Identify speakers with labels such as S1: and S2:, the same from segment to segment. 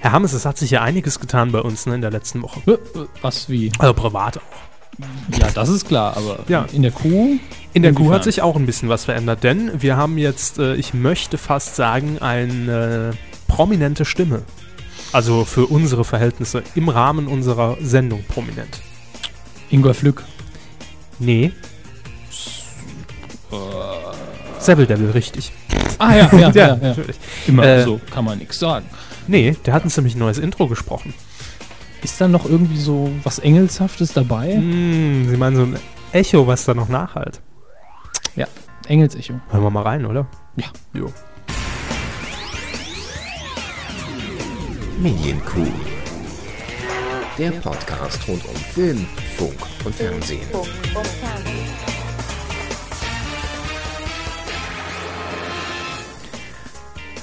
S1: Herr Hammes, es hat sich ja einiges getan bei uns ne, in der letzten Woche.
S2: Äh, Was wie?
S1: Also privat auch.
S2: Ja, das ist klar, aber
S1: Ja.
S2: in der Kuh?
S1: In der Kuh
S2: Inwiefern?
S1: hat sich auch ein bisschen was verändert, denn wir haben jetzt, äh, ich möchte fast sagen, eine prominente Stimme. Also für unsere Verhältnisse im Rahmen unserer Sendung prominent.
S2: Ingolf Lück.
S1: Nee. Seville Devil, richtig.
S2: Ah ja, ja,
S1: Ja,
S2: ja, ja.
S1: natürlich.
S2: Immer
S1: Äh,
S2: so, kann man nichts sagen.
S1: Nee, der hat ein ziemlich neues Intro gesprochen.
S2: Ist da noch irgendwie so was Engelshaftes dabei?
S1: Hm, Sie meinen so ein Echo, was da noch nachhalt.
S2: Engelsecho.
S1: Hören wir mal rein, oder?
S2: Ja.
S1: Jo.
S3: Medienkuh. Der Podcast rund um Film, Funk und Fernsehen.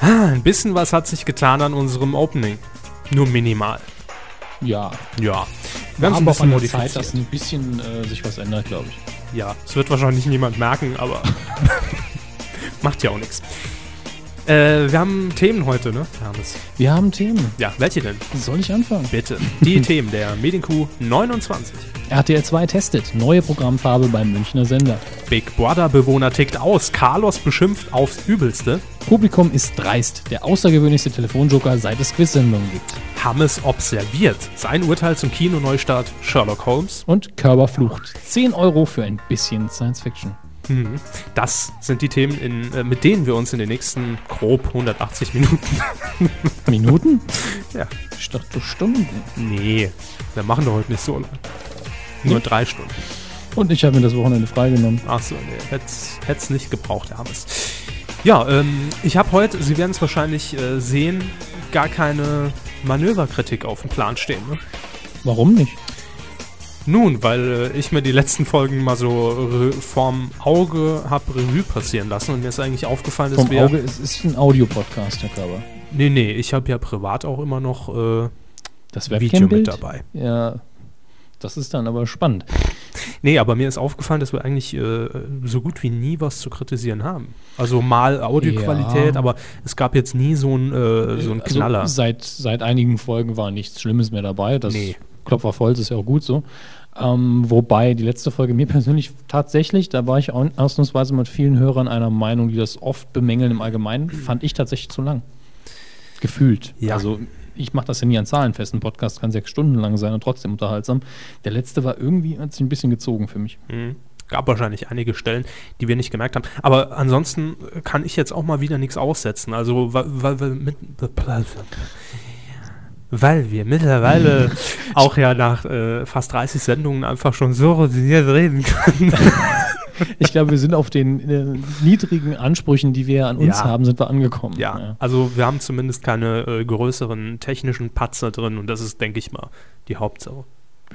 S1: Ah, ein bisschen was hat sich getan an unserem Opening. Nur minimal.
S2: Ja,
S1: Ja. Wir haben es ein
S2: aber
S1: bisschen
S2: auch an der
S1: modifiziert.
S2: Zeit, dass ein bisschen äh, sich was ändert, glaube ich.
S1: Ja, es wird wahrscheinlich niemand merken, aber macht ja auch nichts. Äh, wir haben Themen heute, ne? Hermes.
S2: Wir haben Themen.
S1: Ja, welche denn?
S2: Soll ich anfangen?
S1: Bitte. Die Themen der Medienkuh 29.
S2: RTL 2 testet neue Programmfarbe beim Münchner Sender.
S1: Big Brother-Bewohner tickt aus. Carlos beschimpft aufs Übelste.
S2: Publikum ist dreist. Der außergewöhnlichste Telefonjoker, seit es Quiz-Sendungen gibt.
S1: Hammes observiert. Sein Urteil zum Kinoneustart Sherlock Holmes.
S2: Und Körber flucht. 10 Euro für ein bisschen Science-Fiction.
S1: Mhm. Das sind die Themen, in, äh, mit denen wir uns in den nächsten grob 180 Minuten.
S2: Minuten?
S1: Ja.
S2: Ich dachte Stunden.
S1: Nee, wir machen doch heute nicht so lang. Nur drei Stunden.
S2: Und ich habe mir das Wochenende freigenommen.
S1: Achso, nee, hätt's, hätt's nicht gebraucht, der Hammes. Ja, ähm, ich habe heute, Sie werden es wahrscheinlich äh, sehen, gar keine Manöverkritik auf dem Plan stehen. Ne?
S2: Warum nicht?
S1: Nun, weil äh, ich mir die letzten Folgen mal so re- vorm Auge hab Revue passieren lassen und mir ist eigentlich aufgefallen, dass
S2: Vom
S1: wir...
S2: Auge, es ist ein Audio-Podcast, Herr Körber.
S1: Nee, nee, ich habe ja privat auch immer noch äh,
S2: Das
S1: Video mit
S2: Webcam-Bild?
S1: dabei.
S2: Ja, das ist dann aber spannend.
S1: Nee, aber mir ist aufgefallen, dass wir eigentlich äh, so gut wie nie was zu kritisieren haben. Also mal Audioqualität,
S2: Ja.
S1: aber es gab jetzt nie so einen äh, so einen
S2: Also
S1: Knaller.
S2: Seit, seit einigen Folgen war nichts Schlimmes mehr dabei. Das
S1: Nee.
S2: Klopfer voll, das ist ja auch gut so. Ähm, wobei die letzte Folge mir persönlich tatsächlich, da war ich au- ausnahmsweise mit vielen Hörern einer Meinung, die das oft bemängeln im Allgemeinen, fand ich tatsächlich zu lang. Gefühlt.
S1: Hm. Ja.
S2: Also ich mache das ja nie an Zahlen fest. Ein Podcast kann sechs Stunden lang sein und trotzdem unterhaltsam. Der letzte war irgendwie, hat sich ein bisschen gezogen für mich.
S1: Mhm. Gab wahrscheinlich einige Stellen, die wir nicht gemerkt haben. Aber ansonsten kann ich jetzt auch mal wieder nichts aussetzen. Also, weil, weil, wir mit, weil wir mittlerweile auch ja nach äh, fast 30 Sendungen einfach schon so routiniert reden können.
S2: Ich glaube, wir sind auf den äh, niedrigen Ansprüchen, die wir an uns
S1: Ja.
S2: haben, sind wir angekommen.
S1: Ja, also wir haben zumindest keine äh, größeren technischen Patzer drin und das ist, denke ich mal, die Hauptsache.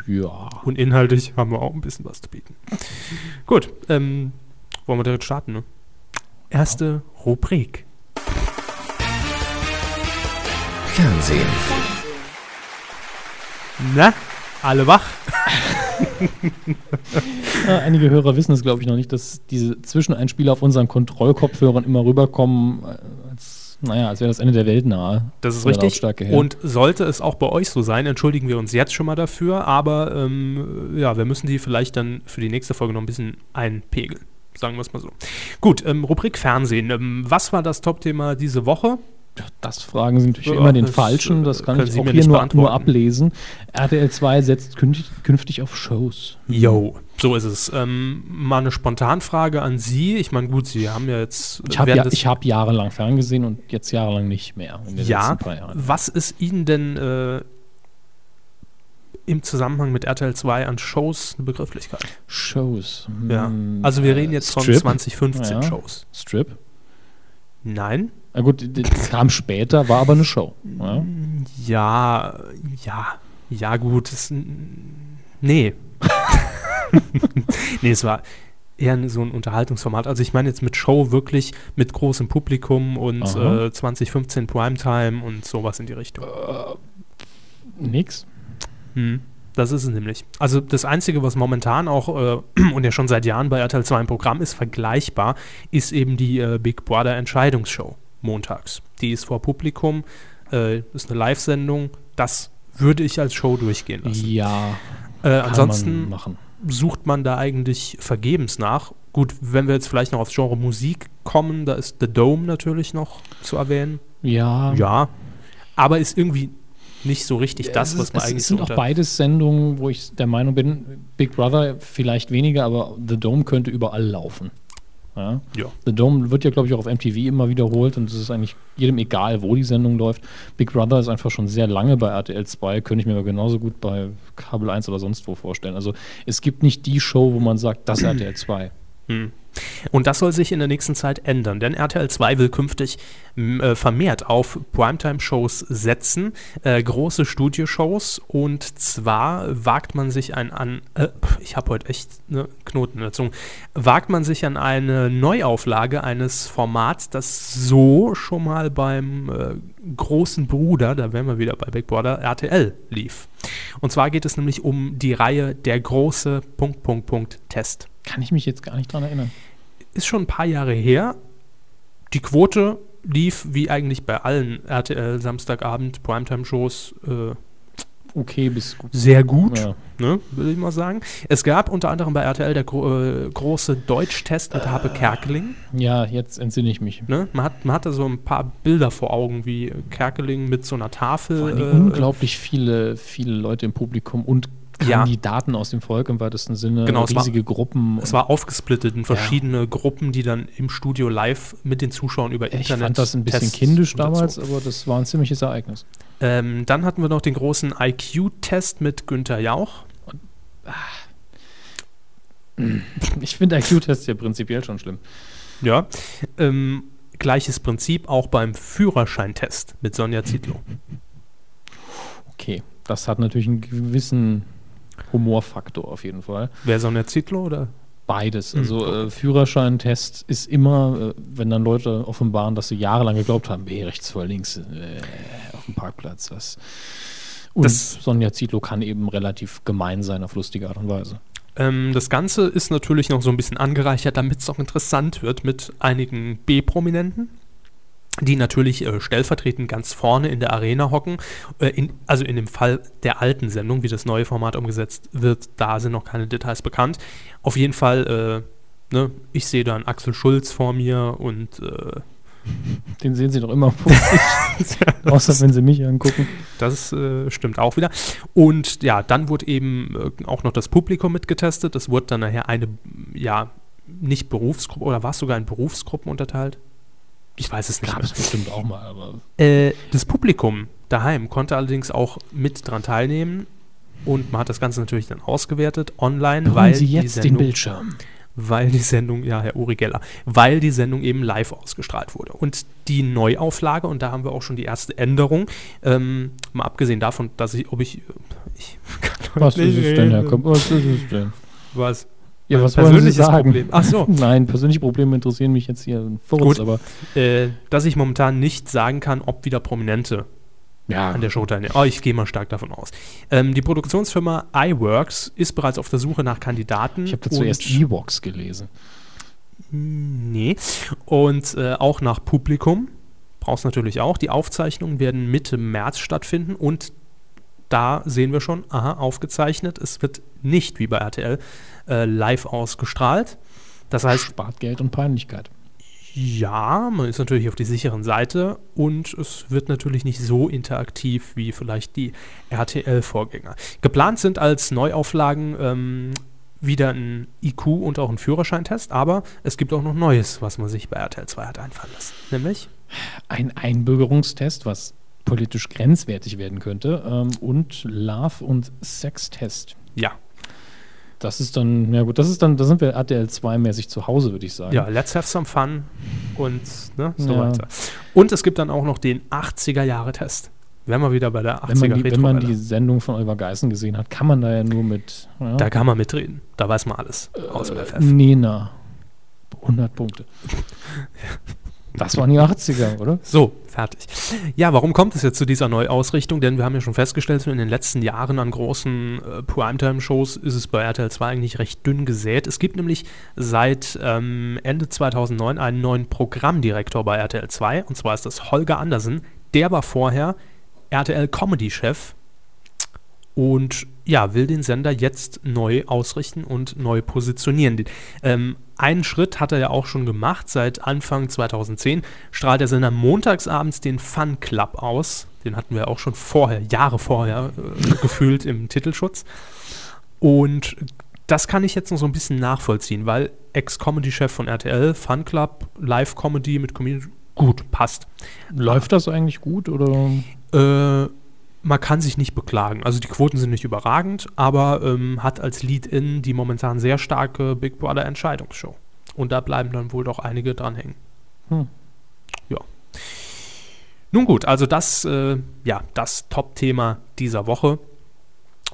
S2: ja.
S1: Und inhaltlich haben wir auch ein bisschen was zu bieten. Gut, ähm, wollen wir direkt starten, ne? Erste Rubrik.
S3: Fernsehen.
S1: Na, alle wach?
S2: Ja, einige Hörer wissen es, glaube ich, noch nicht, dass diese Zwischeneinspieler auf unseren Kontrollkopfhörern immer rüberkommen, äh, als, naja, als wäre das Ende der Welt nahe.
S1: Das ist
S2: Von der
S1: richtig.
S2: Lautstärke her.
S1: Und sollte es auch bei euch so sein, entschuldigen wir uns jetzt schon mal dafür, aber ähm, ja, wir müssen die vielleicht dann für die nächste Folge noch ein bisschen einpegeln. Sagen wir es mal so. Gut, ähm, Rubrik Fernsehen. Ähm, was war das Top-Thema diese Woche?
S2: das fragen Sie natürlich
S1: Ja,
S2: immer den
S1: das,
S2: Falschen, das
S1: äh,
S2: kann
S1: können
S2: ich
S1: Sie
S2: auch
S1: mir
S2: hier
S1: nicht
S2: nur, nur
S1: beantworten.
S2: ablesen. RTL 2 setzt künftig, künftig auf Shows.
S1: Yo. So ist es. Ähm, mal eine Spontanfrage an Sie. Ich meine, gut, Sie haben ja jetzt.
S2: Ich habe
S1: während
S2: ja,
S1: des-
S2: ich hab jahrelang ferngesehen und jetzt jahrelang nicht mehr in den
S1: ja.
S2: letzten paar Jahren.
S1: Was ist Ihnen denn äh, im Zusammenhang mit RTL 2 an Shows eine Begrifflichkeit?
S2: Shows. Hm,
S1: Ja. Also wir reden
S2: äh,
S1: jetzt von
S2: Strip.
S1: 2015
S2: Ja.
S1: Shows.
S2: Strip.
S1: Nein?
S2: Na gut, d- das kam später, war aber eine Show. Ja.
S1: Ja, ja, ja gut. Es, nee. nee, es war eher so ein Unterhaltungsformat. Also ich meine jetzt mit Show wirklich mit großem Publikum und
S2: Aha.
S1: äh, 2015 Primetime und sowas in die Richtung.
S2: Nix.
S1: Hm, Das ist es nämlich. Also das Einzige, was momentan auch äh, und ja schon seit Jahren bei RTL 2 im Programm ist, vergleichbar, ist eben die äh, Big Brother Entscheidungsshow montags. Die ist vor Publikum, äh, ist eine Live-Sendung, das würde ich als Show durchgehen lassen.
S2: Ja,
S1: Äh,
S2: kann
S1: ansonsten
S2: man machen.
S1: sucht man da eigentlich vergebens nach. Gut, wenn wir jetzt vielleicht noch aufs Genre Musik kommen, da ist The Dome natürlich noch zu erwähnen.
S2: Ja,
S1: Ja, aber ist irgendwie nicht so richtig das,
S2: es
S1: was
S2: ist-
S1: man
S2: es
S1: eigentlich so
S2: sind auch
S1: unter...
S2: beides Sendungen, wo ich der Meinung bin, Big Brother vielleicht weniger, aber The Dome könnte überall laufen. Ja.
S1: Ja.
S2: The Dome wird ja, glaube ich, auch auf MTV immer wiederholt und es ist eigentlich jedem egal, wo die Sendung läuft. Big Brother ist einfach schon sehr lange bei RTL 2, könnte ich mir aber genauso gut bei Kabel 1 oder sonst wo vorstellen. Also es gibt nicht die Show, wo man sagt, das RTL 2.
S1: Hm. Und das soll sich in der nächsten Zeit ändern, denn RTL 2 will künftig m, äh, vermehrt auf Primetime-Shows setzen, äh, große Studioshows und zwar wagt man sich ein, an, äh, ich habe heute echt ne, Knoten in der Zunge, wagt man sich an eine Neuauflage eines Formats, das so schon mal beim äh, großen Bruder, da wären wir wieder bei Big Brother, RTL lief. Und zwar geht es nämlich um die Reihe Der große Punkt, Punkt, Punkt Test
S2: Kann ich mich jetzt gar nicht dran erinnern.
S1: ist schon ein paar Jahre her. Die Quote lief wie eigentlich bei allen RTL Samstagabend Primetime-Shows äh,
S2: Okay, bis gut.
S1: sehr gut,
S2: Ja.
S1: ne, würde ich mal sagen. Es gab unter anderem bei RTL der gro äh, große Deutschtest mit
S2: Ah.
S1: Habe Kerkeling.
S2: ja, jetzt entsinne ich mich.
S1: Ne? Man, hat, man hatte so ein paar Bilder vor Augen, wie Kerkeling mit so einer
S2: Vor
S1: Tafel. äh,
S2: allen Dingen unglaublich viele, viele Leute im Publikum und
S1: Ja.
S2: Kandidaten aus dem Volk im weitesten Sinne,
S1: Genau, es war-
S2: riesige Gruppen.
S1: es war aufgesplittet in verschiedene Gruppen, die dann im Studio live mit den Zuschauern über
S2: ich
S1: Internet.
S2: fand das ein bisschen
S1: Tests
S2: kindisch
S1: unterzogen.
S2: damals, aber das war ein ziemliches Ereignis.
S1: Ähm, dann hatten wir noch den großen IQ-Test mit Günther Jauch.
S2: Ich finde IQ-Tests ja prinzipiell schon schlimm.
S1: Ja. Ähm, gleiches Prinzip auch beim Führerscheintest mit Sonja Zietlow.
S2: Okay, das hat natürlich einen gewissen Humorfaktor auf jeden Fall.
S1: Wer Sonja Zietlow oder?
S2: Beides.
S1: Hm,
S2: Also äh, Führerscheintest ist immer, äh, wenn dann Leute offenbaren, dass sie jahrelang geglaubt haben, eh, rechts vor links äh, auf dem Parkplatz, was. Und
S1: Das-
S2: Sonja Zietlow kann eben relativ gemein sein auf lustige Art und Weise.
S1: Ähm, das Ganze ist natürlich noch so ein bisschen angereichert, damit es auch interessant wird mit einigen B-Prominenten, die natürlich äh, stellvertretend ganz vorne in der Arena hocken. Äh, in, also in dem Fall der alten Sendung, wie das neue Format umgesetzt wird, da sind noch keine Details bekannt. Auf jeden Fall, äh, ne, ich sehe dann Axel Schulz vor mir und äh,
S2: Den sehen sie doch immer vor sich. Außer wenn sie mich angucken.
S1: Das äh, stimmt auch wieder. Und ja, dann wurde eben äh, auch noch das Publikum mitgetestet. Das wurde dann nachher eine, ja, nicht Berufsgruppe oder war es sogar in Berufsgruppen unterteilt? Ich weiß es nicht.
S2: Gab es bestimmt auch mal, aber
S1: Mehr. Äh, das Publikum daheim konnte allerdings auch mit dran teilnehmen. Und man hat das Ganze natürlich dann ausgewertet online, weil die Sendung
S2: Bildschirm.
S1: weil die Sendung, ja, Herr Uri Geller, weil die Sendung eben live ausgestrahlt wurde. Und die Neuauflage, und da haben wir auch schon die erste Änderung, ähm, mal abgesehen davon, dass ich, äh, ob ich, ich kann heute
S2: Was
S1: nicht
S2: ist es denn,
S1: reden.
S2: Herr Kopp? Was ist es denn?
S1: Was?
S2: Ja,
S1: Mein
S2: was wollen Sie
S1: persönliches
S2: sagen?
S1: Problem. Ach so.
S2: Nein, persönliche Probleme interessieren mich jetzt hier ein Furz,
S1: Gut.
S2: aber
S1: Äh, dass ich momentan nicht sagen kann, ob wieder Prominente
S2: ja,
S1: an der Show teilnehmen. Aber ich gehe mal stark davon aus. Ähm, die Produktionsfirma iWorks ist bereits auf der Suche nach Kandidaten.
S2: ich habe dazu
S1: und-
S2: erst E-Box gelesen.
S1: Nee. Und äh, auch nach Publikum brauchst natürlich auch. Die Aufzeichnungen werden Mitte März stattfinden und da sehen wir schon, aha, aufgezeichnet. Es wird nicht wie bei RTL äh, live ausgestrahlt. Das heißt,
S2: Spart Geld und Peinlichkeit.
S1: ja, man ist natürlich auf der sicheren Seite und es wird natürlich nicht so interaktiv wie vielleicht die RTL-Vorgänger. Geplant sind als Neuauflagen ähm, wieder ein IQ und auch ein Führerscheintest, aber es gibt auch noch Neues, was man sich bei RTL 2 hat einfallen lassen. Nämlich,
S2: Ein Einbürgerungstest, was politisch grenzwertig werden könnte, ähm, und Love- und Sextest.
S1: ja,
S2: Das ist dann, ja gut, das ist dann, da sind wir RTL 2-mäßig zu Hause, würde ich sagen.
S1: ja, let's have some fun und ne, so
S2: Ja.
S1: weiter. Und es gibt dann auch noch den 80er-Jahre-Test. Wären wir wieder bei der
S2: Wenn man, die, wenn man die
S1: retro
S2: Sendung von Oliver Geissen gesehen hat, kann man da ja nur mit ja,
S1: Da kann man mitreden. Da weiß man alles aus dem
S2: äh,
S1: FF.
S2: Nena 100 Punkte. Das waren die 80er, oder?
S1: So, fertig. Ja, warum kommt es jetzt zu dieser Neuausrichtung? Denn wir haben ja schon festgestellt, so in den letzten Jahren an großen äh, Primetime-Shows ist es bei RTL 2 eigentlich recht dünn gesät. Es gibt nämlich seit ähm, Ende 2009 einen neuen Programmdirektor bei RTL 2 und zwar ist das Holger Andersen, Der war vorher RTL-Comedy-Chef und ja, will den Sender jetzt neu ausrichten und neu positionieren. Den- Ähm, einen Schritt hat er ja auch schon gemacht. Seit Anfang 2010 strahlt der Sender montagsabends den Fun Club aus. Den hatten wir auch schon vorher, Jahre vorher, äh, gefühlt im Titelschutz. Und das kann ich jetzt noch so ein bisschen nachvollziehen, weil Ex-Comedy-Chef von RTL, Fun Club, Live-Comedy mit Community, gut, passt.
S2: Läuft das eigentlich gut oder?
S1: Äh, man kann sich nicht beklagen. Also die Quoten sind nicht überragend, aber ähm, hat als Lead-In die momentan sehr starke Big Brother Entscheidungsshow. Und da bleiben dann wohl doch einige dranhängen.
S2: Hm.
S1: Ja. Nun gut, also das, äh, ja, das Top-Thema dieser Woche.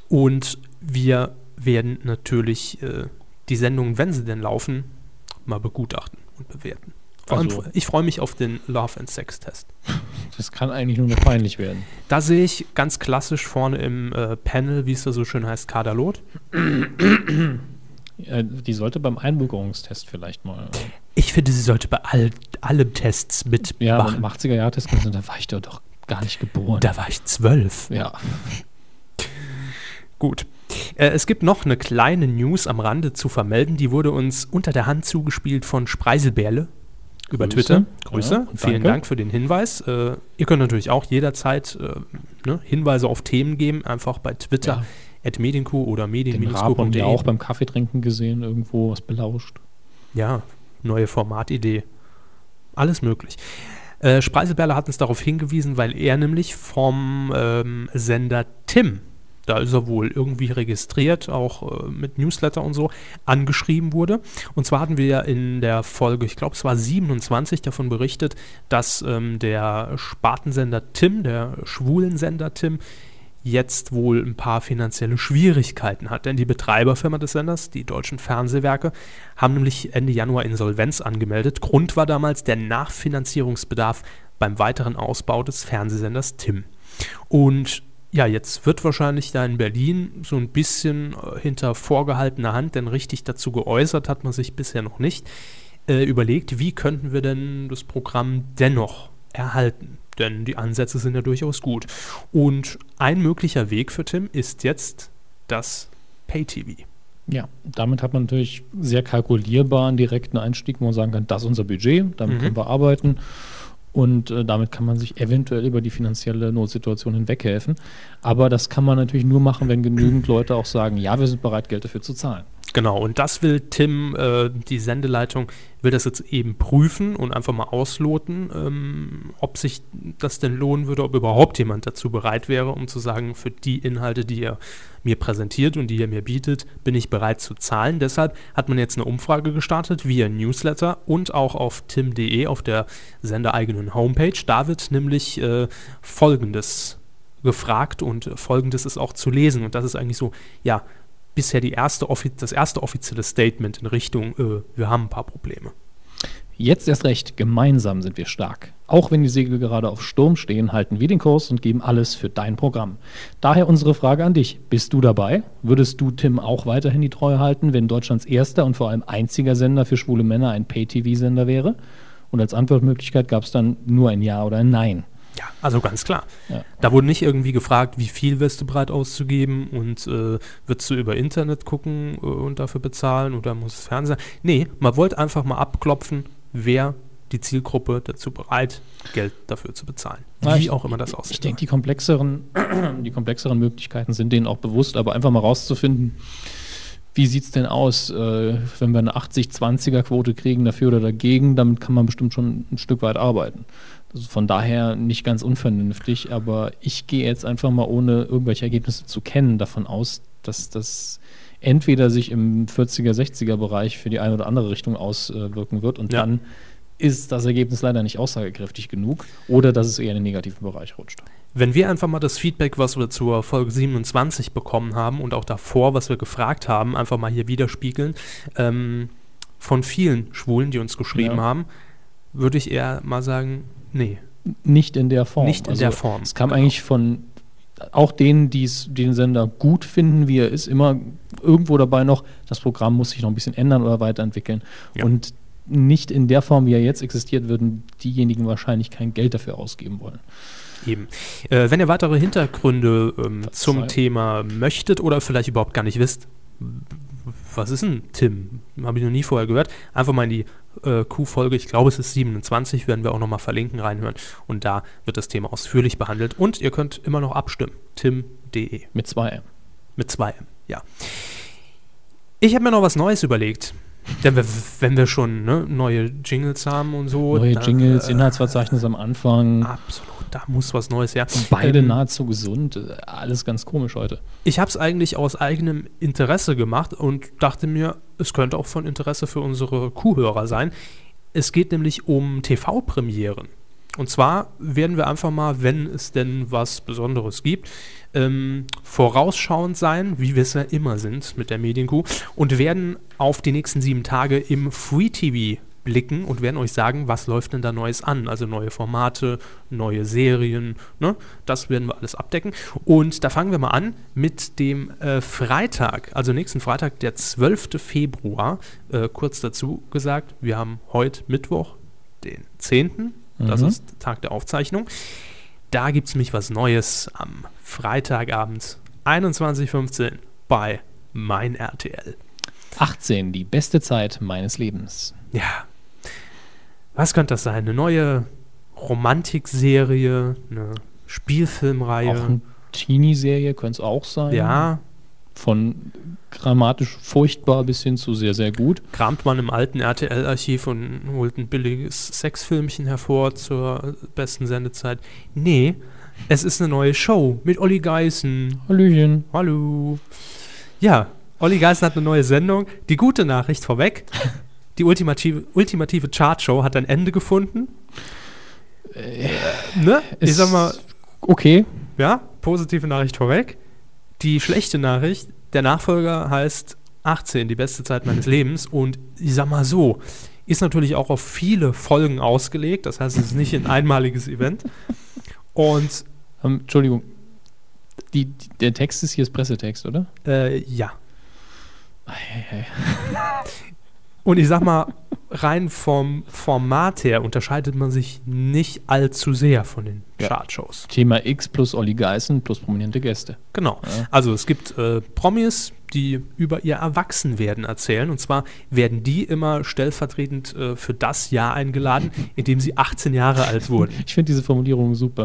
S1: Und wir werden natürlich äh, die Sendungen, wenn sie denn laufen, mal begutachten und bewerten. Vor allem,
S2: Also-
S1: ich freue mich auf den Love and Sex Test.
S2: Das kann eigentlich nur noch peinlich werden.
S1: Da sehe ich ganz klassisch vorne im äh, Panel, wie es da so schön heißt, Kaderlot.
S2: Äh, Die sollte beim Einbürgerungstest vielleicht mal.
S1: Ich finde, sie sollte bei all, allem Tests mitmachen.
S2: Ja, beim 80er-Jahr-Test, da war ich doch, doch gar nicht geboren.
S1: Da war ich zwölf.
S2: ja.
S1: Gut. Äh, es gibt noch eine kleine News am Rande zu vermelden. Die wurde uns unter der Hand zugespielt von Spreiselbärle über
S2: Grüße.
S1: Twitter.
S2: Ja,
S1: Grüße.
S2: danke.
S1: Vielen Dank für den Hinweis. Äh, ihr könnt natürlich auch jederzeit äh, ne, Hinweise auf Themen geben, einfach bei Twitter.
S2: Ja.
S1: at Medienkuh oder
S2: Den Raab haben
S1: medien-q.de.
S2: wir auch beim Kaffeetrinken gesehen, irgendwo was belauscht.
S1: Ja, neue Formatidee. Alles möglich. Äh, Spreiselberle hat uns darauf hingewiesen, weil er nämlich vom ähm, Sender Tim, da ist er wohl irgendwie registriert, auch äh, mit Newsletter und so, angeschrieben wurde. Und zwar hatten wir ja in der Folge, ich glaube es war 27, davon berichtet, dass ähm, der Spartensender Tim, der Schwulensender Tim, jetzt wohl ein paar finanzielle Schwierigkeiten hat. Denn die Betreiberfirma des Senders, die deutschen Fernsehwerke, haben nämlich Ende Januar Insolvenz angemeldet. Grund war damals der Nachfinanzierungsbedarf beim weiteren Ausbau des Fernsehsenders Tim. Und ja, jetzt wird wahrscheinlich da in Berlin so ein bisschen äh, hinter vorgehaltener Hand, denn richtig dazu geäußert hat man sich bisher noch nicht, äh, überlegt, wie könnten wir denn das Programm dennoch erhalten? Denn die Ansätze sind ja durchaus gut. Und ein möglicher Weg für Tim ist jetzt das Pay-TV.
S2: Ja, damit hat man natürlich sehr kalkulierbar einen direkten Einstieg, wo man sagen kann, das ist unser Budget, damit
S1: Mhm.
S2: können wir arbeiten. Und äh, damit kann man sich eventuell über die finanzielle Notsituation hinweghelfen. Aber das kann man natürlich nur machen, wenn genügend Leute auch sagen, ja, wir sind bereit, Geld dafür zu zahlen.
S1: Genau, und das will Tim, äh, die Sendeleitung, will das jetzt eben prüfen und einfach mal ausloten, ähm, ob sich das denn lohnen würde, ob überhaupt jemand dazu bereit wäre, um zu sagen, für die Inhalte, die ihr mir präsentiert und die ihr mir bietet, bin ich bereit zu zahlen. Deshalb hat man jetzt eine Umfrage gestartet via Newsletter und auch auf tim.de, auf der sendereigenen Homepage. Da wird nämlich äh, Folgendes gefragt und Folgendes ist auch zu lesen. Und das ist eigentlich so, ja, bisher die erste offi- das erste offizielle Statement in Richtung, äh, wir haben ein paar Probleme.
S2: Jetzt erst recht, gemeinsam sind wir stark. Auch wenn die Segel gerade auf Sturm stehen, halten wir den Kurs und geben alles für dein Programm. Daher unsere Frage an dich. Bist du dabei? Würdest du Tim auch weiterhin die Treue halten, wenn Deutschlands erster und vor allem einziger Sender für schwule Männer ein Pay-TV-Sender wäre? Und als Antwortmöglichkeit gab es dann nur ein Ja oder ein Nein.
S1: Ja, also ganz klar.
S2: Ja.
S1: Da wurde nicht irgendwie gefragt, wie viel wirst du bereit auszugeben und äh, würdest du über Internet gucken äh, und dafür bezahlen oder muss es Fernsehen? Nee, man wollte einfach mal abklopfen, wer die Zielgruppe dazu bereit, Geld dafür zu bezahlen. Wie
S2: Ja, ich-
S1: auch immer das aussieht.
S2: Ich denke, die komplexeren, die komplexeren Möglichkeiten sind denen auch bewusst, aber einfach mal rauszufinden, wie sieht es denn aus, äh, wenn wir eine 80-20er-Quote kriegen, dafür oder dagegen, damit kann man bestimmt schon ein Stück weit arbeiten. Also von daher nicht ganz unvernünftig, aber ich gehe jetzt einfach mal, ohne irgendwelche Ergebnisse zu kennen, davon aus, dass das entweder sich im 40er, 60er-Bereich für die eine oder andere Richtung auswirken wird und
S1: Ja.
S2: dann ist das Ergebnis leider nicht aussagekräftig genug oder dass es eher in den negativen Bereich rutscht.
S1: Wenn wir einfach mal das Feedback, was wir zur Folge 27 bekommen haben und auch davor, was wir gefragt haben, einfach mal hier widerspiegeln, ähm, von vielen Schwulen, die uns geschrieben
S2: Ja.
S1: haben, würde ich eher mal sagen, nee,
S2: Nicht in der Form.
S1: nicht in
S2: Also,
S1: der Form.
S2: Es kam
S1: Genau.
S2: eigentlich von auch denen, die es- die den Sender gut finden, wie er ist, immer irgendwo dabei noch, das Programm muss sich noch ein bisschen ändern oder weiterentwickeln.
S1: Ja.
S2: Und nicht in der Form, wie er jetzt existiert, würden diejenigen wahrscheinlich kein Geld dafür ausgeben wollen.
S1: Eben. Äh, wenn ihr weitere Hintergründe ähm, zum
S2: Verzeihung.
S1: Thema möchtet oder vielleicht überhaupt gar nicht wisst, was ist denn Tim? Habe ich noch nie vorher gehört. Einfach mal in die äh, Q-Folge, ich glaube es ist 27, werden wir auch nochmal verlinken, reinhören. Und da wird das Thema ausführlich behandelt. Und ihr könnt immer noch abstimmen. Tim.de
S2: Mit zwei M.
S1: mit zwei M, ja. Ich habe mir noch was Neues überlegt. Denn wir, wenn wir schon ne, neue Jingles haben und so.
S2: Neue
S1: dann,
S2: Jingles,
S1: äh, ah,
S2: Inhaltsverzeichnis am Anfang.
S1: Absolut, da muss was Neues her.
S2: Beide
S1: Ähm,
S2: nahezu gesund. Äh, Alles ganz komisch heute.
S1: Ich habe es eigentlich aus eigenem Interesse gemacht und dachte mir, es könnte auch von Interesse für unsere Kuhhörer sein. Es geht nämlich um TV-Premieren. Und zwar werden wir einfach mal, wenn es denn was Besonderes gibt, ähm, vorausschauend sein, wie wir es ja immer sind mit der Medienkuh, und werden auf die nächsten sieben Tage im Free TV blicken und werden euch sagen, was läuft denn da Neues an. Also neue Formate, neue Serien, ne? das werden wir alles abdecken. Und da fangen wir mal an mit dem äh, Freitag, also nächsten Freitag, der 12. Februar. Äh, kurz dazu gesagt, wir haben heute Mittwoch, den 10. Das
S2: Mhm.
S1: ist Tag der Aufzeichnung. Da gibt es nämlich was Neues am Freitagabend 21.15 Uhr bei Mein RTL.
S2: 18, die beste Zeit meines Lebens.
S1: Ja. Was könnte das sein? Eine neue Romantikserie, eine
S2: Auch
S1: Spielfilmreihe.
S2: eine Teenie-Serie könnte es auch sein.
S1: Ja,
S2: Von grammatisch furchtbar bis hin zu sehr, sehr gut.
S1: kramt man im alten RTL-Archiv und holt ein billiges Sexfilmchen hervor zur besten Sendezeit. Nee, es ist eine neue Show mit Olli Geißen.
S2: Hallöchen.
S1: Hallo. Ja, Olli Geißen hat eine neue Sendung. Die gute Nachricht vorweg. Die ultimative, ultimative Chartshow hat ein Ende gefunden. Äh, ne? Ich
S2: Ist
S1: sag mal,
S2: Okay.
S1: Ja, positive Nachricht vorweg. Die schlechte Nachricht, der Nachfolger heißt 18, die beste Zeit meines Lebens. Und ich sag mal so, ist natürlich auch auf viele Folgen ausgelegt. Das heißt, es ist nicht ein einmaliges Event. Und
S2: Ähm, Entschuldigung. Die, die, der Text ist hier ist Pressetext, oder?
S1: äh, ja. Und ich sag mal, rein vom Format her unterscheidet man sich nicht allzu sehr von den
S2: Ja.
S1: Chartshows.
S2: Thema X plus Olli Geißen plus prominente Gäste.
S1: Genau.
S2: Ja.
S1: Also es gibt äh, Promis, die über ihr Erwachsenwerden erzählen. Und zwar werden die immer stellvertretend äh, für das Jahr eingeladen, in dem sie 18 Jahre alt wurden.
S2: Ich finde diese Formulierung super.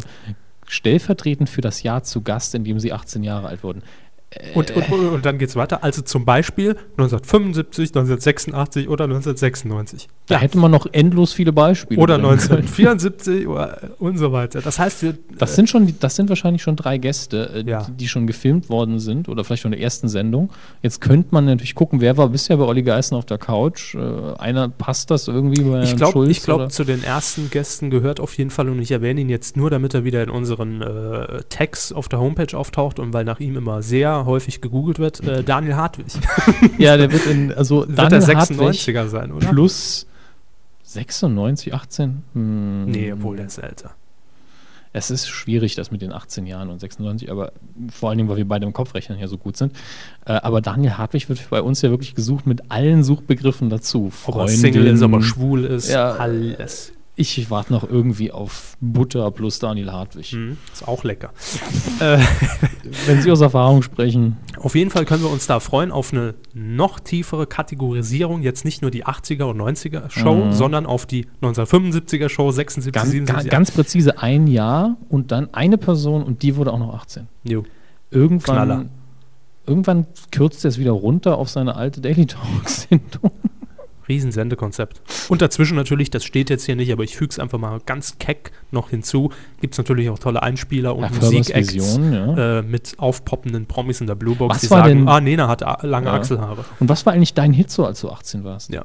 S2: Stellvertretend für das Jahr zu Gast, in dem sie 18 Jahre alt wurden. Äh.
S1: Und, und, und, und dann geht es weiter. Also zum Beispiel 1975, 1986 oder 1996.
S2: Da hätte man noch endlos viele Beispiele.
S1: Oder
S2: bringen
S1: 1974 oder, äh, und so weiter. Das heißt, wir,
S2: Das sind schon, die- das sind wahrscheinlich schon drei Gäste, äh,
S1: Ja.
S2: die, die schon gefilmt worden sind oder vielleicht von der ersten Sendung. Jetzt könnte man natürlich gucken, wer war bisher bei Olli Geißen auf der Couch. Äh, einer passt das irgendwie bei
S1: Ich
S2: Herrn
S1: glaube,
S2: Äh, Schulz
S1: ich glaube,
S2: oder-
S1: zu den ersten Gästen gehört auf jeden Fall und ich erwähne ihn jetzt nur, damit er wieder in unseren äh, Tags auf der Homepage auftaucht und weil nach ihm immer sehr häufig gegoogelt wird, äh, Daniel Hartwig.
S2: ja, der wird in also
S1: Wird er
S2: Daniel Hartwig
S1: 96er sein, oder?
S2: plus 96, 18. Hm,
S1: Nee, obwohl der ist älter.
S2: Es ist schwierig, das mit den 18 Jahren und 96, aber vor allen Dingen, weil wir beide im Kopfrechnen ja so gut sind. Äh, aber Daniel Hartwig wird bei uns ja wirklich gesucht mit allen Suchbegriffen dazu.
S1: Ob er Single ist,
S2: Freundin.
S1: aber schwul ist,
S2: Ja.
S1: alles.
S2: Ich warte noch irgendwie auf Butter plus Daniel Hartwig.
S1: Hm, ist auch lecker.
S2: Wenn Sie aus Erfahrung sprechen,
S1: Auf jeden Fall können wir uns da freuen auf eine noch tiefere Kategorisierung, jetzt nicht nur die 80er und 90er Show,
S2: Mhm.
S1: sondern auf die 1975er Show, 76,
S2: ganz,
S1: 77.
S2: ga- ganz präzise ein Jahr und dann eine Person und die wurde auch noch 18.
S1: Jo.
S2: Irgendwann,
S1: Knaller.
S2: irgendwann kürzt er es wieder runter auf seine alte Daily Talk-Sendung.
S1: Riesensendekonzept. Und dazwischen natürlich, das steht jetzt hier nicht, aber ich füge es einfach mal ganz keck noch hinzu, gibt es natürlich auch tolle Einspieler und
S2: Herr Förbers
S1: Musikacts
S2: Vision, ja.
S1: äh, mit aufpoppenden Promis in der Bluebox,
S2: Was
S1: die
S2: war
S1: sagen,
S2: denn-
S1: ah, Nena hat a- lange
S2: Ja.
S1: Achselhaare.
S2: Und was war eigentlich dein Hit so, als du 18 warst?
S1: Ja.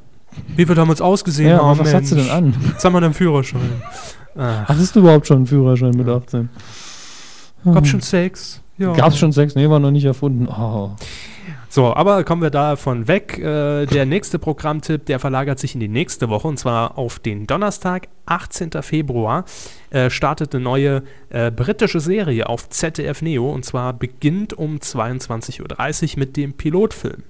S1: Wie wir damals ausgesehen
S2: Ja,
S1: haben,
S2: aber was hat sie
S1: Mensch.
S2: denn an?
S1: Jetzt haben wir einen Führerschein. Ah,
S2: Hattest du überhaupt schon einen Führerschein mit 18?
S1: gab's schon Sex? Ja.
S2: Gab's schon Sex? Nee, war noch nicht erfunden. Oh.
S1: So, aber kommen wir davon weg. Äh, der nächste Programmtipp, der verlagert sich in die nächste Woche und zwar auf den Donnerstag, 18. Februar, äh, startet eine neue äh, britische Serie auf ZDF Neo und zwar beginnt um 22.30 Uhr mit dem Pilotfilm.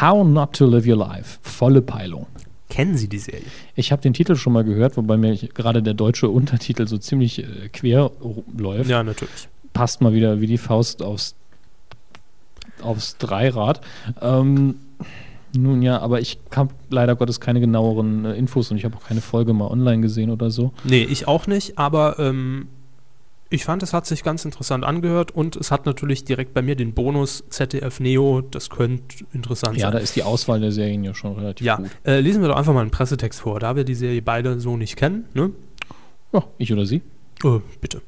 S2: How Not to Live Your Life. Volle Peilung.
S1: Kennen Sie die Serie?
S2: Ich habe den Titel schon mal gehört, wobei mir gerade der deutsche Untertitel so ziemlich äh, quer ru- läuft.
S1: Ja, natürlich.
S2: Passt mal wieder wie die Faust aufs, aufs Dreirad. Ähm, nun ja, aber ich habe leider Gottes keine genaueren äh, Infos und ich habe auch keine Folge mal online gesehen oder so.
S1: Nee, ich auch nicht, aber ähm, ich fand, es hat sich ganz interessant angehört und es hat natürlich direkt bei mir den Bonus ZDF Neo, das könnte interessant
S2: Ja, da
S1: sein.
S2: ist die Auswahl der Serien ja schon relativ
S1: Ja,
S2: gut.
S1: äh, lesen wir doch einfach mal einen Pressetext vor, da wir die Serie beide so nicht kennen, ne?
S2: Ja, ich oder sie.
S1: Äh, bitte.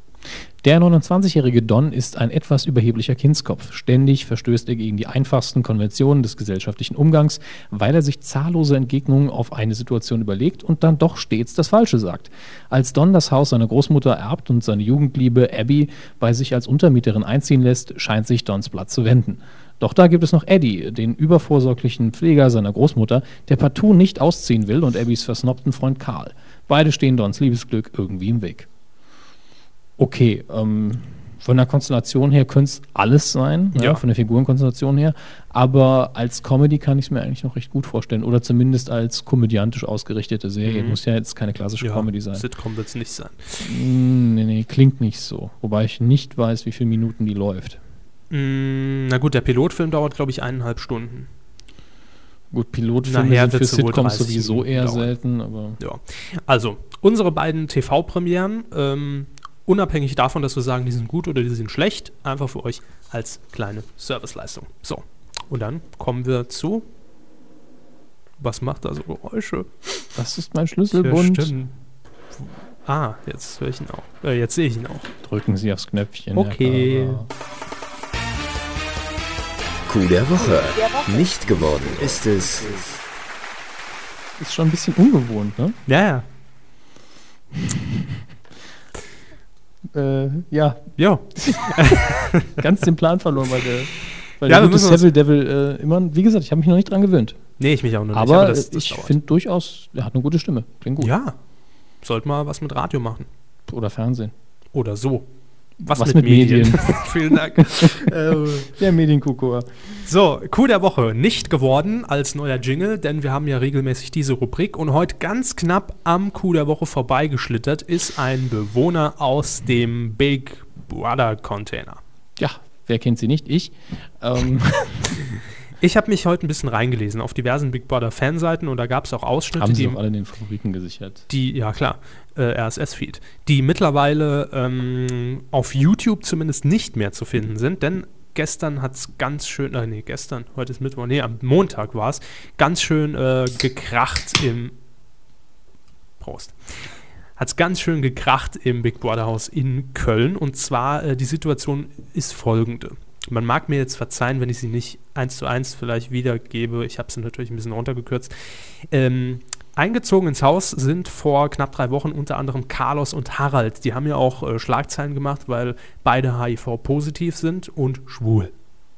S2: Der 29-jährige Don ist ein etwas überheblicher Kindskopf. Ständig verstößt er gegen die einfachsten Konventionen des gesellschaftlichen Umgangs, weil er sich zahllose Entgegnungen auf eine Situation überlegt und dann doch stets das Falsche sagt. Als Don das Haus seiner Großmutter erbt und seine Jugendliebe Abby bei sich als Untermieterin einziehen lässt, scheint sich Dons Blatt zu wenden. Doch da gibt es noch Eddie, den übervorsorglichen Pfleger seiner Großmutter, der partout nicht ausziehen will und Abbys versnobten Freund Karl. Beide stehen Dons Liebesglück irgendwie im Weg okay, ähm, von der Konstellation her könnte es alles sein, ja.
S1: Ja.
S2: von der Figurenkonstellation her, aber als Comedy kann ich es mir eigentlich noch recht gut vorstellen oder zumindest als komödiantisch ausgerichtete Serie.
S1: Mhm.
S2: Muss ja jetzt keine klassische
S1: Ja,
S2: Comedy sein.
S1: Sitcom wird es nicht sein.
S2: Mm, nee, nee, klingt nicht so. Wobei ich nicht weiß, wie viele Minuten die läuft.
S1: Mm, na gut, der Pilotfilm dauert, glaube ich, eineinhalb Stunden.
S2: Gut, Pilotfilme
S1: Nachher
S2: sind für
S1: wird's wohl
S2: Sitcoms
S1: 30
S2: sowieso eher
S1: dauern.
S2: selten, aber
S1: Ja. Also, unsere beiden TV-Premieren, ähm, unabhängig davon, dass wir sagen, die sind gut oder die sind schlecht, einfach für euch als kleine Serviceleistung. So, und dann kommen wir zu. Was macht da so Geräusche?
S2: das ist mein Schlüsselbund.
S1: stimmt. Ah, jetzt höre ich ihn auch. Äh, jetzt sehe ich ihn auch.
S2: Drücken Sie aufs Knöpfchen.
S1: Okay.
S2: Herr Kamera.
S3: Coup der Woche. Nicht geworden ist es
S2: Ist schon ein bisschen ungewohnt, ne?
S1: Ja, ja.
S2: Äh, ja,
S1: Ja,
S2: ganz den Plan verloren, weil der, weil
S1: Ja,
S2: der
S1: wir
S2: gute
S1: müssen uns-
S2: Seville Devil äh, immer, wie gesagt, ich habe mich noch nicht dran gewöhnt.
S1: nee, ich mich auch noch
S2: aber
S1: nicht.
S2: äh, ich finde durchaus, er hat eine gute Stimme. Klingt gut.
S1: Ja, sollte mal was mit Radio machen.
S2: Oder Fernsehen.
S1: Oder so. Was,
S2: mit Medien?
S1: Vielen Dank. ähm,
S2: Der Medienkuckuck.
S1: So, Coup der Woche. Nicht geworden als neuer Jingle, denn wir haben ja regelmäßig diese Rubrik. Und heute ganz knapp am Coup der Woche vorbeigeschlittert ist ein Bewohner aus dem Big Brother Container.
S2: Ja, wer kennt sie nicht? Ich. Ähm,
S1: Ich habe mich heute ein bisschen reingelesen auf diversen Big Brother Fanseiten und da gab es auch Ausschnitte,
S2: haben sie
S1: die,
S2: doch alle den Favoriten gesichert.
S1: die, ja klar, äh, RSS-Feed, die mittlerweile ähm, auf YouTube zumindest nicht mehr zu finden sind, denn gestern hat es ganz schön, äh, nee, gestern, heute ist Mittwoch, nee, am Montag war es, ganz schön äh, gekracht im Prost. Hat es ganz schön gekracht im Big Brother Haus in Köln. Und zwar, äh, die Situation ist folgende. Man mag mir jetzt verzeihen, wenn ich sie nicht eins zu eins vielleicht wiedergebe. Ich habe sie natürlich ein bisschen runtergekürzt. Ähm, eingezogen ins Haus sind vor knapp drei Wochen unter anderem Carlos und Harald. Die haben ja auch äh, Schlagzeilen gemacht, weil beide HIV-positiv sind und schwul.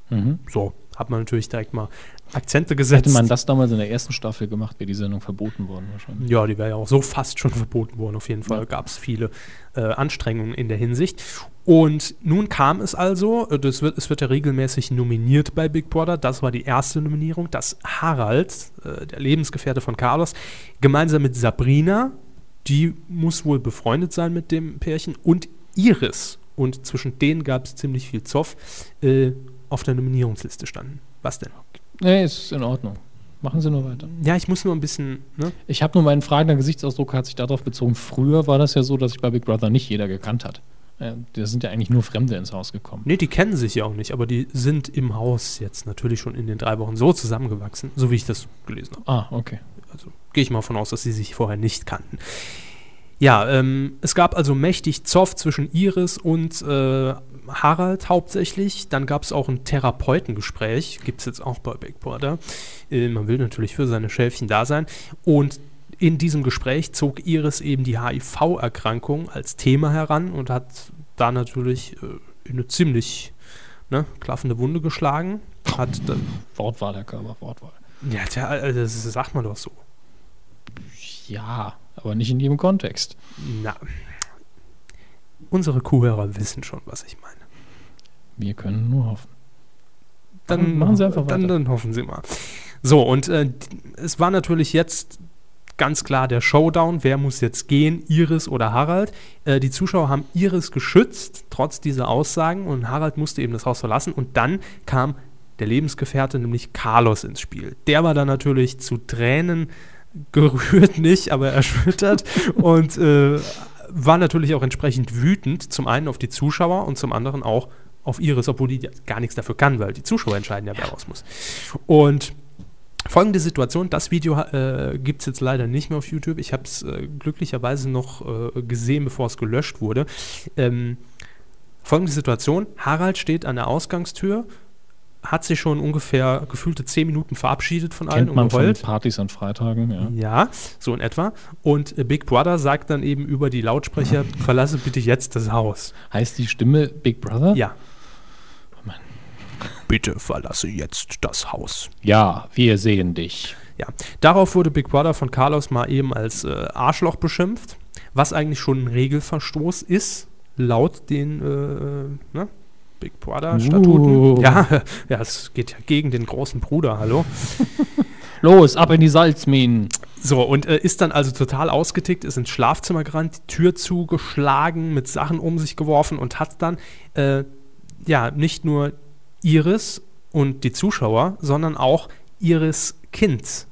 S2: Mhm.
S1: So, hat man natürlich direkt mal Akzente
S2: Hätte
S1: gesetzt.
S2: man das damals in der ersten Staffel gemacht, wäre die Sendung verboten worden wahrscheinlich.
S1: Ja, die wäre ja auch so fast schon verboten worden. Auf jeden Fall
S2: Ja.
S1: gab es viele äh, Anstrengungen in der Hinsicht. Und nun kam es also, äh, das wird, es wird ja regelmäßig nominiert bei Big Brother, das war die erste Nominierung, dass Harald, äh, der Lebensgefährte von Carlos, gemeinsam mit Sabrina, die muss wohl befreundet sein mit dem Pärchen, und Iris. Und zwischen denen gab es ziemlich viel Zoff, äh, auf der Nominierungsliste standen. Was denn?
S2: Nee, ist in Ordnung. Machen Sie nur weiter.
S1: Ja, ich muss nur ein bisschen, ne?
S2: Ich habe nur meinen fragenden Gesichtsausdruck hat sich darauf bezogen. Früher war das ja so, dass sich bei Big Brother nicht jeder gekannt hat. Äh, Da sind ja eigentlich nur Fremde ins Haus gekommen.
S1: Nee, die kennen sich ja auch nicht, aber die sind im Haus jetzt natürlich schon in den drei Wochen so zusammengewachsen, so wie ich das gelesen habe.
S2: Ah, okay.
S1: Also gehe ich mal von aus, dass sie sich vorher nicht kannten. Ja, ähm, es gab also mächtig Zoff zwischen Iris und äh, Harald hauptsächlich. Dann gab es auch ein Therapeutengespräch, gibt es jetzt auch bei Big Brother. Äh, man will natürlich für seine Schäfchen da sein. Und in diesem Gespräch zog Iris eben die HIV-Erkrankung als Thema heran und hat da natürlich äh, eine ziemlich ne, klaffende Wunde geschlagen. Hat, da-
S2: Wortwahl, Herr Körber, Wortwahl.
S1: ja, tja, also das sagt man doch so.
S2: Ja, aber nicht in jedem Kontext.
S1: Na, unsere Kuhhörer wissen schon, was ich meine.
S2: Wir können nur hoffen.
S1: Dann
S2: Machen Sie einfach
S1: Dann,
S2: weiter.
S1: dann hoffen Sie mal. So, und äh, d- es war natürlich jetzt ganz klar der Showdown. Wer muss jetzt gehen, Iris oder Harald? Äh, die Zuschauer haben Iris geschützt, trotz dieser Aussagen, und Harald musste eben das Haus verlassen. Und dann kam der Lebensgefährte, nämlich Carlos, ins Spiel. Der war dann natürlich zu Tränen gerührt, nicht, aber erschüttert und äh, war natürlich auch entsprechend wütend, zum einen auf die Zuschauer und zum anderen auch auf Iris, obwohl die gar nichts dafür kann, weil die Zuschauer entscheiden ja, wer raus muss. Und Folgende Situation, das Video äh, gibt es jetzt leider nicht mehr auf YouTube. Ich habe es äh, glücklicherweise noch äh, gesehen, bevor es gelöscht wurde. Ähm, folgende Situation, Harald steht an der Ausgangstür, hat sich schon ungefähr gefühlte 10 Minuten verabschiedet von allen
S2: Kennt man
S1: und
S2: von
S1: geheult.
S2: Partys an Freitagen, ja.
S1: Ja, so in etwa. Und äh, Big Brother sagt dann eben über die Lautsprecher, verlasse bitte jetzt das Haus.
S2: Heißt die Stimme Big Brother?
S1: Ja. Bitte verlasse jetzt das Haus.
S2: Ja, wir sehen dich.
S1: Ja, darauf wurde Big Brother von Carlos mal eben als äh, Arschloch beschimpft, was eigentlich schon ein Regelverstoß ist, laut den äh, ne? Big Brother-Statuten.
S2: Uh.
S1: Ja, ja, es geht ja gegen den großen Bruder, hallo.
S2: Los, ab in die Salzminen.
S1: So, und äh, ist dann also total ausgetickt, ist ins Schlafzimmer gerannt, die Tür zugeschlagen, mit Sachen um sich geworfen und hat dann äh, ja nicht nur Iris und die Zuschauer, sondern auch Iris Kind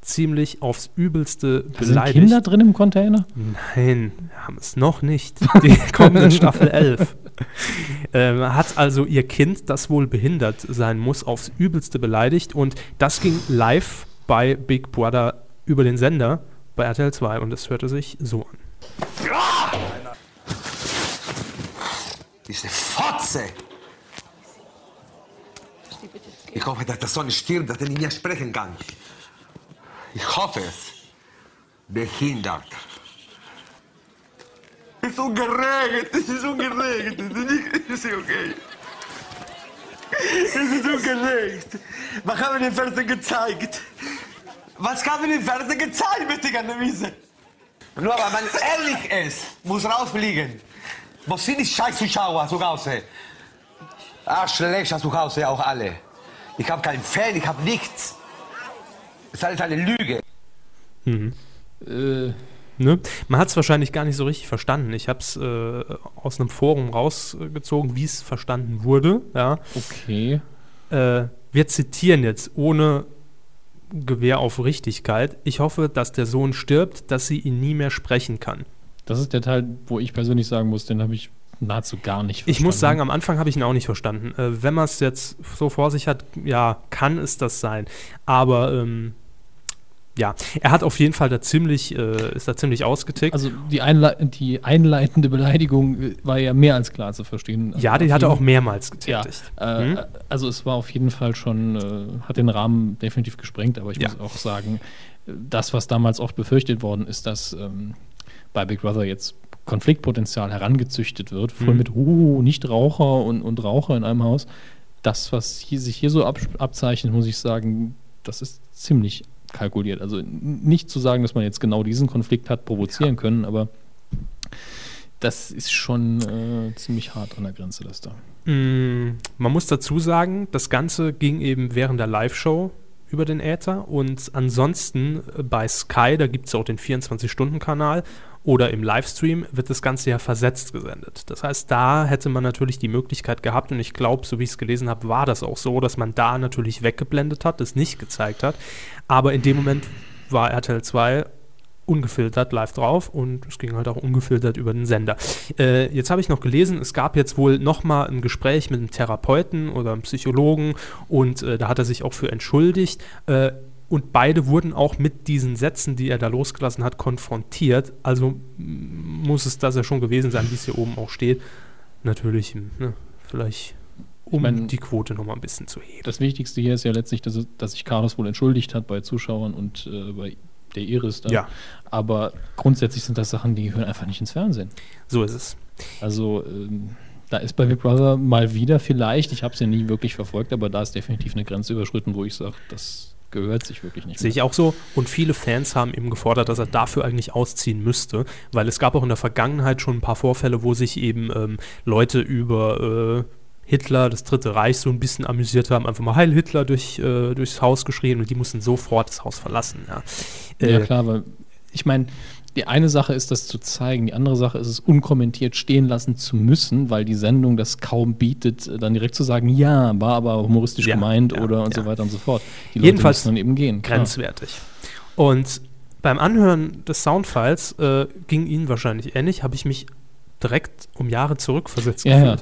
S1: ziemlich aufs Übelste
S2: Da sind
S1: beleidigt.
S2: Kinder drin im Container?
S1: Nein, wir haben es noch nicht. Die kommen in Staffel 11. Ähm, hat also ihr Kind, das wohl behindert sein muss, aufs Übelste beleidigt. Und das ging live bei Big Brother über den Sender bei RTL 2. Und es hörte sich so an.
S4: Diese Fotze! Ich hoffe, dass der Sohn stirbt, dass er nicht mehr sprechen kann. Ich hoffe es. Behindert. Ist ungeregelt, es ist ungeregelt. Es ist nicht- Es ist okay. Es ist ungerecht. Was haben wir im Fernsehen gezeigt? Was haben wir im Fernsehen gezeigt, bitte, Gandewiese? Nur weil man ehrlich ist, muss rausfliegen. Was sind die scheiß Zuschauer zu Hause? Arschlöcher zu Hause auch alle. Ich habe keinen Fan, ich habe nichts. Das ist alles eine Lüge.
S2: Äh,
S1: Ne? Man hat es wahrscheinlich gar nicht so richtig verstanden. Ich habe es äh, aus einem Forum rausgezogen, wie es verstanden wurde. Ja.
S2: okay.
S1: äh, wir zitieren jetzt ohne Gewehr auf Richtigkeit. Ich hoffe, dass der Sohn stirbt, dass sie ihn nie mehr sprechen kann.
S2: Das ist der Teil, wo ich persönlich sagen muss, den habe ich nahezu gar nicht
S1: Ich muss sagen, am Anfang habe ich ihn auch nicht verstanden. Äh, wenn man es jetzt so vor sich hat, ja, kann es das sein. Aber ähm, ja, er hat auf jeden Fall da ziemlich, äh, ist da ziemlich ausgetickt.
S2: Also die, Einle die einleitende Beleidigung äh, war ja mehr als klar zu verstehen.
S1: ja, den hat er auch
S2: mehr.
S1: mehrmals
S2: Ja,
S1: getätigt.
S2: äh,
S1: Hm?
S2: also es war auf jeden Fall schon, äh, hat den Rahmen definitiv gesprengt, aber ich
S1: Ja.
S2: muss auch sagen, äh, das, was damals oft befürchtet worden ist, dass ähm, bei Big Brother jetzt Konfliktpotenzial herangezüchtet wird, voll
S1: Mhm.
S2: mit uh, Nichtraucher und, und Raucher in einem Haus. Das, was hier, sich hier so ab, abzeichnet, muss ich sagen, das ist ziemlich kalkuliert. Also n- nicht zu sagen, dass man jetzt genau diesen Konflikt hat provozieren können, aber das ist schon äh, ziemlich hart an der Grenze, das da.
S1: Mm, Man muss dazu sagen, das Ganze ging eben während der Live-Show über den Äther und ansonsten äh, bei Sky, da gibt es auch den 24-Stunden-Kanal oder im Livestream wird das Ganze ja versetzt gesendet. Das heißt, da hätte man natürlich die Möglichkeit gehabt und ich glaube, so wie ich es gelesen habe, war das auch so, dass man da natürlich weggeblendet hat, das nicht gezeigt hat, aber in dem Moment war RTL 2 ungefiltert live drauf und es ging halt auch ungefiltert über den Sender. Äh, jetzt habe ich noch gelesen, es gab jetzt wohl nochmal ein Gespräch mit einem Therapeuten oder einem Psychologen und äh, da hat er sich auch für entschuldigt. Äh, und beide wurden auch mit diesen Sätzen, die er da losgelassen hat, konfrontiert. Also m- muss es das ja schon gewesen sein, wie es hier oben auch steht. Natürlich, hm, ne, vielleicht um
S2: mein-
S1: die Quote nochmal ein bisschen zu heben.
S2: Das Wichtigste hier ist ja letztlich, dass, es- dass sich Carlos wohl entschuldigt hat bei Zuschauern und äh, bei der Iris. Da.
S1: Ja.
S2: Aber grundsätzlich sind das Sachen, die hören einfach nicht ins Fernsehen.
S1: So ist es.
S2: Also ähm, da ist bei Big Brother mal wieder vielleicht, ich habe es ja nie wirklich verfolgt, aber da ist definitiv eine Grenze überschritten, wo ich sage, das gehört sich wirklich nicht
S1: Sehe ich auch so. Und viele Fans haben eben gefordert, dass er dafür eigentlich ausziehen müsste, weil es gab auch in der Vergangenheit schon ein paar Vorfälle, wo sich eben ähm, Leute über äh, Hitler, das Dritte Reich, so ein bisschen amüsiert haben, einfach mal Heil Hitler durch, äh, durchs Haus geschrien und die mussten sofort das Haus verlassen. Ja.
S2: Ja klar, weil ich meine, die eine Sache ist, das zu zeigen, die andere Sache ist es, unkommentiert stehen lassen zu müssen, weil die Sendung das kaum bietet, äh, dann direkt zu sagen, ja, war aber humoristisch
S1: Ja,
S2: gemeint
S1: ja,
S2: oder und
S1: ja.
S2: so weiter und so fort. Die
S1: Jedenfalls
S2: müssen dann eben gehen. klar.
S1: grenzwertig. Und beim Anhören des Soundfiles äh, ging Ihnen wahrscheinlich ähnlich, habe ich mich direkt um Jahre zurückversetzt
S2: Ja, ja.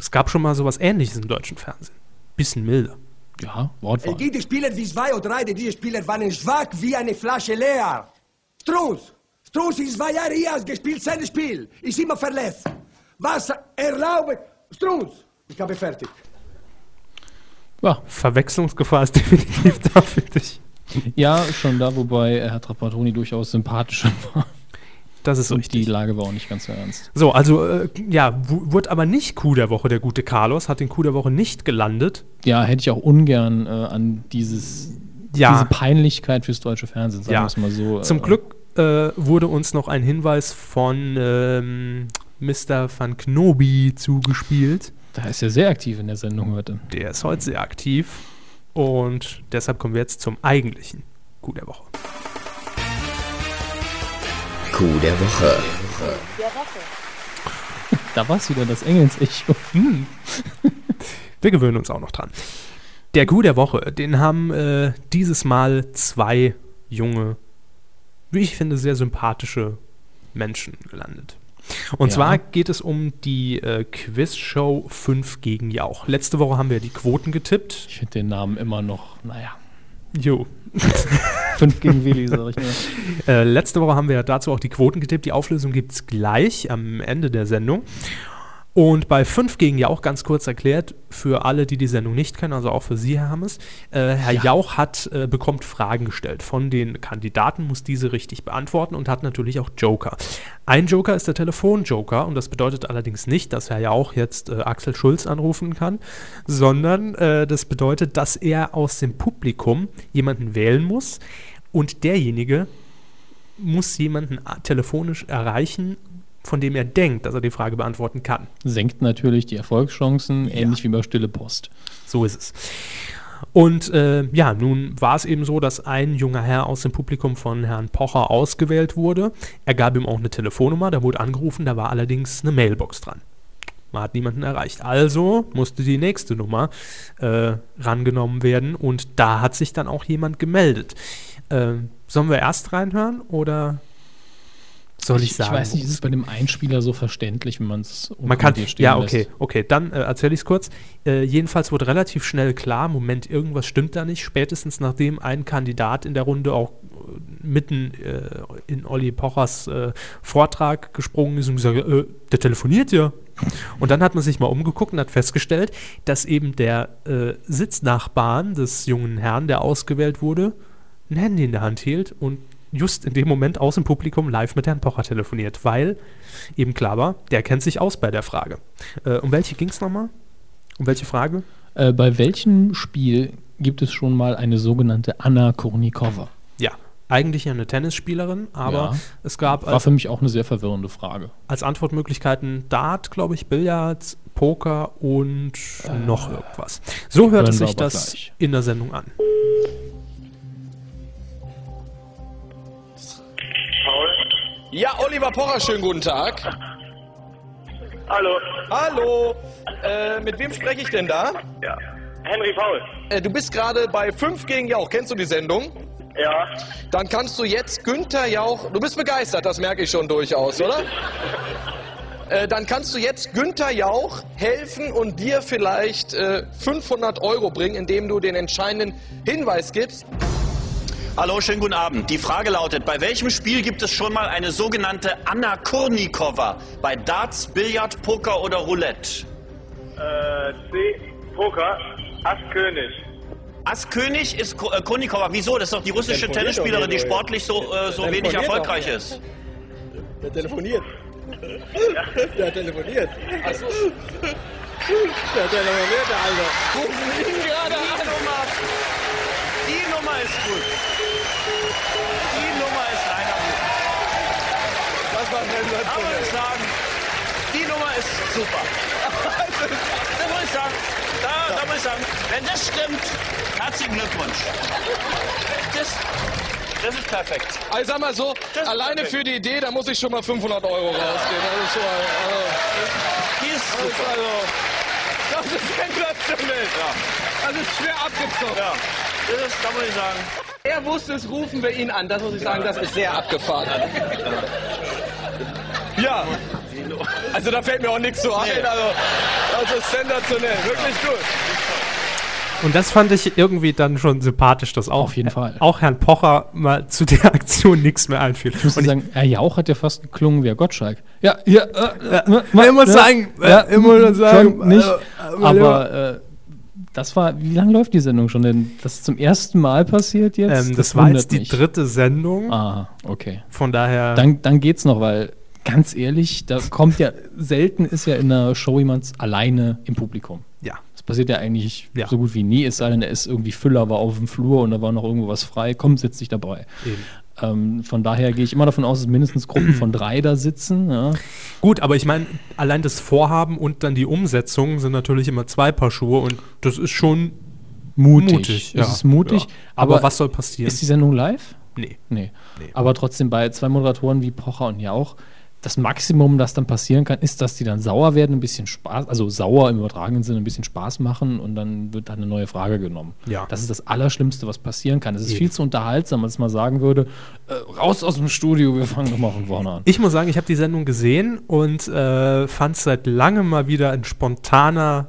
S1: Es gab schon mal sowas ähnliches im deutschen Fernsehen. Bisschen milder.
S2: Ja,
S5: Es
S6: Äh,
S2: Wortwahl.
S5: gibt Spieler wie zwei oder drei, die diese Spieler waren schwach wie eine Flasche leer. Strunz! Strunz ist zwei Jahre hier, hat gespielt sein Spiel. Ist immer verletzt. Was erlaubt... Strunz! Ich habe fertig.
S2: Ja,
S1: Verwechslungsgefahr ist definitiv da für dich.
S2: ja, schon da, wobei äh, Herr Trapattoni durchaus sympathischer war.
S1: Das ist so
S2: Und die
S1: richtig.
S2: Lage war auch nicht ganz so ernst.
S1: So, also, äh, ja, wu- wurde aber nicht Coup der Woche, der gute Carlos, hat den Coup der Woche nicht gelandet.
S2: Ja, hätte ich auch ungern äh, an dieses, diese
S1: Ja,
S2: Peinlichkeit fürs deutsche Fernsehen, sagen
S1: Ja.
S2: wir es mal so.
S1: zum
S2: äh,
S1: Glück äh, wurde uns noch ein Hinweis von ähm, Mr. Van Knobi zugespielt.
S2: Da ist er sehr aktiv in der Sendung heute.
S1: Der ist heute sehr aktiv und deshalb kommen wir jetzt zum eigentlichen Coup der Woche.
S3: Coup der Woche.
S2: Da war es wieder, das Hm. Engelsecho.
S1: Wir gewöhnen uns auch noch dran. Der Coup der Woche, den haben äh, dieses Mal zwei junge, wie ich finde, sehr sympathische Menschen gelandet. Und
S2: Ja.
S1: zwar geht es um die äh, Quizshow 5 gegen Jauch. Letzte Woche haben wir die Quoten getippt.
S2: Ich finde den Namen immer noch, naja.
S1: Jo.
S2: Fünf gegen Willi, sag ich nur.
S1: Äh, letzte Woche haben wir dazu auch die Quoten getippt. Die Auflösung gibt es gleich am Ende der Sendung. Und bei 5 gegen Jauch ganz kurz erklärt, für alle, die die Sendung nicht kennen, also auch für Sie, Herr Hammes, äh, Herr Jauch hat, äh, bekommt Fragen gestellt von den Kandidaten, muss diese richtig beantworten und hat natürlich auch Joker. Ein Joker ist der Telefonjoker und das bedeutet allerdings nicht, dass Herr Jauch jetzt äh, Axel Schulz anrufen kann, sondern äh, das bedeutet, dass er aus dem Publikum jemanden wählen muss und derjenige muss jemanden a- telefonisch erreichen, von dem er denkt, dass er die Frage beantworten kann.
S2: Senkt natürlich die Erfolgschancen, ähnlich wie bei Stille Post.
S1: So ist es. Und äh, ja, nun war es eben so, dass ein junger Herr aus dem Publikum von Herrn Pocher ausgewählt wurde. Er gab ihm auch eine Telefonnummer, da wurde angerufen, da war allerdings eine Mailbox dran. Man hat niemanden erreicht. Also musste die nächste Nummer äh, rangenommen werden und da hat sich dann auch jemand gemeldet. Äh, sollen wir erst reinhören oder soll ich sagen?
S2: Ich weiß nicht,
S1: worum
S2: ist es bei dem Einspieler so verständlich, wenn man es
S1: Man kann,
S2: unkommentiert stehen
S1: ja, okay,
S2: lässt?
S1: okay, dann äh, erzähle ich es kurz. Äh, jedenfalls wurde relativ schnell klar, Moment, irgendwas stimmt da nicht. Spätestens nachdem ein Kandidat in der Runde auch äh, mitten äh, in Olli Pochers äh, Vortrag gesprungen ist und gesagt, hat, äh, der telefoniert ja. Und dann hat man sich mal umgeguckt und hat festgestellt, dass eben der äh, Sitznachbarn des jungen Herrn, der ausgewählt wurde, ein Handy in der Hand hielt und just in dem Moment aus dem Publikum live mit Herrn Pocher telefoniert, weil eben klar war, der kennt sich aus bei der Frage. Äh, um welche ging es nochmal? Um welche Frage?
S2: Äh, bei welchem Spiel gibt es schon mal eine sogenannte Anna Kurnikova?
S1: Ja, eigentlich ja eine Tennisspielerin, aber
S2: Ja.
S1: es gab
S2: War
S1: als,
S2: für mich auch eine sehr verwirrende Frage.
S1: als Antwortmöglichkeiten Dart, glaube ich, Billard, Poker und noch irgendwas. So hörte
S2: hören wir
S1: sich
S2: aber
S1: das
S2: Äh, gleich.
S1: in der Sendung an.
S7: Ja, Oliver Pocher, schönen guten Tag.
S6: Hallo.
S7: Hallo, äh, mit wem spreche ich denn da?
S6: Ja. Henry Paul.
S7: Äh, du bist gerade bei 5 gegen Jauch, kennst du die Sendung?
S6: Ja.
S7: Dann kannst du jetzt Günther Jauch, du bist begeistert, das merke ich schon durchaus, oder? Äh, dann kannst du jetzt Günther Jauch helfen und dir vielleicht äh, 500 Euro bringen, indem du den entscheidenden Hinweis gibst.
S8: Hallo, schönen guten Abend. Die Frage lautet, bei welchem Spiel gibt es schon mal eine sogenannte Anna Kurnikova? Bei Darts, Billard, Poker oder Roulette?
S6: Äh, C. Poker. Ass König.
S8: Ass König ist Ko- äh, Kurnikova. Wieso? Das ist doch die russische
S7: Dann verliert
S8: Tennisspielerin,
S7: doch
S8: die
S7: jeder,
S8: sportlich so, äh, so
S7: Dann
S8: wenig
S7: verliert doch
S8: erfolgreich
S7: jeder.
S8: ist.
S7: Der telefoniert. Der telefoniert. Achso. Der telefoniert, der Alter. Rufen ihn gerade
S8: Die
S7: an.
S8: Nummer, die Nummer ist gut. Die Nummer ist leider gut.
S7: Das war
S8: Da würde ich
S7: ein
S8: sagen, die Nummer ist super. Da muss ich sagen, da, da muss ich sagen, wenn das stimmt, herzlichen Glückwunsch. Das, Das ist perfekt.
S7: Also sag mal so,
S8: Das ist
S7: alleine
S8: perfekt.
S7: für die Idee, da muss ich schon mal 500 Euro rausgeben. Das ist schon mal, äh,
S8: Hier ist
S7: also, das ist also,
S8: super.
S7: das ist sensationell. Das ist schwer abgezockt.
S8: Ja, das ist, da muss ich sagen.
S7: Er wusste es, rufen wir ihn an. Das muss ich sagen, das ist sehr abgefahren. Ja, also da fällt mir auch nichts zu ein.
S8: Nee.
S7: Also, das ist sensationell, wirklich gut.
S1: Und das fand ich irgendwie dann schon sympathisch, dass auch,
S2: Auf jeden Fall.
S1: auch Herrn Pocher mal zu der Aktion nichts mehr einfiel.
S2: Ich muss dir sagen, Herr Jauch hat ja fast geklungen wie Herr Gottschalk. Ja, ja, äh, äh,
S1: ich muss sagen, äh, ich muss
S2: mhm, schon
S1: sagen,
S2: nicht,
S1: äh,
S2: aber äh, das war, wie lange läuft die Sendung schon denn? Das ist zum ersten Mal passiert jetzt?
S1: Ähm, das, war
S2: wundert
S1: jetzt die
S2: mich.
S1: dritte Sendung.
S2: Ah, okay.
S1: Von daher.
S2: Dann, dann geht's noch, weil ganz ehrlich, da kommt ja, selten ist ja in einer Show jemand alleine im Publikum.
S1: Ja.
S2: Das passiert ja eigentlich
S1: Ja.
S2: so gut wie nie, es sei denn, er ist irgendwie Füller, war auf dem Flur und da war noch irgendwo was frei, komm, sitz dich dabei.
S1: Eben.
S2: Ähm, von daher gehe ich immer davon aus, dass mindestens Gruppen von drei da sitzen. Ja.
S1: Gut, aber ich meine, allein das Vorhaben und dann die Umsetzung sind natürlich immer zwei Paar Schuhe und das ist schon
S2: Mutig.
S1: Mutig, ja.
S2: Es ist mutig.
S1: Ja. Aber was soll passieren?
S2: Ist die Sendung live?
S1: Nee.
S2: Nee.
S1: Nee.
S2: Aber trotzdem bei zwei Moderatoren wie Pocher und Jauch, das Maximum, das dann passieren kann, ist, dass die dann sauer werden, ein bisschen Spaß, also sauer im übertragenen Sinne, ein bisschen Spaß machen und dann wird dann eine neue Frage genommen.
S1: Ja.
S2: Das ist das Allerschlimmste, was passieren kann. Es ist
S1: Eben.
S2: viel zu unterhaltsam, als man sagen würde, äh, raus aus dem Studio, wir fangen nochmal von vorne an.
S1: Ich muss sagen, ich habe die Sendung gesehen und äh, fand es seit langem mal wieder ein spontaner,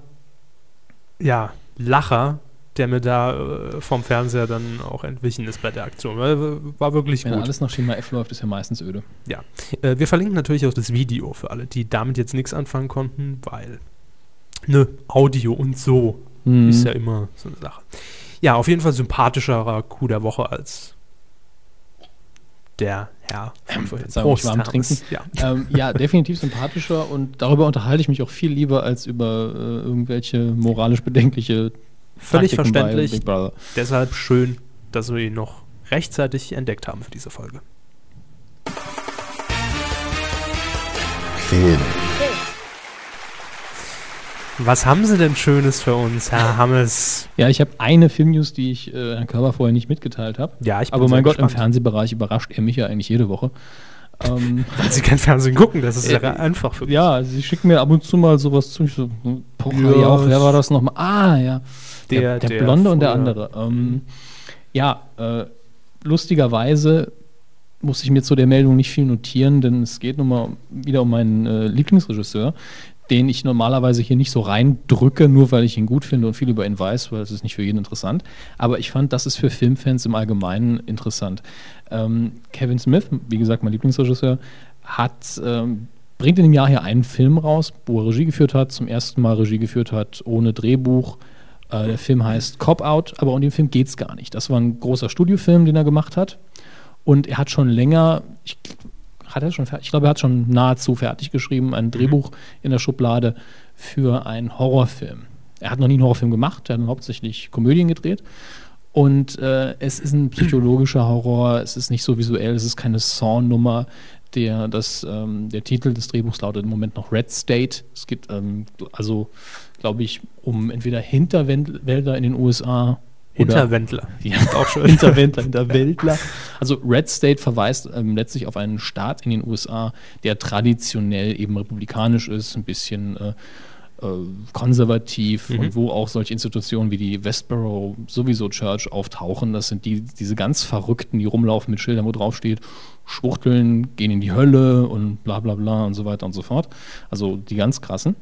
S1: ja, Lacher, der mir da äh, vom Fernseher dann auch entwichen ist bei der Aktion. äh, War, war wirklich
S2: Wenn
S1: gut.
S2: alles nach Schema F läuft, ist ja meistens öde.
S1: Ja. Äh, wir verlinken natürlich auch das Video für alle, die damit jetzt nichts anfangen konnten, weil ne, Audio und so
S2: Mhm.
S1: ist ja immer so eine Sache. Ja, auf jeden Fall sympathischerer Coup der Woche als der Herr von vorhin.
S2: Ähm, Jetzt sagen wir warm
S1: Hannes.
S2: trinken.
S1: Ja.
S2: ähm, ja, definitiv sympathischer und darüber unterhalte ich mich auch viel lieber als über äh, irgendwelche moralisch bedenkliche
S1: Völlig
S2: Taktiken bei
S1: verständlich.
S2: Big Brother.
S1: Deshalb schön, dass wir ihn noch rechtzeitig entdeckt haben für diese Folge.
S3: Film.
S1: Was haben Sie denn Schönes für uns, Herr Hammes?
S2: Ja, ich habe eine Filmnews, die ich äh, Herrn Körber vorher nicht mitgeteilt habe.
S1: Ja, ich bin
S2: Aber
S1: sehr
S2: mein Gott, im
S1: gespannt.
S2: Fernsehbereich überrascht er mich ja eigentlich jede Woche. Ähm,
S1: Weil Sie kein Fernsehen gucken, das ist ja
S2: Äh,
S1: einfach für mich.
S2: ja, sie schicken mir ab und zu mal sowas zu. Ich so, hm, Pocher,
S1: Ja,
S2: ja, auch, wer
S1: es-
S2: war das nochmal? Ah, ja. Der,
S1: Der-
S2: der,
S1: der
S2: Blonde und der
S1: früher.
S2: andere. Ähm, ja, äh, lustigerweise muss ich mir zu der Meldung nicht viel notieren, denn es geht nun mal wieder um meinen äh, Lieblingsregisseur, den ich normalerweise hier nicht so reindrücke, nur weil ich ihn gut finde und viel über ihn weiß, weil es ist nicht für jeden interessant. Aber ich fand, das ist für Filmfans im Allgemeinen interessant. Ähm, Kevin Smith, wie gesagt, mein Lieblingsregisseur, hat, ähm, bringt in dem Jahr hier einen Film raus, wo er Regie geführt hat, zum ersten Mal Regie geführt hat, ohne Drehbuch. Äh, der Film heißt Cop Out, aber um den Film geht es gar nicht. Das war ein großer Studiofilm, den er gemacht hat. Und er hat schon länger, ich, hat er schon, fer- ich glaube, er hat schon nahezu fertig geschrieben, ein Drehbuch in der Schublade für einen Horrorfilm. Er hat noch nie einen Horrorfilm gemacht, er hat hauptsächlich Komödien gedreht. Und äh, es ist ein psychologischer Horror, es ist nicht so visuell, es ist keine Saw-Nummer. Der, das, ähm, der Titel des Drehbuchs lautet im Moment noch Red State. Es geht ähm, also, glaube ich, um entweder Hinterwälder in den USA oder
S1: Hinterwändler.
S2: ja, auch schon Hinterwäldler, Hinterwäldler. Also Red State verweist ähm, letztlich auf einen Staat in den USA, der traditionell eben republikanisch ist, ein bisschen äh, äh, konservativ und wo auch solche Institutionen wie die Westboro sowieso Church auftauchen. Das sind die, diese ganz Verrückten, die rumlaufen mit Schildern, wo drauf steht, schwuchteln, gehen in die Hölle und bla bla bla und so weiter und so fort. Also die ganz krassen.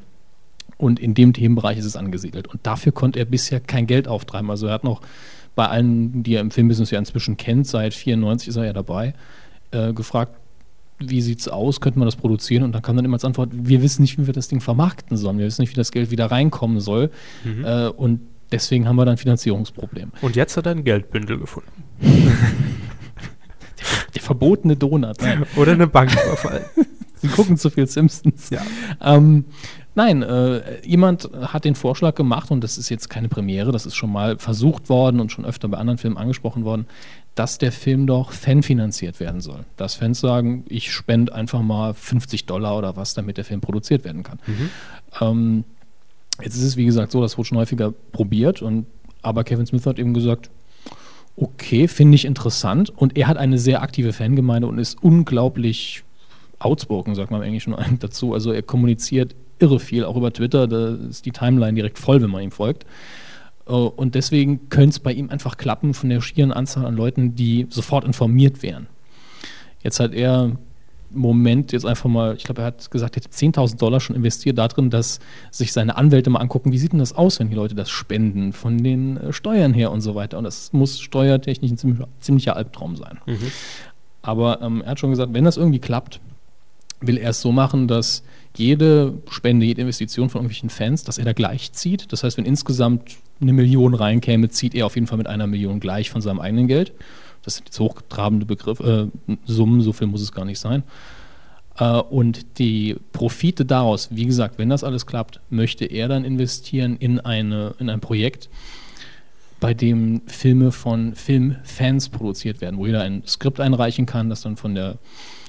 S2: Und in dem Themenbereich ist es angesiedelt. Und dafür konnte er bisher kein Geld auftreiben. Also er hat noch bei allen, die er im Filmbusiness ja inzwischen kennt, seit 94 ist er ja dabei, äh, gefragt, wie sieht's aus, könnte man das produzieren? Und dann kam dann immer als Antwort, wir wissen nicht, wie wir das Ding vermarkten sollen. Wir wissen nicht, wie das Geld wieder reinkommen soll. Äh, und deswegen haben wir dann ein Finanzierungsproblem.
S1: Und jetzt hat er ein Geldbündel gefunden.
S2: Der verbotene Donut. Nein.
S1: Oder eine Bank überfallen.
S2: Sie gucken zu viel Simpsons.
S1: Ja.
S2: Ähm, nein, äh, jemand hat den Vorschlag gemacht und das ist jetzt keine Premiere, das ist schon mal versucht worden und schon öfter bei anderen Filmen angesprochen worden, dass der Film doch fanfinanziert werden soll. Dass Fans sagen, ich spende einfach mal 50 Dollar oder was, damit der Film produziert werden kann. Ähm, jetzt ist es, wie gesagt, so, das wurde schon häufiger probiert und aber Kevin Smith hat eben gesagt, okay, finde ich interessant. Und er hat eine sehr aktive Fangemeinde und ist unglaublich outspoken, sagt man im Englischen dazu. Also er kommuniziert irre viel, auch über Twitter. Da ist die Timeline direkt voll, wenn man ihm folgt. Äh, Und deswegen könnte es bei ihm einfach klappen von der schieren Anzahl an Leuten, die sofort informiert wären. Jetzt hat er im Moment jetzt einfach mal, ich glaube, er hat gesagt, er hätte 10.000 Dollar schon investiert darin, dass sich seine Anwälte mal angucken, wie sieht denn das aus, wenn die Leute das spenden, von den äh, Steuern her und so weiter. Und das muss steuertechnisch ein ziemlicher, ziemlicher Albtraum sein. Aber ähm, er hat schon gesagt, wenn das irgendwie klappt, will er es so machen, dass jede Spende, jede Investition von irgendwelchen Fans, dass er da gleich zieht. Das heißt, wenn insgesamt eine Million reinkäme, zieht er auf jeden Fall mit einer Million gleich von seinem eigenen Geld. Das sind jetzt hochtrabende Begriff, äh, Summen, so viel muss es gar nicht sein. Äh, und die Profite daraus, wie gesagt, wenn das alles klappt, möchte er dann investieren in, eine, in ein Projekt, bei dem Filme von Filmfans produziert werden, wo jeder ein Skript einreichen kann, das dann von der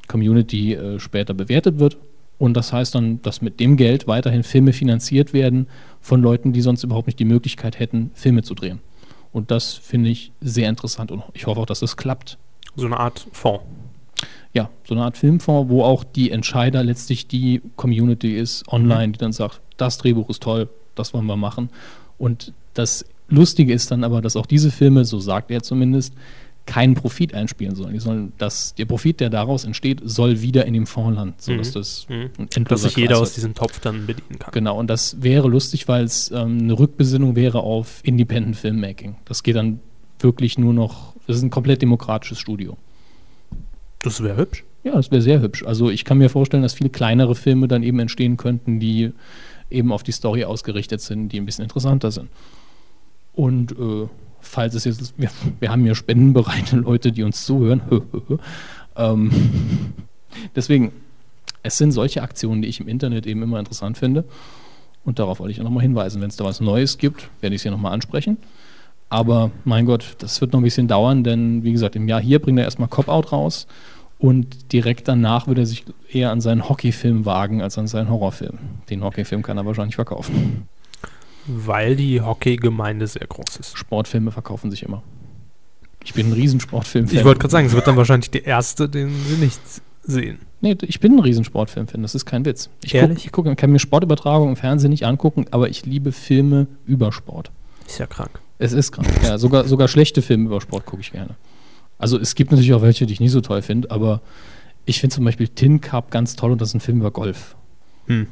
S2: Community äh, später bewertet wird. Und das heißt dann, dass mit dem Geld weiterhin Filme finanziert werden von Leuten, die sonst überhaupt nicht die Möglichkeit hätten, Filme zu drehen. Und das finde ich sehr interessant und ich hoffe auch, dass das klappt
S1: So eine Art Fonds.
S2: ja, so eine Art Filmfonds, wo auch die Entscheider letztlich die Community ist
S1: Mhm.
S2: online, die dann sagt, das Drehbuch ist toll, das wollen wir machen. Und das Lustige ist dann aber, dass auch diese Filme, so sagt er zumindest, keinen Profit einspielen sollen. Die sollen, dass der Profit, der daraus entsteht, soll wieder in dem Fonds landen, sodass das
S1: Mhm.
S2: ein
S1: Dass
S2: endloser
S1: sich jeder
S2: Kreis
S1: aus
S2: wird.
S1: diesem Topf dann bedienen kann.
S2: Genau, und das wäre lustig, weil es ähm, eine Rückbesinnung wäre auf Independent Filmmaking. Das geht dann wirklich nur noch, das ist ein komplett demokratisches Studio.
S1: Das wäre hübsch.
S2: Ja, das wäre sehr hübsch. Also ich kann mir vorstellen, dass viele kleinere Filme dann eben entstehen könnten, die eben auf die Story ausgerichtet sind, die ein bisschen interessanter sind. Und äh, falls es jetzt, wir, wir haben ja spendenbereite Leute, die uns zuhören. ähm, deswegen, es sind solche Aktionen, die ich im Internet eben immer interessant finde. Und darauf wollte ich auch nochmal hinweisen. Wenn es da was Neues gibt, werde ich es hier nochmal ansprechen. Aber mein Gott, das wird noch ein bisschen dauern, denn wie gesagt, im Jahr hier bringt er erstmal Cop-Out raus und direkt danach wird er sich eher an seinen Hockeyfilm wagen als an seinen Horrorfilm. Den Hockeyfilm kann er wahrscheinlich verkaufen.
S1: Weil die Hockey-Gemeinde sehr groß ist.
S2: Sportfilme verkaufen sich immer. Ich bin ein Riesensportfilm.
S1: Ich wollte gerade sagen, es wird dann wahrscheinlich der erste, den sie nicht sehen.
S2: Nee, ich bin ein Riesensportfilmfan, das ist kein Witz. Ich gucke,
S1: Ehrlich?
S2: ich guck, kann mir Sportübertragung im Fernsehen nicht angucken, aber ich liebe Filme über Sport.
S1: Ist ja krank.
S2: Es ist krank. Ja, sogar, sogar schlechte Filme über Sport gucke ich gerne. Also es gibt natürlich auch welche, die ich nicht so toll finde, aber ich finde zum Beispiel Tin Cup ganz toll und das ist ein Film über Golf.
S1: Hm.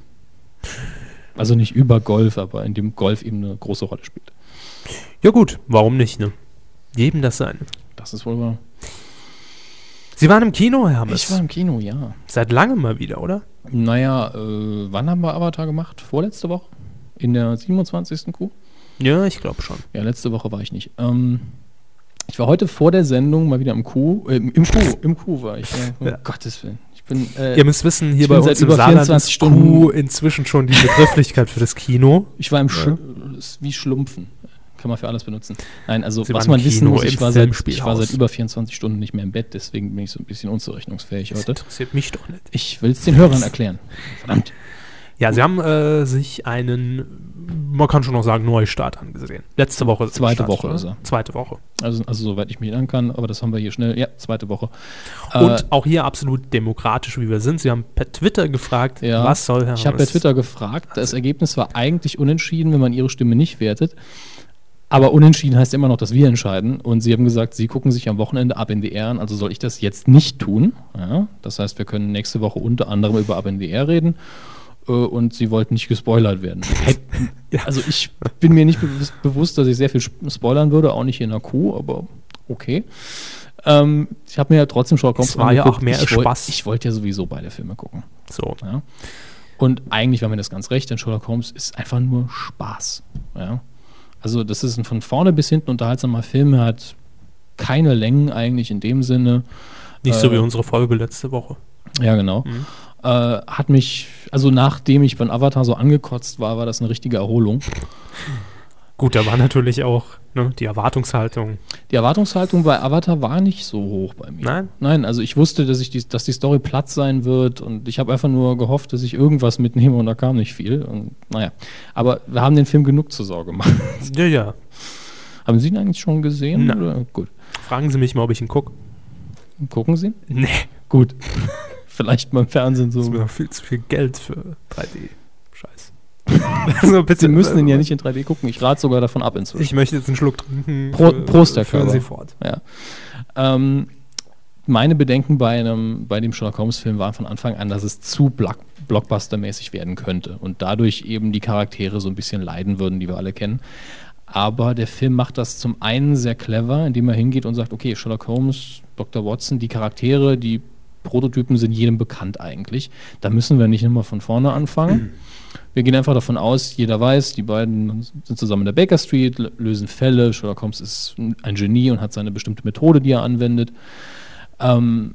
S2: Also nicht über Golf, aber in dem Golf eben eine große Rolle spielt.
S1: Ja gut, warum nicht, ne? Jedem das sein.
S2: Das ist wohl wahr.
S1: Sie waren im Kino, Herr Hammes.
S2: Ich war im Kino, ja.
S1: Seit langem mal wieder, oder?
S2: Naja, äh, wann haben wir Avatar gemacht? Vorletzte Woche? In der 27. Q?
S1: Ja, ich glaube schon.
S2: Ja, letzte Woche war ich nicht. Ähm, ich war heute vor der Sendung mal wieder im Q. Äh, Im Q, im Q war ich. Ja. Um
S1: Ja.
S2: Gottes Willen. Ich bin. Äh,
S1: Ihr müsst wissen, hier
S2: ich
S1: bei
S2: bin
S1: uns
S2: seit
S1: im
S2: über
S1: Saarland
S2: 24
S1: ist Q
S2: Stunden-
S1: inzwischen schon die Begrifflichkeit für das Kino.
S2: Ich war im Schl ist wie Schlumpfen. Kann man für alles benutzen. Nein, also
S1: Sie
S2: was
S1: waren
S2: man
S1: im
S2: wissen
S1: Kino,
S2: muss, ich
S1: im
S2: war, seit, ich
S1: Filmspielhaus.
S2: war seit über 24 Stunden nicht mehr im Bett, deswegen bin ich so ein bisschen unzurechnungsfähig heute.
S1: interessiert mich doch nicht.
S2: Ich will es den Hörern erklären. Verdammt.
S1: Ja, sie haben äh, sich einen, man kann schon noch sagen, Neustart angesehen. Letzte Woche. ist
S2: Zweite
S1: gestartet,
S2: Woche
S1: oder?
S2: ist er.
S1: Zweite Woche.
S2: Also, also soweit ich mich erinnern kann, aber das haben wir hier schnell. Ja, zweite Woche. Äh,
S1: Und auch hier absolut demokratisch, wie wir sind. Sie haben per Twitter gefragt,
S2: Ja.
S1: was soll Herr Also
S2: Ich habe bei
S1: Hammes?
S2: Twitter gefragt. Das Ergebnis war eigentlich unentschieden, wenn man ihre Stimme nicht wertet. Aber unentschieden heißt immer noch, dass wir entscheiden. Und sie haben gesagt, sie gucken sich am Wochenende ABNDR an, also soll ich das jetzt nicht tun. Ja, das heißt, wir können nächste Woche unter anderem über ABNDR reden. Äh, Und sie wollten nicht gespoilert werden. Hätten- Also ich bin mir nicht bewus- bewusst, dass ich sehr viel sp- spoilern würde, auch nicht in der Kuh, aber okay. Ähm, ich habe mir ja trotzdem Sherlock
S1: Es war ja
S2: angeguckt.
S1: auch mehr
S2: ich wollt-
S1: Spaß.
S2: Ich wollte ja sowieso beide Filme gucken.
S1: So.
S2: Ja. Und eigentlich war mir das ganz recht, denn Sherlock Holmes ist einfach nur Spaß. Ja. Also das ist ein von vorne bis hinten unterhaltsamer Film, er hat keine Längen eigentlich in dem Sinne.
S1: Nicht so
S2: Äh,
S1: wie unsere Folge letzte Woche.
S2: Ja, genau. Äh, hat mich, also nachdem ich von Avatar so angekotzt war, war das eine richtige Erholung.
S1: Gut, da war natürlich auch ne, die Erwartungshaltung.
S2: Die Erwartungshaltung bei Avatar war nicht so hoch bei mir.
S1: Nein?
S2: Nein, also ich wusste, dass, ich die, dass die Story platt sein wird und ich habe einfach nur gehofft, dass ich irgendwas mitnehme und da kam nicht viel. Und, naja, aber wir haben den Film genug zur Sorge gemacht.
S1: Ja, ja.
S2: Haben Sie ihn eigentlich schon gesehen?
S1: Nein.
S2: Oder? Gut.
S1: Fragen Sie mich mal, ob ich ihn gucke.
S2: Gucken Sie?
S1: Nee,
S2: Gut. Vielleicht beim Fernsehen
S1: das ist
S2: so.
S1: mir viel zu viel Geld für 3D-Scheiß. also bitte,
S2: Sie müssen ihn ja nicht in 3D gucken. Ich rate sogar davon ab inzwischen.
S1: Ich möchte jetzt einen Schluck trinken.
S2: Pro-
S1: Äh,
S2: Prost, Herr
S1: Führen
S2: Körber.
S1: Sie fort.
S2: Ja. Ähm, meine Bedenken bei, einem, bei dem Sherlock Holmes-Film waren von Anfang an, dass es zu Block Blockbuster-mäßig werden könnte und dadurch eben die Charaktere so ein bisschen leiden würden, die wir alle kennen. Aber der Film macht das zum einen sehr clever, indem er hingeht und sagt, okay, Sherlock Holmes, Dr. Watson, die Charaktere, die Prototypen sind jedem bekannt eigentlich. Da müssen wir nicht immer von vorne anfangen. Wir gehen einfach davon aus, jeder weiß, die beiden sind zusammen in der Baker Street, l- lösen Fälle. Sherlock Holmes ist ein Genie und hat seine bestimmte Methode, die er anwendet. Ähm,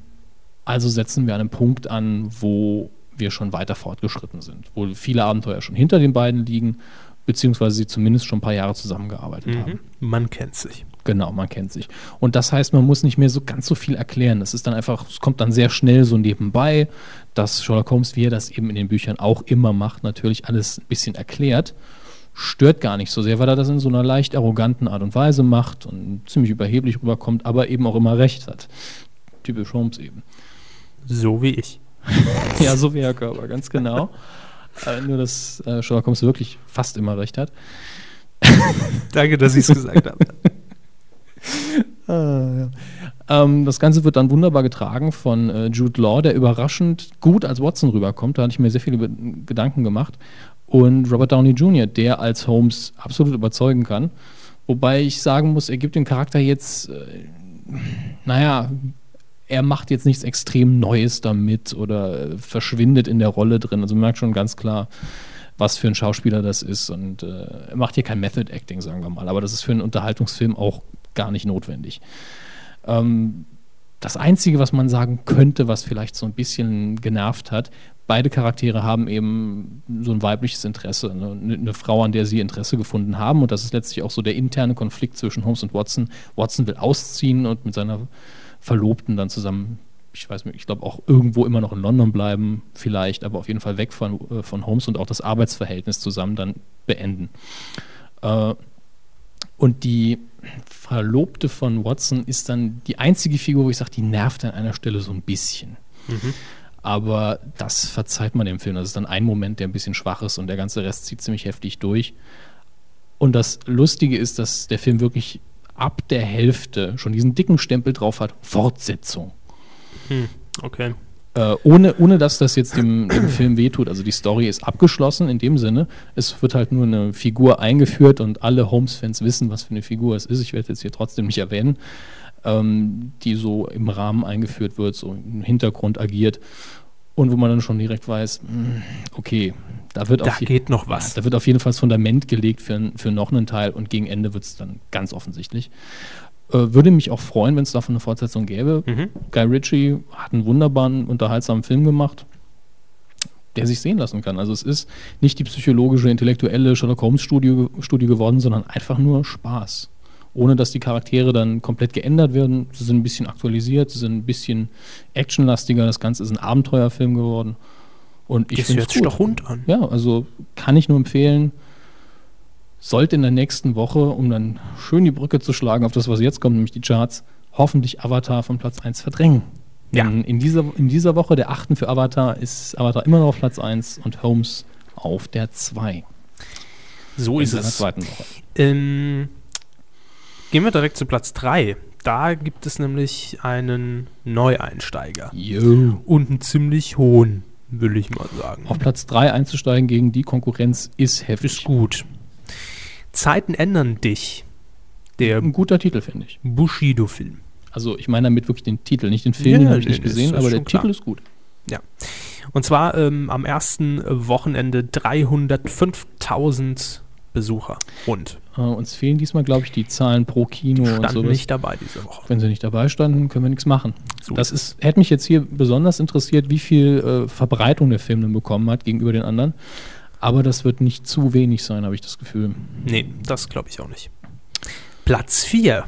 S2: also setzen wir an einem Punkt an, wo wir schon weiter fortgeschritten sind, wo viele Abenteuer schon hinter den beiden liegen, beziehungsweise sie zumindest schon ein paar Jahre zusammengearbeitet haben.
S1: Man kennt sich.
S2: Genau, man kennt sich. Und das heißt, man muss nicht mehr so ganz so viel erklären. Das ist dann einfach, es kommt dann sehr schnell so nebenbei, dass Sherlock Holmes, wie er das eben in den Büchern auch immer macht, natürlich alles ein bisschen erklärt. Stört gar nicht so sehr, weil er das in so einer leicht arroganten Art und Weise macht und ziemlich überheblich rüberkommt, aber eben auch immer recht hat. Typisch Holmes eben.
S1: So wie ich.
S2: Ja, so wie Herr Körber, ganz genau. äh, nur, dass äh, Sherlock Holmes wirklich fast immer recht hat.
S1: Danke, dass ich es gesagt habe.
S2: Ah, Ähm, das Ganze wird dann wunderbar getragen von äh, Jude Law, der überraschend gut als Watson rüberkommt. Da hatte ich mir sehr viele Be Gedanken gemacht. Und Robert Downey Jr., der als Holmes absolut überzeugen kann. Wobei ich sagen muss, er gibt dem Charakter jetzt, äh, naja, er macht jetzt nichts extrem Neues damit oder äh, verschwindet in der Rolle drin. Also man merkt schon ganz klar, was für ein Schauspieler das ist. Und äh, er macht hier kein Method Acting, sagen wir mal. Aber das ist für einen Unterhaltungsfilm auch gar nicht notwendig. Ähm, das Einzige, was man sagen könnte, was vielleicht so ein bisschen genervt hat, beide Charaktere haben eben so ein weibliches Interesse, ne? eine eine Frau, an der sie Interesse gefunden haben. Und das ist letztlich auch so der interne Konflikt zwischen Holmes und Watson. Watson will ausziehen und mit seiner Verlobten dann zusammen, ich weiß nicht, ich glaube auch irgendwo immer noch in London bleiben, vielleicht, aber auf jeden Fall weg von, äh, von Holmes und auch das Arbeitsverhältnis zusammen dann beenden. Äh, und die Verlobte von Watson ist dann die einzige Figur, wo ich sage, die nervt an einer Stelle so ein bisschen. Aber das verzeiht man dem Film. Das ist dann ein Moment, der ein bisschen schwach ist und der ganze Rest zieht ziemlich heftig durch. Und das Lustige ist, dass der Film wirklich ab der Hälfte schon diesen dicken Stempel drauf hat, Fortsetzung.
S1: Okay.
S2: Äh, ohne, ohne dass das jetzt dem, dem Film wehtut. Also die Story ist abgeschlossen in dem Sinne. Es wird halt nur eine Figur eingeführt und alle Holmes-Fans wissen, was für eine Figur es ist. Ich werde es jetzt hier trotzdem nicht erwähnen, ähm, die so im Rahmen eingeführt wird, so im Hintergrund agiert und wo man dann schon direkt weiß, mh, okay, da wird,
S1: Da
S2: auf je-
S1: geht noch was.
S2: da wird auf jeden Fall das Fundament gelegt für, n- für noch einen Teil und gegen Ende wird es dann ganz offensichtlich. Äh, würde mich auch freuen, wenn es davon eine Fortsetzung gäbe.
S1: Mhm.
S2: Guy Ritchie hat einen wunderbaren, unterhaltsamen Film gemacht, der sich sehen lassen kann. Also es ist nicht die psychologische, intellektuelle Sherlock Holmes Studie, Studie geworden, sondern einfach nur Spaß. Ohne dass die Charaktere dann komplett geändert werden. Sie sind ein bisschen aktualisiert, sie sind ein bisschen actionlastiger. Das Ganze ist ein Abenteuerfilm geworden. Und ich
S1: Gehst du
S2: finde
S1: jetzt Stochhund an?
S2: ja, also kann ich nur empfehlen, sollte in der nächsten Woche, um dann schön die Brücke zu schlagen auf das, was jetzt kommt, nämlich die Charts, hoffentlich Avatar von Platz 1 verdrängen.
S1: Ja.
S2: Denn in dieser, in dieser Woche, der achten für Avatar, ist Avatar immer noch auf Platz 1 und Holmes auf der 2.
S1: So
S2: in
S1: ist
S2: seiner
S1: es.
S2: zweiten Woche.
S1: Ähm, gehen wir direkt zu Platz 3. Da gibt es nämlich einen Neueinsteiger.
S2: Yo.
S1: Und einen ziemlich hohen, will ich mal sagen.
S2: Auf Platz 3 einzusteigen gegen die Konkurrenz ist
S1: Ist
S2: heftig.
S1: gut. Zeiten ändern dich. Der
S2: Ein guter Titel, finde ich.
S1: Bushido-Film.
S2: Also ich meine damit wirklich den Titel, nicht den Film, den
S1: Ja,
S2: habe ich
S1: nee,
S2: nicht
S1: nee, ist
S2: gesehen,
S1: ja
S2: aber der
S1: schon klar.
S2: Titel ist gut.
S1: Und zwar ähm, am ersten Wochenende 305.000 Besucher. Rund.
S2: Äh, uns fehlen diesmal, glaube ich, die Zahlen pro Kino und
S1: Stand
S2: sowas.
S1: nicht dabei diese Woche.
S2: Wenn sie nicht dabei standen, können wir nichts machen.
S1: So
S2: das ist, hätte mich jetzt hier besonders interessiert, wie viel äh, Verbreitung der Film denn bekommen hat gegenüber den anderen. Aber das wird nicht zu wenig sein, habe ich das Gefühl.
S1: Nee, das glaube ich auch nicht. Platz 4.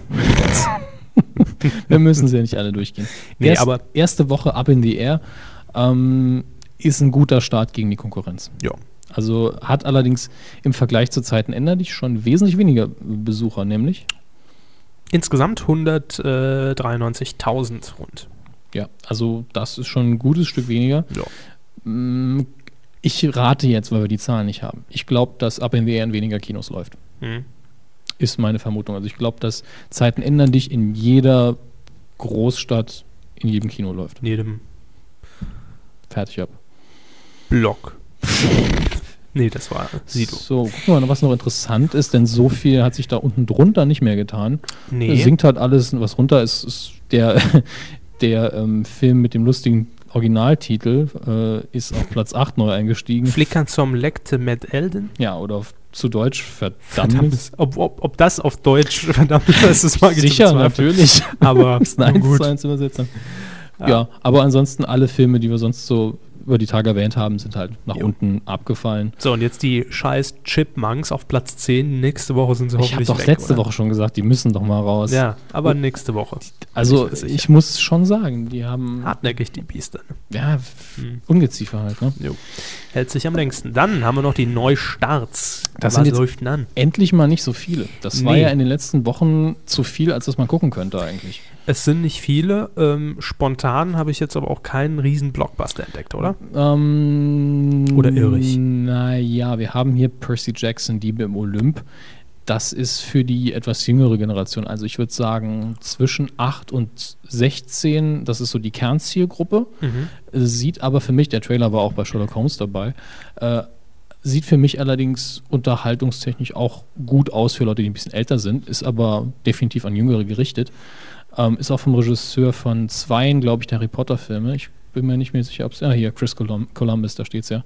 S2: Wir müssen sie ja nicht alle durchgehen.
S1: Nee, aber-
S2: erste Woche Up in the Air ähm, ist ein guter Start gegen die Konkurrenz.
S1: Ja.
S2: Also hat allerdings im Vergleich zu Zeiten ändert dich schon wesentlich weniger Besucher, nämlich
S1: Insgesamt 193.000 rund.
S2: Ja, also das ist schon ein gutes Stück weniger.
S1: Ja.
S2: Mm, Ich rate jetzt, weil wir die Zahlen nicht haben. Ich glaube, dass Up in the Air in weniger Kinos läuft.
S1: Mhm.
S2: Ist meine Vermutung. Also ich glaube, dass Zeiten ändern dich in jeder Großstadt, in jedem Kino läuft.
S1: In jedem
S2: Fertig ab.
S1: Block. nee, das war Sido.
S2: So, guck mal, was noch interessant ist, denn so viel hat sich da unten drunter nicht mehr getan.
S1: Nee.
S2: Singt halt alles, was runter ist, ist der, der ähm, Film mit dem lustigen Originaltitel äh, ist auf Platz 8 neu eingestiegen.
S1: Flickern zum Lekte mit Elden?
S2: ja, oder auf, zu Deutsch verdammt.
S1: Verdammt. Ob, ob, ob das auf Deutsch verdammt ist, das mag ich zu
S2: Sicher,
S1: bezweifeln.
S2: natürlich.
S1: um Aber
S2: ist eine
S1: nun
S2: 1
S1: gut.
S2: zu 1 Übersetzung. Ja. aber ansonsten alle Filme, die wir sonst so über die Tage erwähnt haben, sind halt nach
S1: Jo.
S2: unten abgefallen.
S1: So, und jetzt die scheiß Chipmunks auf Platz 10. Nächste Woche sind sie
S2: Ich habe
S1: hoffentlich
S2: doch
S1: weg,
S2: letzte
S1: oder?
S2: Woche schon gesagt, die müssen doch mal raus.
S1: Ja, aber nächste Woche.
S2: also
S1: bin sicher.
S2: ich muss schon sagen, die haben
S1: Hartnäckig die Biester. Ne?
S2: ja, f- Ungeziefer halt. Ne?
S1: Hält sich am längsten. Dann haben wir noch die Neustarts.
S2: Das sind jetzt-
S1: läuft denn an?
S2: Endlich mal nicht so viele. Das war
S1: Nee.
S2: ja in den letzten Wochen zu viel, als dass man gucken könnte eigentlich.
S1: Es sind nicht viele. Ähm, spontan habe ich jetzt aber auch keinen riesen Blockbuster entdeckt, oder?
S2: Ähm,
S1: Oder irre ich?
S2: Naja, wir haben hier Percy Jackson, Diebe im Olymp. Das ist für die etwas jüngere Generation. Also ich würde sagen, zwischen 8 und 16, das ist so die Kernzielgruppe. Sieht aber für mich, der Trailer war auch bei Sherlock Holmes dabei, äh, sieht für mich allerdings unterhaltungstechnisch auch gut aus für Leute, die ein bisschen älter sind, ist aber definitiv an Jüngere gerichtet. Ähm, ist auch vom Regisseur von zweien, glaube ich, der Harry Potter-Filme. Ich bin mir nicht mehr sicher, ob es. Ah, hier, Chris Colum Columbus, da steht's ja.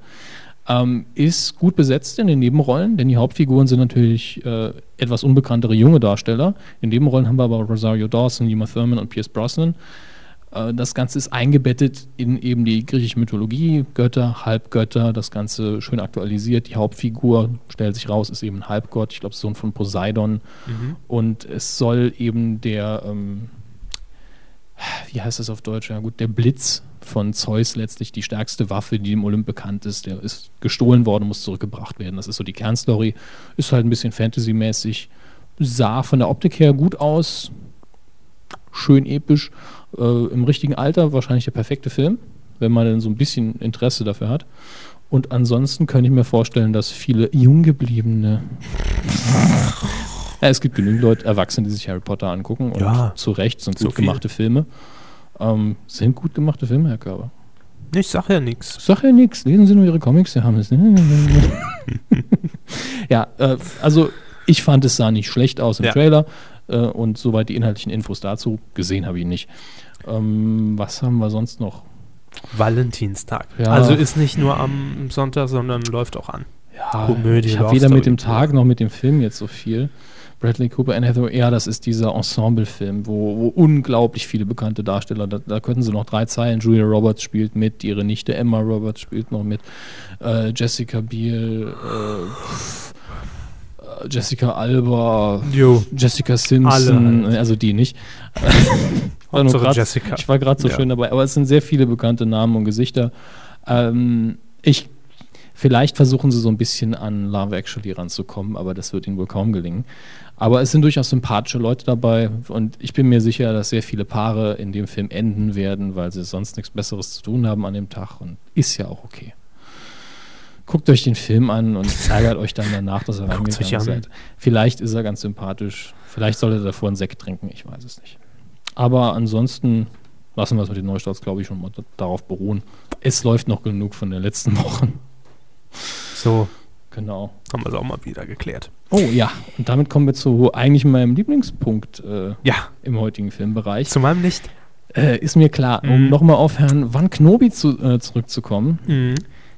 S2: Ähm, ist gut besetzt in den Nebenrollen, denn die Hauptfiguren sind natürlich äh, etwas unbekanntere junge Darsteller. In Nebenrollen haben wir aber Rosario Dawson, Uma Thurman und Pierce Brosnan. Äh, das Ganze ist eingebettet in eben die griechische Mythologie, Götter, Halbgötter, das Ganze schön aktualisiert. Die Hauptfigur stellt sich raus, ist eben ein Halbgott, ich glaube, Sohn von Poseidon. Und es soll eben der, ähm, wie heißt das auf Deutsch? Ja, gut, der Blitz von Zeus letztlich die stärkste Waffe, die im Olymp bekannt ist. Der ist gestohlen worden, muss zurückgebracht werden. Das ist so die Kernstory. Ist halt ein bisschen Fantasy-mäßig. Sah von der Optik her gut aus. Schön episch. Äh, Im richtigen Alter wahrscheinlich der perfekte Film, wenn man denn so ein bisschen Interesse dafür hat. Und ansonsten könnte ich mir vorstellen, dass viele Junggebliebene. ja, es gibt genügend Leute, Erwachsene, die sich Harry Potter angucken. Und
S1: Ja.
S2: zu Recht, sind
S1: Zu
S2: gut
S1: viel.
S2: gemachte Filme. Ähm, sind gut gemachte Filme, Herr Körber.
S1: Ich sag ja nichts.
S2: Sag ja nichts, lesen Sie nur Ihre Comics, Sie haben es. ja, äh, also ich fand, es sah nicht schlecht aus im
S1: Ja.
S2: Trailer äh, und soweit die inhaltlichen Infos dazu. Gesehen habe ich ihn nicht. Ähm, was haben wir sonst noch?
S1: Valentinstag.
S2: Ja.
S1: Also ist nicht nur am Sonntag, sondern läuft auch an.
S2: Ja,
S1: Komödie,
S2: Ah, ich habe
S1: Love
S2: weder mit
S1: Story.
S2: dem Tag noch mit dem Film jetzt so viel. Bradley Cooper, Anne Hathaway, ja, das ist dieser Ensemble-Film, wo, wo unglaublich viele bekannte Darsteller, da, da könnten sie noch drei Zeilen, Julia Roberts spielt mit, ihre Nichte Emma Roberts spielt noch mit, äh, Jessica Biel, äh, äh, Jessica Alba,
S1: Jo.
S2: Jessica Simpson, also die nicht. War
S1: halt.
S2: nur
S1: Hauptsache
S2: grad-
S1: Jessica.
S2: Ich war gerade so
S1: Ja.
S2: schön dabei, aber es sind sehr viele bekannte Namen und Gesichter. Ähm, ich, vielleicht versuchen sie so ein bisschen an Love Actually ranzukommen, aber das wird ihnen wohl kaum gelingen. Aber es sind durchaus sympathische Leute dabei und ich bin mir sicher, dass sehr viele Paare in dem Film enden werden, weil sie sonst nichts Besseres zu tun haben an dem Tag und ist ja auch okay. Guckt euch den Film an und ärgert euch dann danach, dass ihr
S1: Guckt's euch
S2: reingegangen
S1: an.
S2: seid. Vielleicht ist er ganz sympathisch. Vielleicht sollte er davor einen Sekt trinken, ich weiß es nicht. Aber ansonsten lassen wir es mit den Neustarts, glaube ich, schon mal d- darauf beruhen. Es läuft noch genug von den letzten Wochen.
S1: So,
S2: Genau.
S1: haben wir es auch mal wieder geklärt.
S2: Oh ja, und damit kommen wir zu eigentlich meinem Lieblingspunkt äh,
S1: Ja,
S2: im heutigen Filmbereich.
S1: zu meinem Licht.
S2: Äh, ist mir klar, um nochmal auf Herrn Van Knobi zu, äh, zurückzukommen.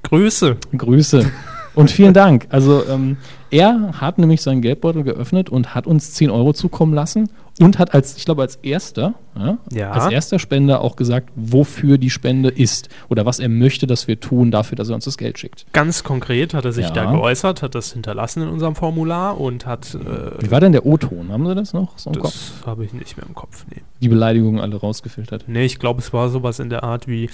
S1: Grüße.
S2: Mhm. Grüße und vielen Dank. Also ähm, er hat nämlich seinen Geldbeutel geöffnet und hat uns 10 Euro zukommen lassen und hat als, ich glaube, als erster, ja,
S1: Ja.
S2: als erster Spender auch gesagt, wofür die Spende ist oder was er möchte, dass wir tun dafür, dass er uns das Geld schickt.
S1: Ganz konkret hat er sich
S2: Ja.
S1: da geäußert, hat das hinterlassen in unserem Formular und hat. Äh,
S2: Wie war denn der O-Ton? Haben Sie das noch so im Kopf?
S1: das habe ich nicht mehr im Kopf. Nee.
S2: Die Beleidigungen alle rausgefiltert.
S1: Nee, ich glaube, es war sowas in der Art wie: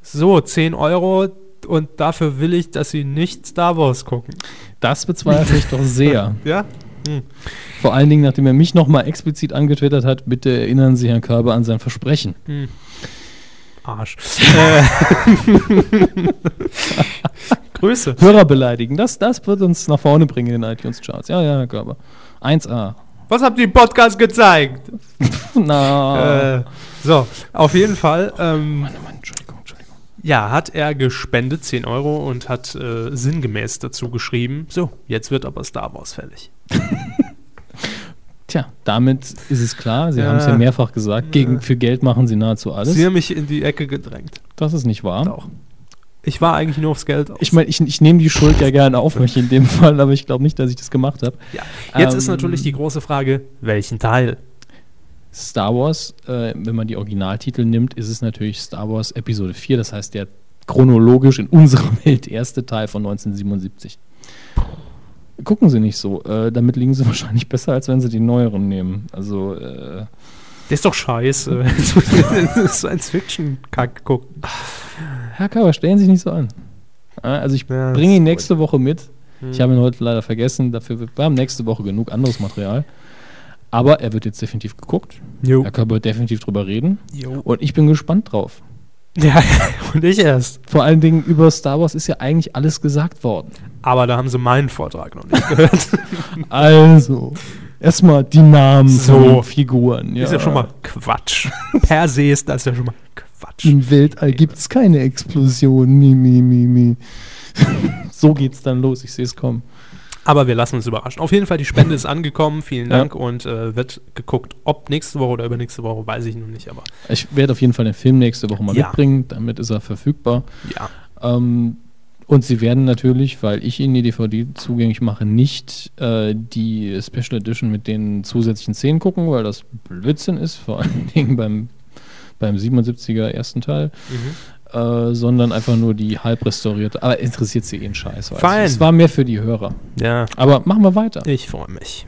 S1: So, 10 Euro und dafür will ich, dass Sie nicht Star Wars gucken.
S2: Das bezweifle ich doch sehr.
S1: Ja?
S2: Vor allen Dingen, nachdem er mich nochmal explizit angetwittert hat, bitte erinnern Sie Herrn Körber an sein Versprechen.
S1: Hm. Arsch. Äh, Größe.
S2: Hörer beleidigen, das, das wird uns nach vorne bringen in den iTunes-Charts. Ja, ja, Herr Körber. 1A.
S1: Was habt ihr im Podcast gezeigt?
S2: Na.
S1: Äh, so, auf jeden Fall. Ähm,
S2: Mann, Entschuldigung, Entschuldigung.
S1: Ja, hat er gespendet, 10 Euro, und hat äh, sinngemäß dazu geschrieben, so, jetzt wird aber Star Wars fällig.
S2: Tja, damit ist es klar, Sie
S1: Ja.
S2: haben es ja mehrfach gesagt, gegen, für Geld machen Sie nahezu alles.
S1: Äh. Sie haben mich in die Ecke gedrängt.
S2: das ist nicht wahr.
S1: Doch. Ich war eigentlich nur aufs Geld aus.
S2: Ich meine, ich, ich nehme die Schuld ja gerne auf mich in dem Fall, aber ich glaube nicht, dass ich das gemacht habe.
S1: ja. Jetzt ist
S2: ähm,
S1: natürlich die große Frage, welchen Teil?
S2: Star Wars, äh, wenn man die Originaltitel nimmt, ist es natürlich Star Wars Episode 4, das heißt der chronologisch in unserer Welt erste Teil von 1977. Gucken Sie nicht so, äh, damit liegen Sie wahrscheinlich besser, als wenn Sie die neueren nehmen. Also, äh,
S1: Der ist doch scheiße. das ist Science-Fiction-Kack gucken.
S2: Herr Kauer, stellen Sie sich nicht so an. Äh, Also ich
S1: Ja,
S2: bringe ihn nächste Woche mit. Ich habe ihn heute leider vergessen, dafür wir haben nächste Woche genug anderes Material. Aber er wird jetzt definitiv geguckt.
S1: Jo.
S2: Herr Körber wird definitiv drüber reden.
S1: Jo.
S2: Und ich bin gespannt drauf.
S1: Ja, und ich erst.
S2: Vor allen Dingen über Star Wars ist ja eigentlich alles gesagt worden.
S1: Aber da haben sie meinen Vortrag noch nicht.
S2: Also, erstmal die Namen
S1: So.
S2: von den Figuren.
S1: Ist ja schon mal Quatsch. per se ist das ja schon mal Quatsch.
S2: Im Weltall gibt es keine Explosion. Mi, mi, mi, mi. so geht's dann los. Ich sehe es kommen.
S1: Aber wir lassen uns überraschen. Auf jeden Fall, die Spende ist angekommen. Vielen Dank. Und äh, wird geguckt, ob nächste Woche oder übernächste Woche, weiß ich noch nicht. Aber
S2: Ich werde auf jeden Fall den Film nächste Woche mal
S1: Ja.
S2: mitbringen. Damit ist er verfügbar.
S1: ja.
S2: Ähm, und sie werden natürlich, weil ich ihnen die DVD zugänglich mache, nicht äh, die Special Edition mit den zusätzlichen Szenen gucken, weil das Blödsinn ist, vor allen Dingen beim, beim 77er ersten Teil,
S1: Mhm.
S2: äh, sondern einfach nur die halb restaurierte. Aber interessiert sie eh einen Scheiß. weiß ich.
S1: Fein.
S2: Es war mehr für die Hörer.
S1: Ja,
S2: Aber machen wir weiter.
S1: ich freue mich.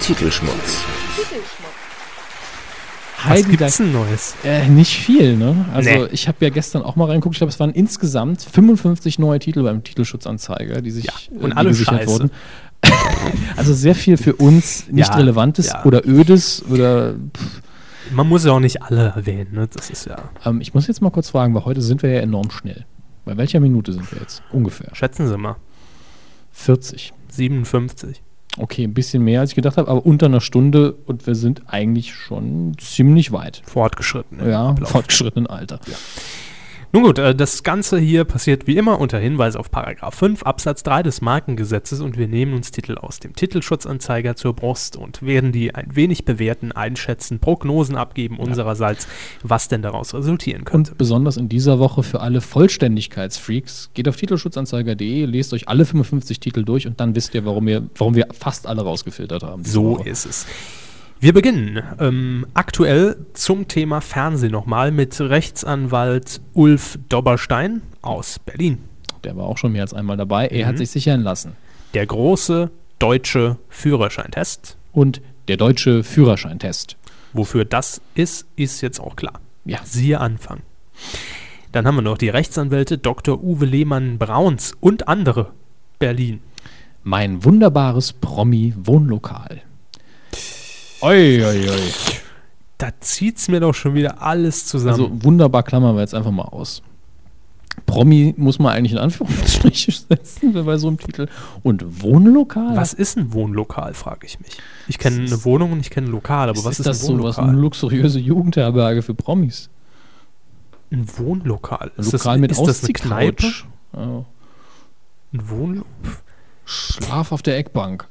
S3: Titelschmutz.
S1: Was
S2: Heidi
S1: gibt's denn Neues?
S2: Äh, nicht viel, ne? Also
S1: Nee.
S2: ich habe ja gestern auch mal reingeguckt. Ich glaube, es waren insgesamt 55 neue Titel beim Titelschutzanzeiger, die sich
S1: Ja,
S2: äh,
S1: und
S2: die
S1: alle
S2: gesichert
S1: scheiße.
S2: also sehr viel für uns nicht
S1: Ja,
S2: relevantes
S1: ja.
S2: oder ödes oder pff,
S1: Man muss ja auch nicht alle erwähnen. Ne? Das ist ja.
S2: ähm, ich muss jetzt mal kurz fragen, weil heute sind wir ja enorm schnell. Bei welcher Minute sind wir jetzt? Ungefähr.
S1: Schätzen Sie mal.
S2: 40.
S1: 57.
S2: Okay, ein bisschen mehr als ich gedacht habe, aber unter einer Stunde und wir sind eigentlich schon ziemlich weit.
S1: Fortgeschritten. im
S2: Ja,
S1: Ablauf.
S2: fortgeschrittenen Alter.
S1: Nun gut, äh, das Ganze hier passiert wie immer unter Hinweis auf Paragraph 5 Absatz 3 des Markengesetzes und wir nehmen uns Titel aus dem Titelschutzanzeiger zur Brust und werden die ein wenig bewerten, einschätzen, Prognosen abgeben unsererseits, was denn daraus resultieren könnte.
S2: Und besonders in dieser Woche für alle Vollständigkeitsfreaks, geht auf titelschutzanzeiger.de, lest euch alle 55 Titel durch und dann wisst ihr, warum wir, warum wir fast alle rausgefiltert haben. diese
S1: So
S2: Woche.
S1: ist es. Wir beginnen ähm, aktuell zum Thema Fernsehen nochmal mit Rechtsanwalt Ulf Dobberstein aus Berlin.
S2: Der war auch schon mehr als einmal dabei. Er
S1: Mhm.
S2: hat sich sichern lassen.
S1: Der große deutsche Führerscheintest.
S2: Und der deutsche Führerscheintest.
S1: Wofür das ist, ist jetzt auch klar.
S2: Ja.
S1: Siehe Anfang. Dann haben wir noch die Rechtsanwälte Dr. Uwe Lehmann-Brauns und andere. Berlin.
S2: Mein wunderbares Promi-Wohnlokal. Oi, oi, oi.
S1: Da zieht's mir doch schon wieder alles zusammen.
S2: Also wunderbar klammern wir jetzt einfach mal aus. Promi muss man eigentlich in Anführungsstriche setzen bei so einem Titel. Und Wohnlokal?
S1: was ist ein Wohnlokal, frage ich mich. Ich kenne eine Wohnung und ich kenne ein Lokal, aber was ist,
S2: das
S1: ein
S2: so was?
S1: Wohnlokal?
S2: Eine luxuriöse Jugendherberge für Promis.
S1: ein Wohnlokal.
S2: Ein
S1: Ist
S2: Lokal
S1: das,
S2: mit Oh.
S1: ist das eine Kneipe?
S2: Aussichtscouch. Ja.
S1: Ein Wohnlo
S2: Schlaf auf der Eckbank.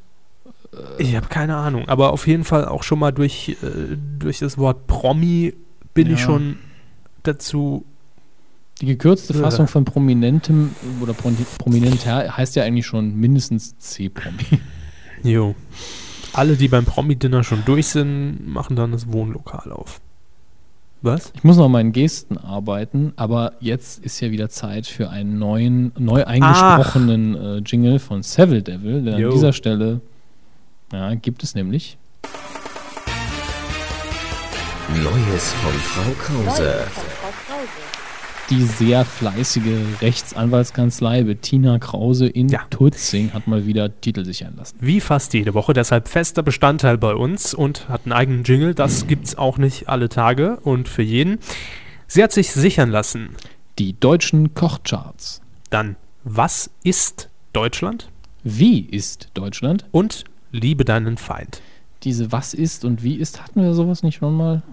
S1: ich habe keine Ahnung, aber auf jeden Fall auch schon mal durch, äh, durch das Wort Promi bin ich
S2: Ja.
S1: schon dazu
S2: Die gekürzte
S1: Ja.
S2: Fassung von Prominentem oder Pro- Prominenter heißt ja eigentlich schon mindestens C-Promi.
S1: Jo. Alle, die beim Promi-Dinner schon durch sind, machen dann das Wohnlokal auf. Was?
S2: Ich muss noch an meinen Gesten arbeiten, aber jetzt ist ja wieder Zeit für einen neuen, neu eingesprochenen äh, Jingle von Savile Devil, denn
S1: Jo.
S2: an dieser Stelle ja, gibt es nämlich
S3: Neues von Frau Krause.
S2: die sehr fleißige Rechtsanwaltskanzlei Bettina Krause in
S1: Ja.
S2: Tutzing hat mal wieder Titel sichern lassen.
S1: Wie fast jede Woche, deshalb fester Bestandteil bei uns und hat einen eigenen Jingle. Das gibt's auch nicht alle Tage und für jeden. Sie hat sich sichern lassen.
S2: Die deutschen Kochcharts.
S1: Dann, was ist Deutschland?
S2: Wie ist Deutschland?
S1: Und liebe deinen Feind.
S2: Diese Was ist und Wie ist, hatten wir sowas nicht schon mal?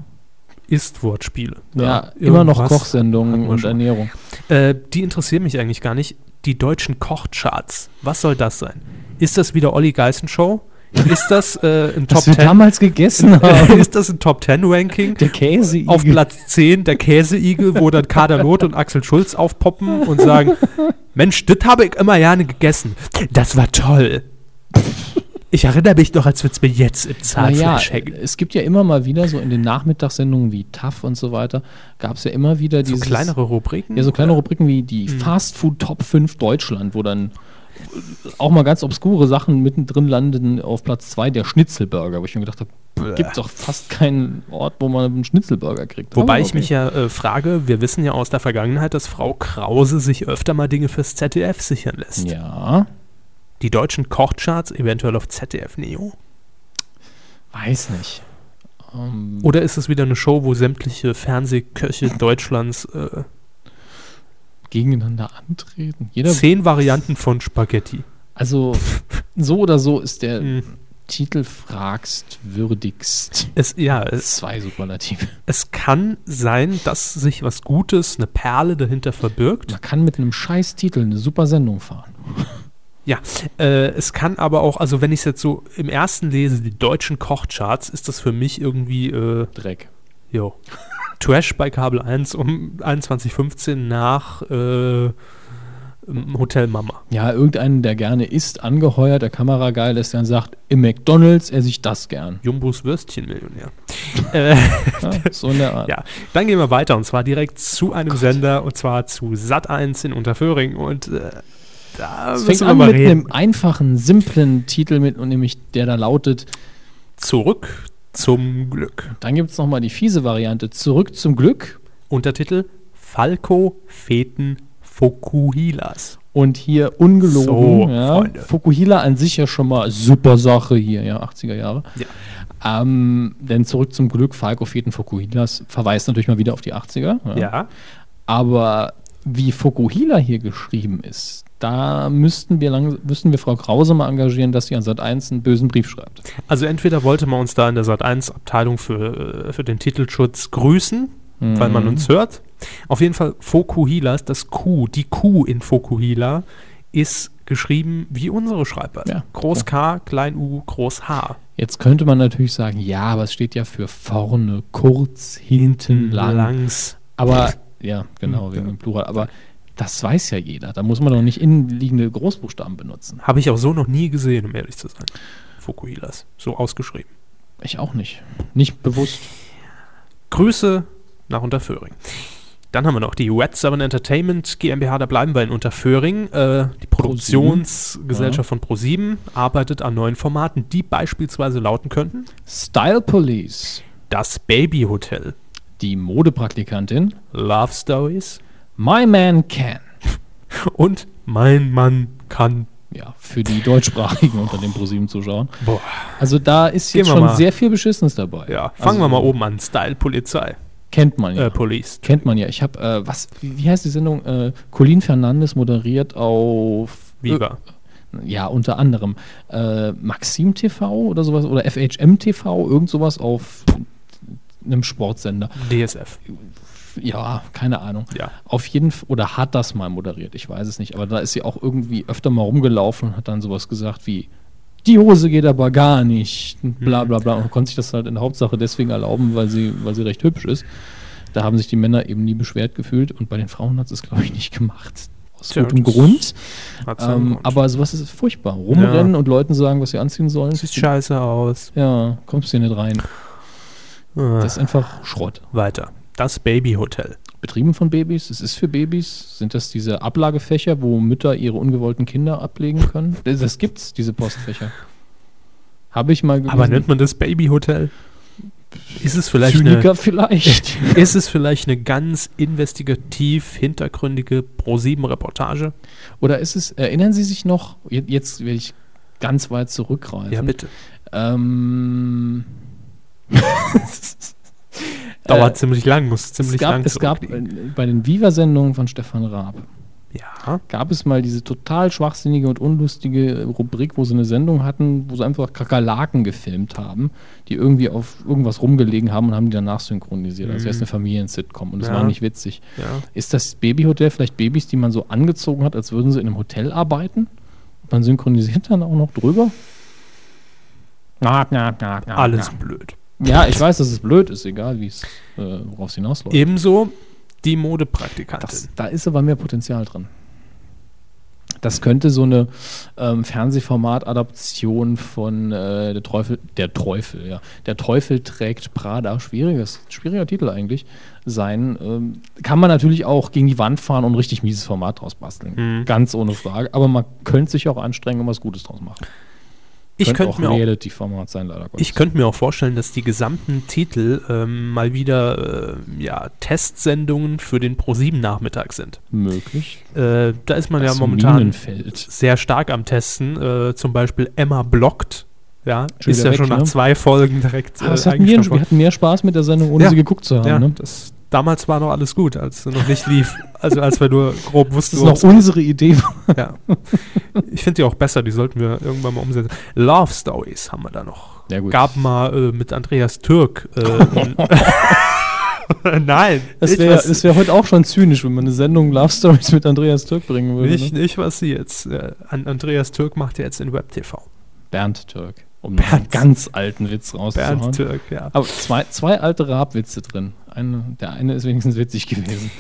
S1: Ist-Wortspiele.
S2: Ja, immer noch
S1: irgendwas hatten
S2: Kochsendungen
S1: wir
S2: und
S1: schon.
S2: Ernährung.
S1: Äh, die interessieren mich eigentlich gar nicht. Die deutschen Kochcharts. Was soll das sein? Ist das wieder Olli Geißen Show? Ist das äh, ein Top
S2: Was wir
S1: 10?
S2: damals gegessen haben.
S1: Ist das ein Top 10 Ranking?
S2: Der Käse.
S1: Auf Platz 10 der Käseigel, wo dann Kader Loth und Axel Schulz aufpoppen und sagen: Mensch, das habe ich immer gerne gegessen. Das war toll. Ich erinnere mich noch, als würde es mir jetzt im
S2: Naja,
S1: Zahnfleisch hängen.
S2: es gibt ja immer mal wieder so in den Nachmittagssendungen wie TAF und so weiter, gab es ja immer wieder
S1: So
S2: diese
S1: kleinere Rubriken?
S2: Ja, so kleine Rubriken wie die
S1: Mhm.
S2: Fast Food Top 5 Deutschland, wo dann auch mal ganz obskure Sachen mittendrin landen auf Platz 2 der Schnitzelburger, wo ich mir gedacht habe, gibt doch fast keinen Ort, wo man einen Schnitzelburger kriegt.
S1: Wobei
S2: Aber
S1: ich mich
S2: Oh, okay.
S1: ja äh, frage, wir wissen ja aus der Vergangenheit, dass Frau Krause sich öfter mal Dinge fürs ZDF sichern lässt.
S2: Ja,
S1: Die deutschen Kochcharts eventuell auf ZDF Neo?
S2: weiß nicht. Ähm,
S1: Oder ist es wieder eine Show, wo sämtliche Fernsehköche Deutschlands äh,
S2: gegeneinander antreten. Jeder,
S1: zehn Varianten von Spaghetti?
S2: also so oder so ist der
S1: Mhm.
S2: Titel fragst würdigst.
S1: Es, ja, es,
S2: Zwei Superlative.
S1: es kann sein, dass sich was Gutes, eine Perle dahinter verbirgt.
S2: Man kann mit einem Scheiß-Titel eine super Sendung fahren.
S1: Ja, äh, es kann aber auch, also wenn ich es jetzt so im ersten lese, die deutschen Kochcharts, ist das für mich irgendwie, äh,
S2: Dreck.
S1: jo, Trash bei Kabel 1 um 21.15 nach äh, ähm, Hotel Mama.
S2: Ja, irgendeinen, der gerne isst, angeheuert, der Kamerageil ist, dann sagt, im McDonalds esse ich das gern.
S1: Jumbos Würstchenmillionär. Äh,
S2: Ja, so in der Art.
S1: Ja, dann gehen wir weiter und zwar direkt zu einem Sender und zwar zu Sat1 in Unterföhring und äh, da müssen
S2: Es fängt
S1: wir
S2: an
S1: mal
S2: mit
S1: reden.
S2: einem einfachen, simplen Titel mit, und nämlich der da lautet,
S1: Zurück zum Glück.
S2: dann gibt es nochmal die fiese Variante, zurück zum Glück.
S1: Untertitel Falco Feten Fokuhilas.
S2: Und hier ungelogen,
S1: So,
S2: ja,
S1: Freunde.
S2: Fukuhila an sich ja schon mal super Sache hier, ja, 80er Jahre.
S1: Ja.
S2: Ähm, denn zurück zum Glück, Falco Feten Fukuhilas verweist natürlich mal wieder auf die 80er.
S1: Ja.
S2: Aber wie Fokuhila hier geschrieben ist, da müssten wir, lang, müssten wir Frau Krause mal engagieren, dass sie an Sat 1 einen bösen Brief schreibt.
S1: Also entweder wollte man uns da in der Sat1-Abteilung für, äh, für den Titelschutz grüßen, weil
S2: Mhm.
S1: man uns hört. Auf jeden Fall Fokuhilas, das Q, die Q in Fokuhila ist geschrieben wie unsere Schreibweise.
S2: Ja.
S1: Groß K, Klein U, Groß H.
S2: Jetzt könnte man natürlich sagen, ja, aber es steht ja für vorne, kurz, hinten, lang.
S1: Langs.
S2: Aber ja, genau, wegen dem Plural. Aber das weiß ja jeder. Da muss man doch nicht innenliegende Großbuchstaben benutzen.
S1: Habe ich auch so noch nie gesehen, um ehrlich zu sein. Fokuhilas, so ausgeschrieben.
S2: Ich auch nicht. Nicht bewusst.
S1: Grüße nach Unterföhring. Dann haben wir noch die Red Seven Entertainment GmbH, da bleiben wir in Unterföhring. Äh, die Produktionsgesellschaft von ProSieben arbeitet an neuen Formaten, die beispielsweise lauten könnten:
S2: Style Police,
S1: Das Babyhotel,
S2: die Modepraktikantin.
S1: Love Stories
S2: My Man Can.
S1: und Mein Mann kann.
S2: Ja, für die deutschsprachigen unter den ProSieben Zuschauern.
S1: Boah,
S2: Also da ist
S1: Gehen
S2: jetzt
S1: wir
S2: schon
S1: mal.
S2: sehr viel Beschissenes dabei. Also
S1: ja. Fangen wir mal oben an: Style Polizei,
S2: Kennt man ja.
S1: äh, Police.
S2: Kennt man ja. Ich habe, äh, was, wie, wie heißt die Sendung? Äh, Colin Fernandes moderiert auf. äh,
S1: Viva.
S2: ja, unter anderem äh, Maxim TV oder sowas oder FHM TV, irgend sowas auf einem Sportsender.
S1: DSF.
S2: Ja, keine Ahnung.
S1: Ja.
S2: Auf jeden Fall, oder hat das mal moderiert, ich weiß es nicht, aber da ist sie auch irgendwie öfter mal rumgelaufen und hat dann sowas gesagt wie, die Hose geht aber gar nicht,
S1: Mhm.
S2: und bla bla bla. Und konnte sich das halt in der Hauptsache deswegen erlauben, weil sie, weil sie recht hübsch ist. Da haben sich die Männer eben nie beschwert gefühlt und bei den Frauen hat sie es, glaube ich, nicht gemacht. Aus
S1: Tja,
S2: gutem
S1: das
S2: Grund.
S1: Hat's ja einen
S2: Ähm,
S1: Grund.
S2: aber sowas ist furchtbar. Rumrennen und Leuten sagen, was sie anziehen sollen.
S1: Sieht scheiße aus.
S2: Ja, kommst du hier nicht rein.
S1: Ah.
S2: Das ist einfach Schrott.
S1: Weiter. Das Babyhotel.
S2: Betrieben von Babys, es ist für Babys. Sind das diese Ablagefächer, wo Mütter ihre ungewollten Kinder ablegen können? Das, das gibt's, diese Postfächer. Habe ich mal gelesen.
S1: Aber nennt man das Babyhotel? Ist es vielleicht eine,
S2: Zyniker vielleicht.
S1: ist es vielleicht eine ganz investigativ hintergründige Pro-7-Reportage?
S2: Oder ist es, erinnern Sie sich noch, je- jetzt will ich ganz weit zurückreisen.
S1: Ja, bitte.
S2: Ähm,
S1: Dauert ziemlich lang, muss ziemlich
S2: es gab,
S1: lang
S2: es gab äh,
S1: zurückliegen.
S2: bei den Viva-Sendungen von Stefan Raab
S1: Ja,
S2: gab es mal diese total schwachsinnige und unlustige Rubrik, wo sie eine Sendung hatten, wo sie einfach Kakerlaken gefilmt haben, die irgendwie auf irgendwas rumgelegen haben und haben die danach synchronisiert. Also erst eine Familien-Sitcom und das
S1: Mhm. Ja.
S2: war nicht witzig.
S1: ja.
S2: Ist das Babyhotel vielleicht Babys, die man so angezogen hat, als würden sie in einem Hotel arbeiten? Man synchronisiert dann auch noch drüber? Na, na, na, na,
S1: Alles blöd.
S2: Na. Ja, ich weiß, dass es blöd ist, egal wie es, äh, worauf es hinausläuft.
S1: Ebenso die Modepraktikantin.
S2: Das, da ist aber mehr Potenzial drin. Das könnte so eine ähm, Fernsehformat-Adaption von äh, der Teufel, der Teufel, ja, der Teufel trägt Prada, schwieriges, schwieriger Titel eigentlich, sein. Ähm, kann man natürlich auch gegen die Wand fahren und ein richtig mieses Format draus basteln,
S1: Mhm.
S2: ganz ohne Frage. Aber man könnte sich auch anstrengen und was Gutes draus machen.
S1: ich könnte
S2: auch
S1: mir auch
S2: Reality-Format sein, leider Gottes.
S1: Ich könnte mir auch vorstellen, dass die gesamten Titel ähm, mal wieder äh, ja, Testsendungen für den ProSieben-Nachmittag sind.
S2: möglich.
S1: Äh, da ist man
S2: Das
S1: ja momentan
S2: Minenfeld.
S1: sehr stark am Testen. Äh, zum Beispiel Emma blockt. Ja,
S2: Schon
S1: ist
S2: wieder
S1: ja
S2: weg,
S1: schon nach
S2: ne?
S1: zwei Folgen direkt
S2: Aber das hatten wir,
S1: eingestampft
S2: wir hatten mehr Spaß mit der Sendung, ohne
S1: Äh, Ja.
S2: sie geguckt zu haben.
S1: Ja,
S2: ne?
S1: das, damals war noch alles gut, als sie noch nicht lief. also als wir nur grob wussten,
S2: Das ist noch
S1: worum
S2: unsere Idee.
S1: es- ja. Ich finde die auch besser, die sollten wir irgendwann mal umsetzen. Love Stories haben wir da noch.
S2: Ja, gut.
S1: Gab mal äh, mit Andreas Türk. Äh, und Nein,
S2: Das
S1: nicht,
S2: wäre
S1: was,
S2: wär heute auch schon zynisch, wenn man eine Sendung Love Stories mit Andreas Türk bringen würde.
S1: nicht,
S2: ne?
S1: nicht, was sie jetzt. Äh, an Andreas Türk macht ja jetzt in Web TV.
S2: Bernd Türk. Um noch einen ganz alten Witz
S1: Bernd
S2: rauszuhauen.
S1: Türk, ja.
S2: Aber zwei, zwei alte Raab-Witze drin. Eine, der eine ist wenigstens witzig gewesen.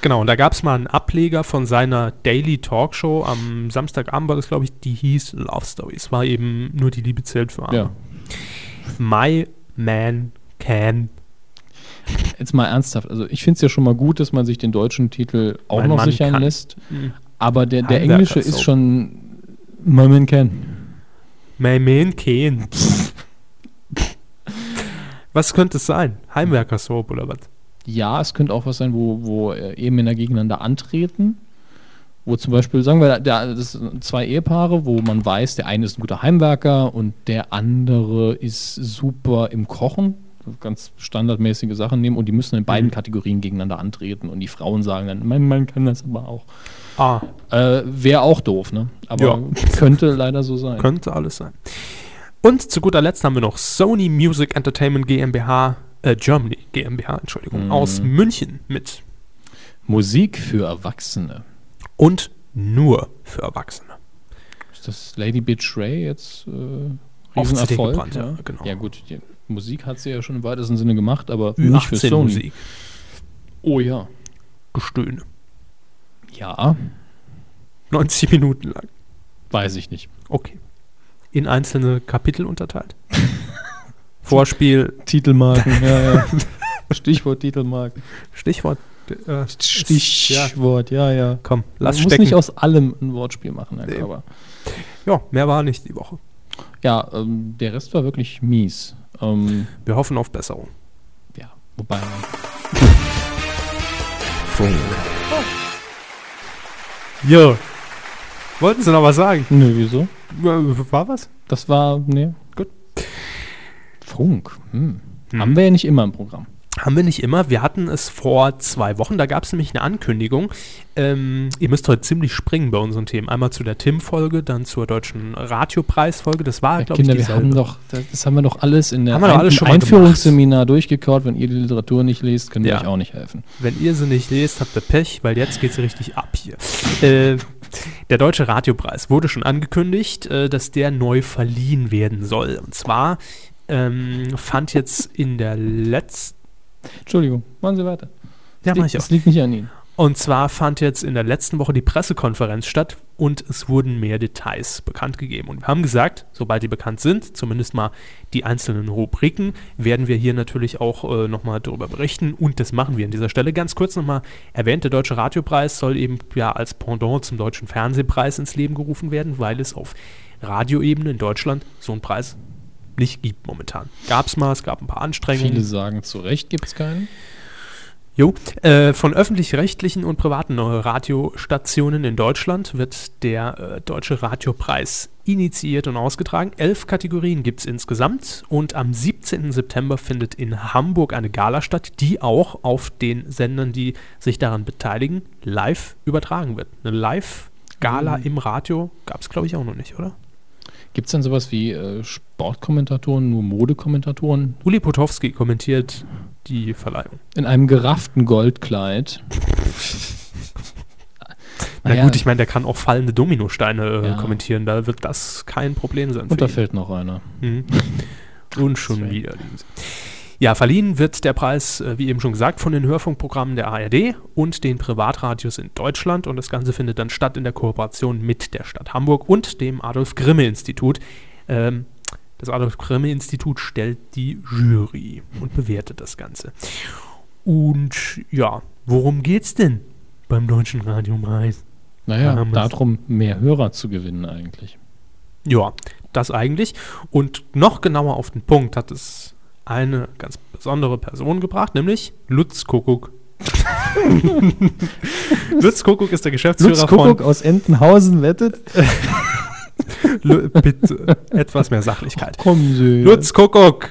S1: Genau, und da gab es mal einen Ableger von seiner Daily Talkshow am Samstagabend, war das, glaube ich, die hieß Love Stories. War eben nur die Liebe zählt für Arme.
S2: Ja.
S1: My Man Can.
S2: Jetzt mal ernsthaft. Also ich finde es ja schon mal gut, dass man sich den deutschen Titel auch
S1: Mein
S2: noch
S1: Mann
S2: sichern
S1: kann.
S2: lässt. Aber der, der
S1: Handwerker
S2: englische ist
S1: Soap.
S2: schon Merman Ken.
S1: My Man Can. was könnte es sein? Heimwerker Soap oder was?
S2: Ja, es könnte auch was sein, wo, wo äh, Ehemänner gegeneinander antreten. Wo zum Beispiel, sagen wir, da, das sind zwei Ehepaare, wo man weiß, der eine ist ein guter Heimwerker und der andere ist super im Kochen. Ganz standardmäßige Sachen nehmen und die müssen in beiden Kategorien gegeneinander antreten. Und die Frauen sagen dann, mein Mann kann das aber auch.
S1: Ah,
S2: Äh, Wäre auch doof, ne? Aber
S1: Ja.
S2: könnte leider so sein.
S1: könnte alles sein. Und zu guter Letzt haben wir noch Sony Music Entertainment GmbH, äh, Germany GmbH,
S2: Mhm.
S1: Entschuldigung, aus München mit.
S2: Musik für Erwachsene.
S1: Und nur für Erwachsene.
S2: Ist das Lady Bitch Ray jetzt äh,
S1: Auf CD
S2: Riesenerfolg?
S1: gebrannt, ja, genau.
S2: ja gut, die Musik hat sie ja schon im weitesten Sinne gemacht, aber nicht für Sony.
S1: Ü18-Musik.
S2: Oh ja.
S1: Gestöhne.
S2: Ja,
S1: 90 Minuten lang.
S2: weiß ich nicht.
S1: Okay. In einzelne Kapitel unterteilt. Vorspiel,
S2: Titelmarken, ja, ja. Stichwort Titelmarken.
S1: Stichwort. Äh, Ja,
S2: Stichwort, ja, ja.
S1: komm, lass
S2: Man muss
S1: stecken.
S2: nicht aus allem ein Wortspiel machen, Herr Körber.
S1: ja, mehr war nicht die Woche.
S2: Ja, ähm, der Rest war wirklich mies. Ähm,
S1: Wir hoffen auf Besserung.
S2: ja, wobei.
S3: Funk.
S1: Ja. Wollten Sie noch was sagen?
S2: Nö, wieso?
S1: War was?
S2: Das war, nee.
S1: Gut.
S2: Funk. Hm. Haben wir ja nicht immer im Programm.
S1: Haben wir nicht immer. Wir hatten es vor zwei Wochen. Da gab es nämlich eine Ankündigung. Ähm, ihr müsst heute ziemlich springen bei unseren Themen. Einmal zu der Tim-Folge, dann zur deutschen Radiopreis-Folge. Das war,
S2: Ja,
S1: glaube ich,
S2: Kinder, wir
S1: dieselbe.
S2: haben doch, das, das haben wir doch alles in der
S1: Haben wir doch alles
S2: im
S1: schon mal
S2: Einführungsseminar durchgekaut. Wenn ihr die Literatur nicht lest, könnt ihr
S1: Ja.
S2: euch auch nicht helfen.
S1: Wenn ihr sie nicht lest, habt ihr Pech, weil jetzt geht's richtig ab hier. Äh, der Deutsche Radiopreis wurde schon angekündigt, äh, dass der neu verliehen werden soll. Und zwar ähm, fand jetzt in der letzten.
S2: Entschuldigung, machen Sie weiter.
S1: Ja, mach ich auch.
S2: das liegt nicht an Ihnen.
S1: Und zwar fand jetzt in der letzten Woche die Pressekonferenz statt und es wurden mehr Details bekannt gegeben. Und wir haben gesagt, sobald die bekannt sind, zumindest mal die einzelnen Rubriken, werden wir hier natürlich auch äh, nochmal darüber berichten und das machen wir an dieser Stelle. Ganz kurz nochmal erwähnt, der Deutsche Radiopreis soll eben ja als Pendant zum Deutschen Fernsehpreis ins Leben gerufen werden, weil es auf Radioebene in Deutschland so einen Preis nicht gibt momentan. Gab es mal, es gab ein paar Anstrengungen.
S2: Viele sagen, zu Recht gibt es keinen.
S1: Jo, äh, von öffentlich-rechtlichen und privaten Radiostationen in Deutschland wird der äh, Deutsche Radiopreis initiiert und ausgetragen. Elf Kategorien gibt es insgesamt und am 17. September findet in Hamburg eine Gala statt, die auch auf den Sendern, die sich daran beteiligen, live übertragen wird. Eine Live-Gala
S2: Mhm.
S1: im Radio gab es, glaube ich, auch noch nicht, oder?
S2: Gibt es denn sowas wie äh, Sportkommentatoren, nur Modekommentatoren?
S1: Uli Potowski kommentiert die Verleihung.
S2: In einem gerafften Goldkleid.
S1: Na
S2: Naja,
S1: gut, ich meine, der kann auch fallende Dominosteine äh,
S2: Ja.
S1: kommentieren, da wird das kein Problem sein.
S2: Und
S1: für
S2: da
S1: ihn.
S2: fällt noch einer.
S1: Und schon wieder. liegen sie. Ja, verliehen wird der Preis, äh, wie eben schon gesagt, von den Hörfunkprogrammen der ARD und den Privatradios in Deutschland. Und das Ganze findet dann statt in der Kooperation mit der Stadt Hamburg und dem Adolf-Grimme-Institut. Ähm, das Adolf-Grimme-Institut stellt die Jury und bewertet das Ganze. Und ja, worum geht's denn beim Deutschen Radiopreis?
S2: Naja,
S1: Armes.
S2: darum, mehr Hörer zu gewinnen eigentlich.
S1: Ja, das eigentlich. Und noch genauer auf den Punkt hat es eine ganz besondere Person gebracht, nämlich Lutz Kuckuck. Lutz Kuckuck ist der Geschäftsführer von
S2: aus Entenhausen wettet.
S1: Lu bitte etwas mehr Sachlichkeit.
S2: Kommen Sie.
S1: Lutz Kuckuck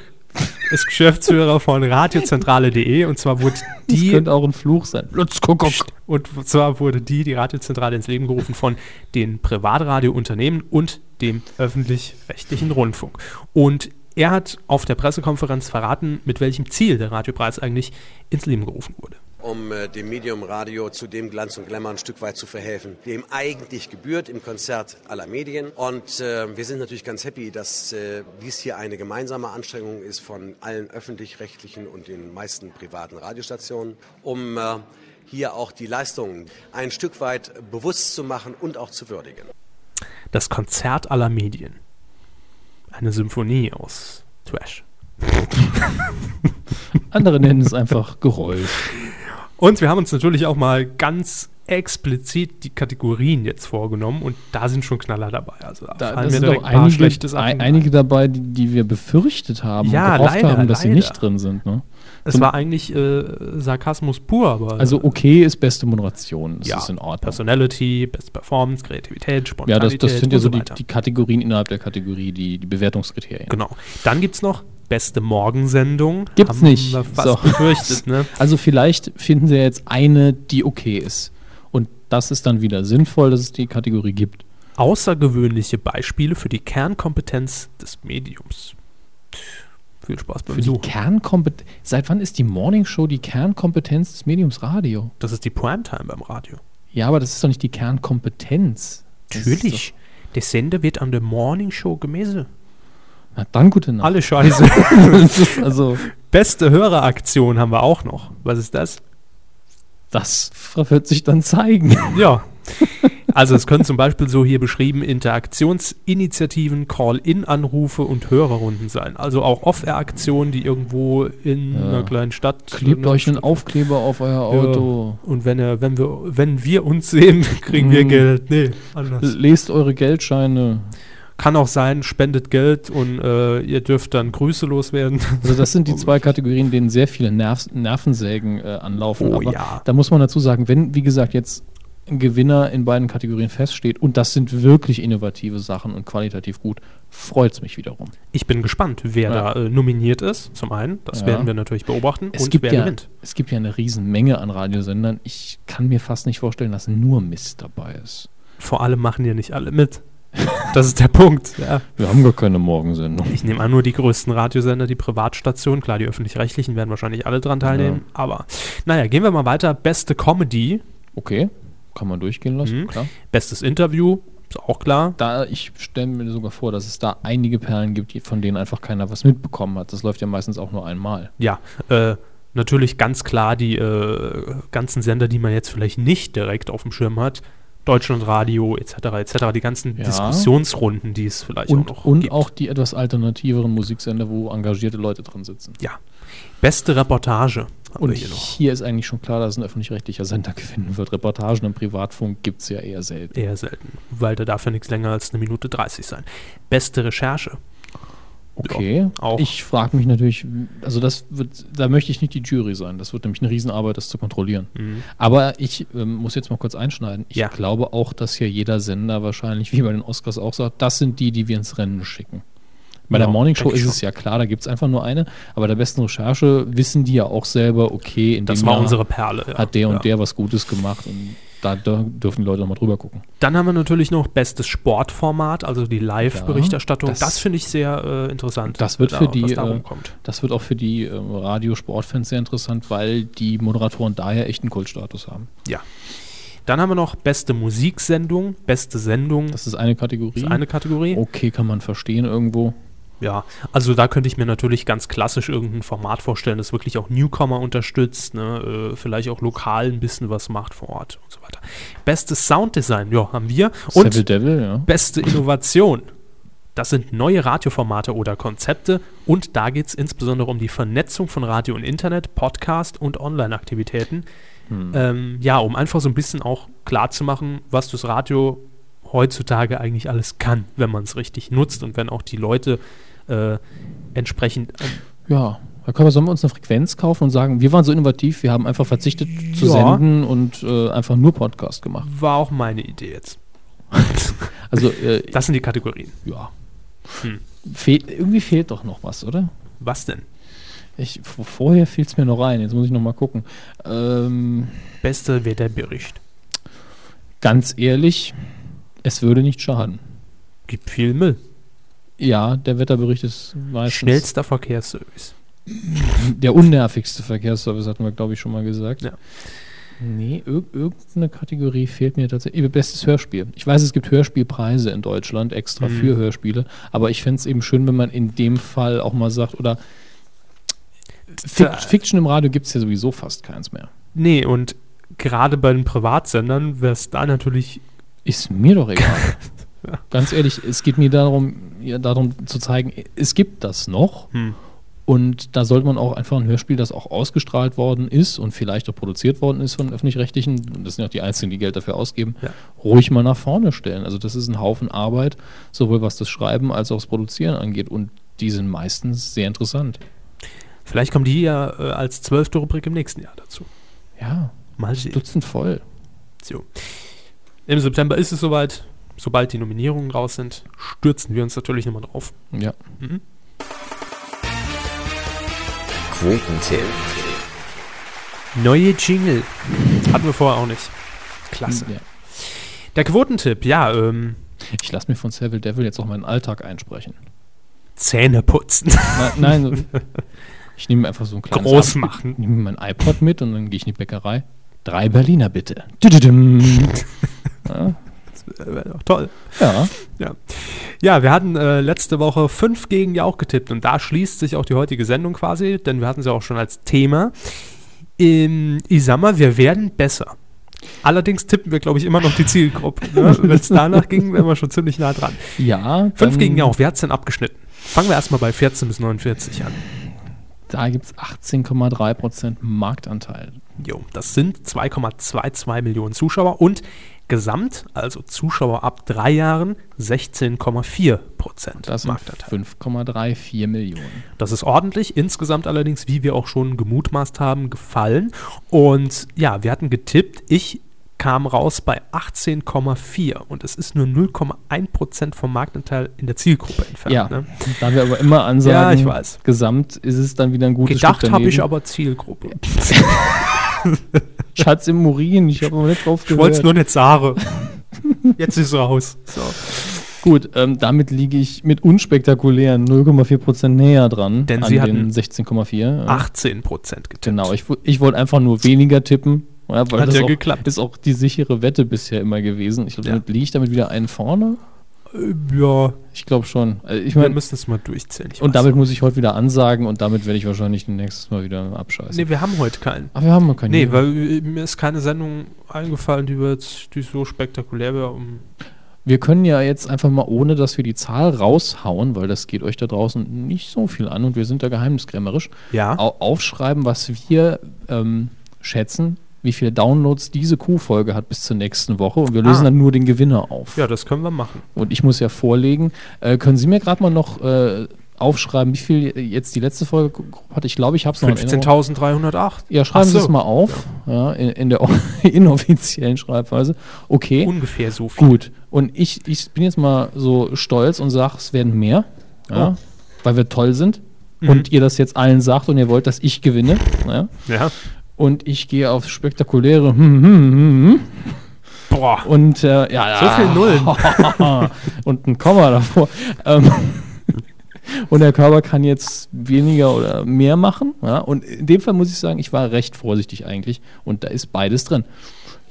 S1: ist Geschäftsführer von radiozentrale.de und zwar wurde
S2: das
S1: die
S2: könnte auch ein Fluch sein. Lutz Kuckuck.
S1: Und zwar wurde die, die Radiozentrale, ins Leben gerufen von den Privatradiounternehmen und dem öffentlich-rechtlichen Rundfunk. Und er hat auf der Pressekonferenz verraten, mit welchem Ziel der Radiopreis eigentlich ins Leben gerufen wurde.
S9: um äh, dem Medium Radio zu dem Glanz und Glamour ein Stück weit zu verhelfen, dem eigentlich gebührt im Konzert aller Medien. Und äh, wir sind natürlich ganz happy, dass äh, dies hier eine gemeinsame Anstrengung ist von allen öffentlich-rechtlichen und den meisten privaten Radiostationen, um äh, hier auch die Leistungen ein Stück weit bewusst zu machen und auch zu würdigen.
S1: Das Konzert aller Medien. Eine Symphonie aus Trash.
S2: Andere nennen es einfach Geräusch.
S1: Und wir haben uns natürlich auch mal ganz explizit die Kategorien jetzt vorgenommen und da sind schon Knaller dabei. Also
S2: Da,
S1: fallen
S2: das
S1: mir
S2: sind
S1: direkt
S2: auch
S1: ein paar
S2: einige,
S1: schlechte Sachen
S2: ein,
S1: ein.
S2: einige dabei, die, die wir befürchtet haben
S1: Ja,
S2: und gehofft
S1: leider,
S2: haben, dass sie
S1: leider.
S2: nicht drin sind. Ne?
S1: Es war eigentlich äh, Sarkasmus pur, aber äh,
S2: Also okay ist beste Moderation. Das
S1: ja,
S2: ist in Ordnung.
S1: Personality, Best Performance, Kreativität,
S2: Ja, das,
S1: Spontanität
S2: das sind ja
S1: und
S2: so die,
S1: weiter.
S2: die Kategorien innerhalb der Kategorie, die, die Bewertungskriterien.
S1: Genau. Dann gibt es noch Beste Morgensendung.
S2: Gibt's nicht.
S1: Wir fast
S2: So.
S1: befürchtet, ne?
S2: Also vielleicht finden sie ja jetzt eine, die okay ist. Und das ist dann wieder sinnvoll, dass es die Kategorie gibt.
S1: Außergewöhnliche Beispiele für die Kernkompetenz des Mediums. Viel Spaß beim
S2: Für die
S1: Suchen.
S2: Kernkompetenz. Seit wann ist die Morning Show die Kernkompetenz des Mediums Radio?
S1: Das ist die Primetime beim Radio.
S2: Ja, aber das ist doch nicht die Kernkompetenz. Das ist
S1: Natürlich. Der Sender wird an der Morning Show gemessen.
S2: Doch, na dann gute Nacht.
S1: Alle Scheiße.
S2: das ist also,
S1: Beste Höreraktion haben wir auch noch. Was ist das?
S2: das wird sich dann zeigen.
S1: Ja. Also es können zum Beispiel so hier beschrieben Interaktionsinitiativen, Call-in-Anrufe und Hörerrunden sein. Also auch Off-Air-Aktionen, die irgendwo in einer kleinen Stadt.
S2: Klebt euch einen Aufkleber auf euer Auto.
S1: Ja. Und wenn er, wenn wir, wenn wir uns sehen, kriegen wir
S2: Mm.
S1: Geld. Nee, anders.
S2: Lest eure Geldscheine.
S1: Kann auch sein, spendet Geld und äh, ihr dürft dann Grüße loswerden.
S2: Also das sind die zwei Kategorien, denen sehr viele Nerv Nervensägen äh, anlaufen.
S1: Oh
S2: Aber
S1: ja.
S2: da muss man dazu sagen, wenn, wie gesagt, jetzt ein Gewinner in beiden Kategorien feststeht und das sind wirklich innovative Sachen und qualitativ gut, freut es mich wiederum.
S1: Ich bin gespannt, wer
S2: Ja.
S1: da äh, nominiert ist. Zum einen, das
S2: Ja.
S1: werden wir natürlich beobachten.
S2: Es, gibt
S1: wer
S2: ja,
S1: gewinnt.
S2: es gibt ja eine riesen Menge an Radiosendern. Ich kann mir fast nicht vorstellen, dass nur Mist dabei ist.
S1: Vor allem machen ja nicht alle mit. Das ist der Punkt. Ja.
S2: Wir haben gar keine Morgensendung.
S1: Ich nehme an, nur die größten Radiosender, die Privatstationen, klar, die öffentlich-rechtlichen werden wahrscheinlich alle
S2: Genau.
S1: dran teilnehmen, aber naja, gehen wir mal weiter. Beste Comedy,
S2: Okay, kann man durchgehen lassen,
S1: Mhm.
S2: klar.
S1: bestes Interview, ist auch klar.
S2: Da, ich stelle mir sogar vor, dass es da einige Perlen gibt, die- von denen einfach keiner was mitbekommen hat. Das läuft ja meistens auch nur einmal.
S1: Ja, äh, natürlich ganz klar die äh, ganzen Sender, die man jetzt vielleicht nicht direkt auf dem Schirm hat. Deutschlandradio etc. etc. Die ganzen
S2: Ja.
S1: Diskussionsrunden, die es vielleicht
S2: und,
S1: auch noch
S2: und
S1: gibt.
S2: auch die etwas alternativeren Musiksender, wo engagierte Leute drin sitzen.
S1: ja. Beste Reportage haben
S2: Und
S1: wir hier
S2: hier,
S1: noch.
S2: ist eigentlich schon klar, dass ein öffentlich-rechtlicher Sender gewinnen wird. Reportagen im Privatfunk gibt es ja eher selten.
S1: Eher selten, weil da darf ja nichts länger als eine Minute 30 sein. Beste Recherche.
S2: Okay.
S1: auch.
S2: Ich frage mich natürlich, also das wird, da möchte ich nicht die Jury sein. Das wird nämlich eine Riesenarbeit, das zu kontrollieren. Aber ich ähm, muss jetzt mal kurz einschneiden. Ich
S1: Mhm. Ja.
S2: glaube auch, dass hier jeder Sender wahrscheinlich, wie bei den Oscars auch sagt, das sind die, die wir ins Rennen schicken. Bei der
S1: Ja,
S2: Morning Show
S1: Genau, denke
S2: ist
S1: ich
S2: es ja klar, da gibt es einfach nur eine. Aber der besten Recherche wissen die ja auch selber, okay, in
S1: Das
S2: dem
S1: war
S2: Jahr
S1: unsere Perle. ja.
S2: hat der und
S1: ja.
S2: der was Gutes gemacht. Und da dür- dürfen die Leute nochmal drüber gucken.
S1: Dann haben wir natürlich noch bestes Sportformat, also die Live-Berichterstattung.
S2: Ja,
S1: das
S2: das-
S1: finde ich sehr äh, interessant.
S2: Das wird
S1: da-
S2: für die,
S1: was da
S2: äh,
S1: rumkommt.
S2: das wird auch für die äh, Radiosportfans sehr interessant, weil die Moderatoren daher echt einen Kultstatus haben.
S1: Ja. Dann haben wir noch beste Musiksendung, beste Sendung. Das
S2: Das ist eine Kategorie.
S1: ist eine Kategorie.
S2: okay, kann man verstehen irgendwo.
S1: Ja, also da könnte ich mir natürlich ganz klassisch irgendein Format vorstellen, das wirklich auch Newcomer unterstützt, ne? äh, vielleicht auch lokal ein bisschen was macht vor Ort und so weiter. Bestes Sounddesign, ja, haben wir. Und
S2: Seville Devil, ja.
S1: beste Innovation. Das sind neue Radioformate oder Konzepte und da geht es insbesondere um die Vernetzung von Radio und Internet, Podcast und Online-Aktivitäten. Ähm, ja, um einfach so ein bisschen auch klarzumachen, was das Radio heutzutage eigentlich alles kann, wenn man es richtig nutzt und wenn auch die Leute äh, entsprechend. äh,
S2: Ja. Da können wir, sollen wir uns eine Frequenz kaufen und sagen, wir waren so innovativ, wir haben einfach verzichtet zu
S1: Ja.
S2: senden und äh, einfach nur Podcast gemacht.
S1: war auch meine Idee jetzt.
S2: Also, äh,
S1: Das sind die Kategorien.
S2: ja.
S1: Hm.
S2: Fehl, irgendwie fehlt doch noch was, oder?
S1: Was denn?
S2: Ich, v- vorher fiel es mir noch ein, jetzt muss ich noch mal gucken. Ähm,
S1: Beste Wetterbericht.
S2: ganz ehrlich, es würde nicht schaden.
S1: Gibt viel Müll.
S2: Ja, der Wetterbericht ist meistens
S1: Schnellster Verkehrsservice.
S2: der unnervigste Verkehrsservice, hatten wir, glaube ich, schon mal gesagt.
S1: Ja.
S2: Nee, ir irgendeine Kategorie fehlt mir tatsächlich. Eben Bestes Hörspiel. Ich weiß, es gibt Hörspielpreise in Deutschland extra
S1: Mhm.
S2: für Hörspiele, aber ich fände es eben schön, wenn man in dem Fall auch mal sagt, oder Fic
S1: Da-
S2: Fiction im Radio gibt es ja sowieso fast keins mehr.
S1: Nee, und gerade bei den Privatsendern wäre es da natürlich.
S2: Ist mir doch egal. Ganz ehrlich, es geht mir darum, ja, darum zu zeigen, es gibt das noch. Und da sollte man auch einfach ein Hörspiel, das auch ausgestrahlt worden ist und vielleicht auch produziert worden ist von öffentlich-rechtlichen, und das sind ja auch die Einzigen, die Geld dafür ausgeben,
S1: Ja.
S2: ruhig mal nach vorne stellen. Also das ist ein Haufen Arbeit, sowohl was das Schreiben als auch das Produzieren angeht. Und die sind meistens sehr interessant.
S1: Vielleicht kommen die ja äh, als zwölfte Rubrik im nächsten Jahr dazu.
S2: Ja,
S1: Mal sehen.
S2: Dutzend voll.
S1: So. Im September ist es soweit. Sobald die Nominierungen raus sind, stürzen wir uns natürlich nochmal drauf.
S2: Ja.
S3: Quotentipp.
S1: Neue Jingle. Hatten wir vorher auch nicht. Klasse.
S2: ja.
S1: Der Quotentipp, ja, ähm,
S2: Ich lasse mir von Savile Devil jetzt auch meinen Alltag einsprechen.
S1: Zähne putzen.
S2: Na- Nein, so- ich nehme mir einfach so ein kleines
S1: Groß
S2: Ab-
S1: machen.
S2: Ich nehme mir mein iPod mit und dann gehe ich in die Bäckerei. Drei Berliner bitte. Düdüdüm.
S1: Wäre doch Toll.
S2: Ja,
S1: Ja, wir hatten äh, letzte Woche fünf gegen ja auch getippt und da schließt sich auch die heutige Sendung quasi, denn wir hatten sie auch schon als Thema. Ähm, ich sag mal, wir werden besser. Allerdings tippen wir, glaube ich, immer noch die Zielgruppe. Ne? Wenn es danach ging, wären wir schon ziemlich nah dran.
S2: ja.
S1: Fünf
S2: dann-
S1: gegen ja auch, wer hat's denn abgeschnitten? Fangen wir erstmal bei 14 bis 49 an.
S2: Da gibt es 18,3% Marktanteil.
S1: Jo, das sind 2,22 Millionen Zuschauer und gesamt, also Zuschauer ab drei Jahren, 16,4 Prozent.
S2: Das sind 5,34 Millionen.
S1: Das ist ordentlich. Insgesamt allerdings, wie wir auch schon gemutmaßt haben, gefallen. Und ja, wir hatten getippt. Ich kam raus bei 18,4 und es ist nur 0,1% vom Marktanteil in der Zielgruppe entfernt.
S2: Ja,
S1: ne?
S2: da wir aber immer ansagen,
S1: Ja, ich weiß.
S2: gesamt ist es dann wieder ein gutes
S1: Gedacht
S2: Stück
S1: habe ich
S2: daneben.
S1: aber Zielgruppe.
S2: Schatz im Urin, ich habe aber nicht drauf
S1: Ich wollte es
S2: gehört.
S1: nur nicht sagen. Jetzt ist es raus. So.
S2: Gut, ähm, damit liege ich mit unspektakulären 0,4% näher dran.
S1: Denn
S2: an
S1: sie hatten
S2: den 16,4. ja.
S1: 18% getippt.
S2: Genau, ich, wo- ich wollte einfach nur weniger tippen. Ja, weil
S1: Hat
S2: das
S1: ja
S2: auch,
S1: geklappt.
S2: Ist auch die sichere Wette bisher immer gewesen. Ich glaube,
S1: Ja.
S2: damit liege ich damit wieder einen vorne.
S1: Ja,
S2: Ich glaube schon. Also ich
S1: wir
S2: meine,
S1: müssen es mal durchzählen. Ich weiß
S2: und damit
S1: nicht.
S2: muss ich heute wieder ansagen und damit werde ich wahrscheinlich nächstes Mal wieder abscheißen.
S1: Nee, wir haben heute keinen.
S2: Aber wir haben noch keinen.
S1: Nee, weil äh, mir ist keine Sendung eingefallen, die, wir jetzt, die so spektakulär wäre, um
S2: wir können ja jetzt einfach mal, ohne dass wir die Zahl raushauen, weil das geht euch da draußen nicht so viel an und wir sind da geheimniskrämerisch,
S1: Ja.
S2: au aufschreiben, was wir ähm, schätzen, wie viele Downloads diese Q-Folge hat bis zur nächsten Woche und wir lösen
S1: Ah.
S2: dann nur den Gewinner auf.
S1: Ja, das können wir machen.
S2: und ich muss ja vorlegen. Äh, können Sie mir gerade mal noch äh, aufschreiben, wie viel jetzt die letzte Folge Gruppe hatte. Ich glaube, ich habe es noch in Erinnerung.
S1: 15.308.
S2: Ja, schreiben
S1: Ach
S2: Sie
S1: so.
S2: es mal auf, ja, in, in der inoffiziellen Schreibweise. Okay,
S1: Ungefähr so viel.
S2: gut. Und ich, ich bin jetzt mal so stolz und sage, es werden mehr,
S1: Oh.
S2: ja, weil wir toll sind
S1: Mhm.
S2: und ihr das jetzt allen sagt und ihr wollt, dass ich gewinne. Ja.
S1: Ja.
S2: Und ich gehe auf spektakuläre hm, hm, hm,
S1: Boah.
S2: hm, und äh, ja,
S1: So viel Nullen.
S2: Ah, und ein Komma davor. Ähm, und der Körper kann jetzt weniger oder mehr machen. Ja? Und in dem Fall muss ich sagen, ich war recht vorsichtig eigentlich. Und da ist beides drin.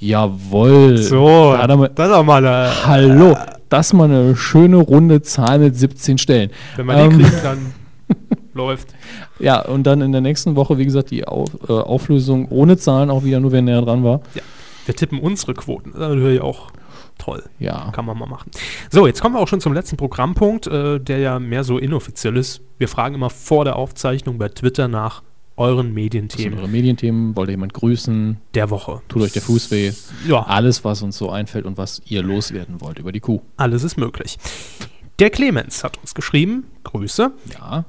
S2: Jawohl.
S1: So,
S2: Da hat er mal,
S1: das ist auch mal äh, eine,
S2: hallo. Das ist mal eine schöne runde Zahl mit 17 Stellen. Ähm,
S1: Wenn man die kriegt, dann läuft.
S2: ja, und dann in der nächsten Woche, wie gesagt, die Auf, äh, Auflösung ohne Zahlen auch wieder, nur wer näher dran war.
S1: Ja. Wir tippen unsere Quoten. Das ist natürlich auch toll.
S2: Ja.
S1: Kann man mal machen. So, jetzt kommen wir auch schon zum letzten Programmpunkt, äh, der ja mehr so inoffiziell ist. Wir fragen immer vor der Aufzeichnung bei Twitter nach euren
S2: Das sind
S1: Medienthemen
S2: eure Medienthemen, wollte jemand grüßen,
S1: der Woche.
S2: tut euch der Fuß weh.
S1: Ja,
S2: Alles, was uns so einfällt und was ihr loswerden wollt über die Kuh.
S1: alles ist möglich. Der Clemens hat uns geschrieben, Grüße,
S2: Ja,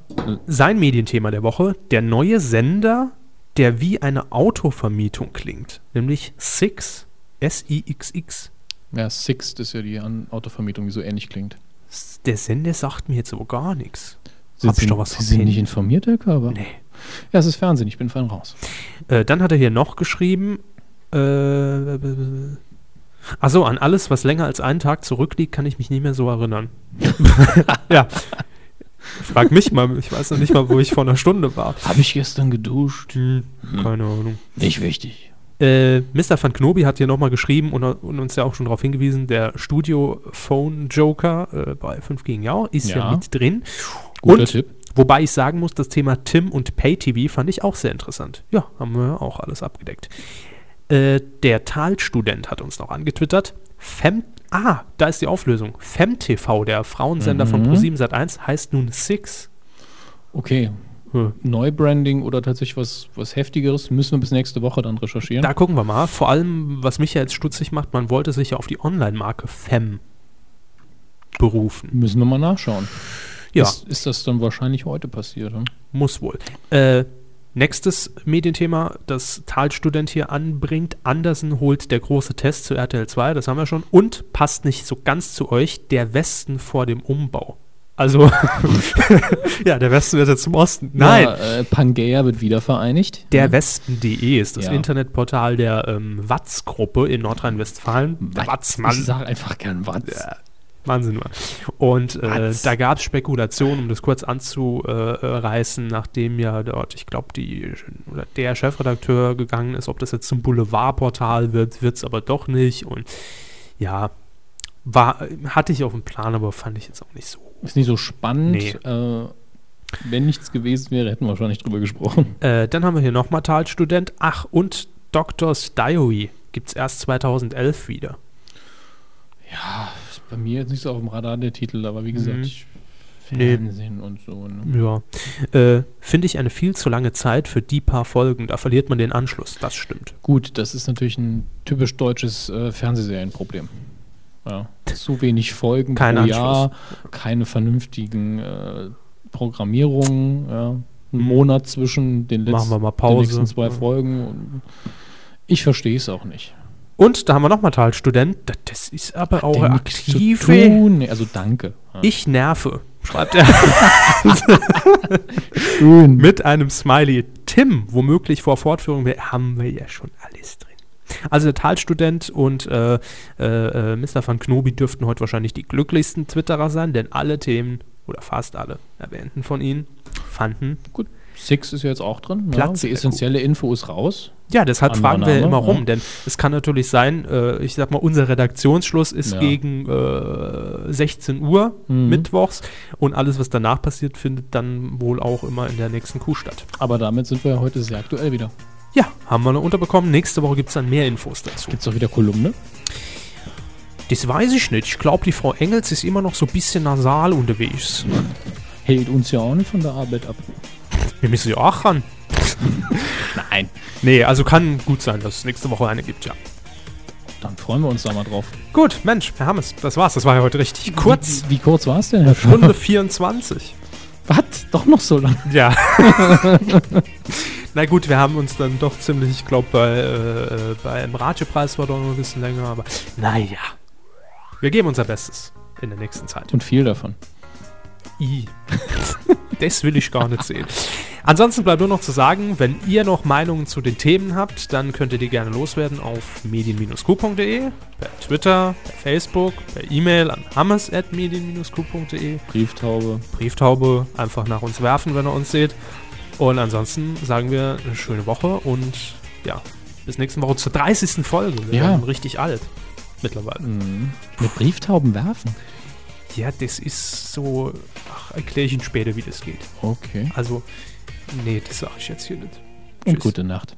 S1: sein Medienthema der Woche, der neue Sender, der wie eine Autovermietung klingt, nämlich Six, S-I-X-X.
S2: ja Sixt ist ja die An Autovermietung, die so ähnlich klingt.
S1: Der Sender sagt mir jetzt so gar nichts.
S2: Sie,
S1: Hab ich
S2: sind,
S1: doch was
S2: Sie sind
S1: verpennt?
S2: nicht informiert, Herr Körber?
S1: Nee.
S2: Ja, es ist Fernsehen, ich bin fein raus.
S1: Äh, dann hat er hier noch geschrieben, äh, achso, an alles, was länger als einen Tag zurückliegt, kann ich mich nicht mehr so erinnern. ja. Frag mich mal, ich weiß noch nicht mal, wo ich vor einer Stunde war.
S2: Habe ich gestern geduscht?
S1: Hm, keine Ahnung.
S2: Nicht wichtig.
S1: Äh, Mr. Van Knobi hat hier nochmal geschrieben und, und uns ja auch schon darauf hingewiesen, der Studio-Phone-Joker äh, bei 5 gegen Jau ist ja,
S2: Ja.
S1: mit drin.
S2: Guter
S1: und,
S2: Tipp.
S1: Wobei ich sagen muss, das Thema Tim und Pay-TV fand ich auch sehr interessant. Ja, haben wir auch alles abgedeckt. Äh, der Tal-Student hat uns noch angetwittert. Fem ah, da ist die Auflösung. FemTV, der Frauensender
S2: Mhm.
S1: von Pro7 Sat1, heißt nun Six.
S2: Okay.
S1: Hm.
S2: Neubranding oder tatsächlich was, was Heftigeres müssen wir bis nächste Woche dann recherchieren.
S1: Da gucken wir mal. Vor allem, was mich ja jetzt stutzig macht, man wollte sich ja auf die Online-Marke Fem berufen.
S2: Müssen wir mal nachschauen.
S1: Ja,
S2: Ist, ist das dann wahrscheinlich heute passiert? Hm?
S1: muss wohl. Äh, nächstes Medienthema, das Talstudent hier anbringt. Andersen holt der große Test zu RTL 2, das haben wir schon. Und passt nicht so ganz zu euch, der Westen vor dem Umbau. Also, ja, der Westen wird jetzt zum Osten. Nein,
S2: Ja, äh, Pangea wird wieder vereinigt.
S1: Der Westen.de ist das
S2: Ja.
S1: Internetportal der ähm, Watz-Gruppe in Nordrhein-Westfalen.
S2: Ich
S1: Watzmann.
S2: sage einfach gern Watz.
S1: Wahnsinn war. Und äh,
S2: Was?
S1: da gab es Spekulationen, um das kurz anzureißen, nachdem ja dort, ich glaube, die oder der Chefredakteur gegangen ist, ob das jetzt zum Boulevardportal wird, wird es aber doch nicht. Und ja, war, hatte ich auf dem Plan, aber fand ich jetzt auch nicht so.
S2: Ist nicht so spannend.
S1: Nee.
S2: Äh, wenn nichts gewesen wäre, hätten wir wahrscheinlich drüber gesprochen.
S1: Äh, dann haben wir hier nochmal Talstudent. Ach, und Doctor's Diary gibt es erst 2011 wieder.
S2: Ist bei mir jetzt nicht so auf dem Radar der Titel, aber wie gesagt, ich-
S1: Mhm. Nee.
S2: Fernsehen und so. Ne?
S1: Ja. Äh, Finde ich eine viel zu lange Zeit für die paar Folgen. Da verliert man den Anschluss. Das stimmt.
S2: Gut, das ist natürlich ein typisch deutsches äh, Fernsehserienproblem. Ja. Zu wenig Folgen
S1: Kein
S2: pro
S1: Anschluss.
S2: Jahr, keine vernünftigen äh, Programmierungen, ja. einen Monat zwischen den,
S1: Machen
S2: letzten,
S1: wir mal Pause.
S2: den nächsten zwei
S1: Ja.
S2: Folgen. Und ich verstehe es auch nicht.
S1: Und da haben wir nochmal Talstudent. Das, das ist aber auch
S2: Der nix zu
S1: aktive.
S2: tun. Nee, Also danke. Ja.
S1: Ich nerve, schreibt er
S2: Schön.
S1: mit einem Smiley. Tim, womöglich vor Fortführung, wir- haben wir ja schon alles drin. Also der Talstudent und äh, äh, äh, Mr. Van Knobi dürften heute wahrscheinlich die glücklichsten Twitterer sein, denn alle Themen oder fast alle erwähnten von ihnen fanden
S2: Gut, Six ist ja jetzt auch drin. ne?
S1: Platz in
S2: ja. Die
S1: der
S2: essentielle Info ist raus.
S1: Ja, deshalb
S2: Anderer
S1: fragen wir
S2: Name,
S1: immer
S2: ja.
S1: rum, denn es kann natürlich sein, äh, ich sag mal, unser Redaktionsschluss ist
S2: Ja.
S1: gegen äh, 16 Uhr mittwochs und alles, was danach passiert, findet dann wohl auch immer in der nächsten Kuh statt.
S2: Aber damit sind wir ja heute sehr aktuell wieder.
S1: Ja, haben wir noch unterbekommen. Nächste Woche gibt es dann mehr Infos dazu.
S2: Gibt es auch wieder Kolumne?
S1: Das weiß ich nicht. Ich glaube, die Frau Engels ist immer noch so ein bisschen nasal unterwegs.
S2: Hält uns ja auch nicht von der Arbeit ab.
S1: Wir müssen ja auch ran.
S2: Nein.
S1: Nee, also kann gut sein, dass es nächste Woche eine gibt, ja.
S2: Dann freuen wir uns da mal drauf.
S1: Gut, Mensch, Mhm. Herr Hammes, das war's. Das war ja heute richtig kurz.
S2: Wie, wie kurz war es denn, Herr Schulz?
S1: Stunde 24.
S2: Was? doch noch so lange.
S1: Ja. Na gut, wir haben uns dann doch ziemlich, ich glaube, bei, äh, äh, bei einem Radiopreis war doch noch ein bisschen länger, aber naja. Wir geben unser Bestes in der nächsten Zeit.
S2: Und viel davon.
S1: I. das will ich gar nicht sehen. Ansonsten bleibt nur noch zu sagen, wenn ihr noch Meinungen zu den Themen habt, dann könnt ihr die gerne loswerden auf medien-q.de, per Twitter, per Facebook, per E-Mail an hammers.medien-q.de,
S2: Brieftaube.
S1: Brieftaube einfach nach uns werfen, wenn ihr uns seht. Und ansonsten sagen wir eine schöne Woche und ja, bis nächste Woche zur 30. Folge. Wir
S2: Ja.
S1: werden richtig alt mittlerweile.
S2: Mit Brieftauben werfen.
S1: Ja, das ist so. Ach, erkläre ich Ihnen später, wie das geht.
S2: Okay.
S1: Also, nee, das sage ich jetzt hier nicht.
S2: Und
S1: Tschüss.
S2: gute Nacht.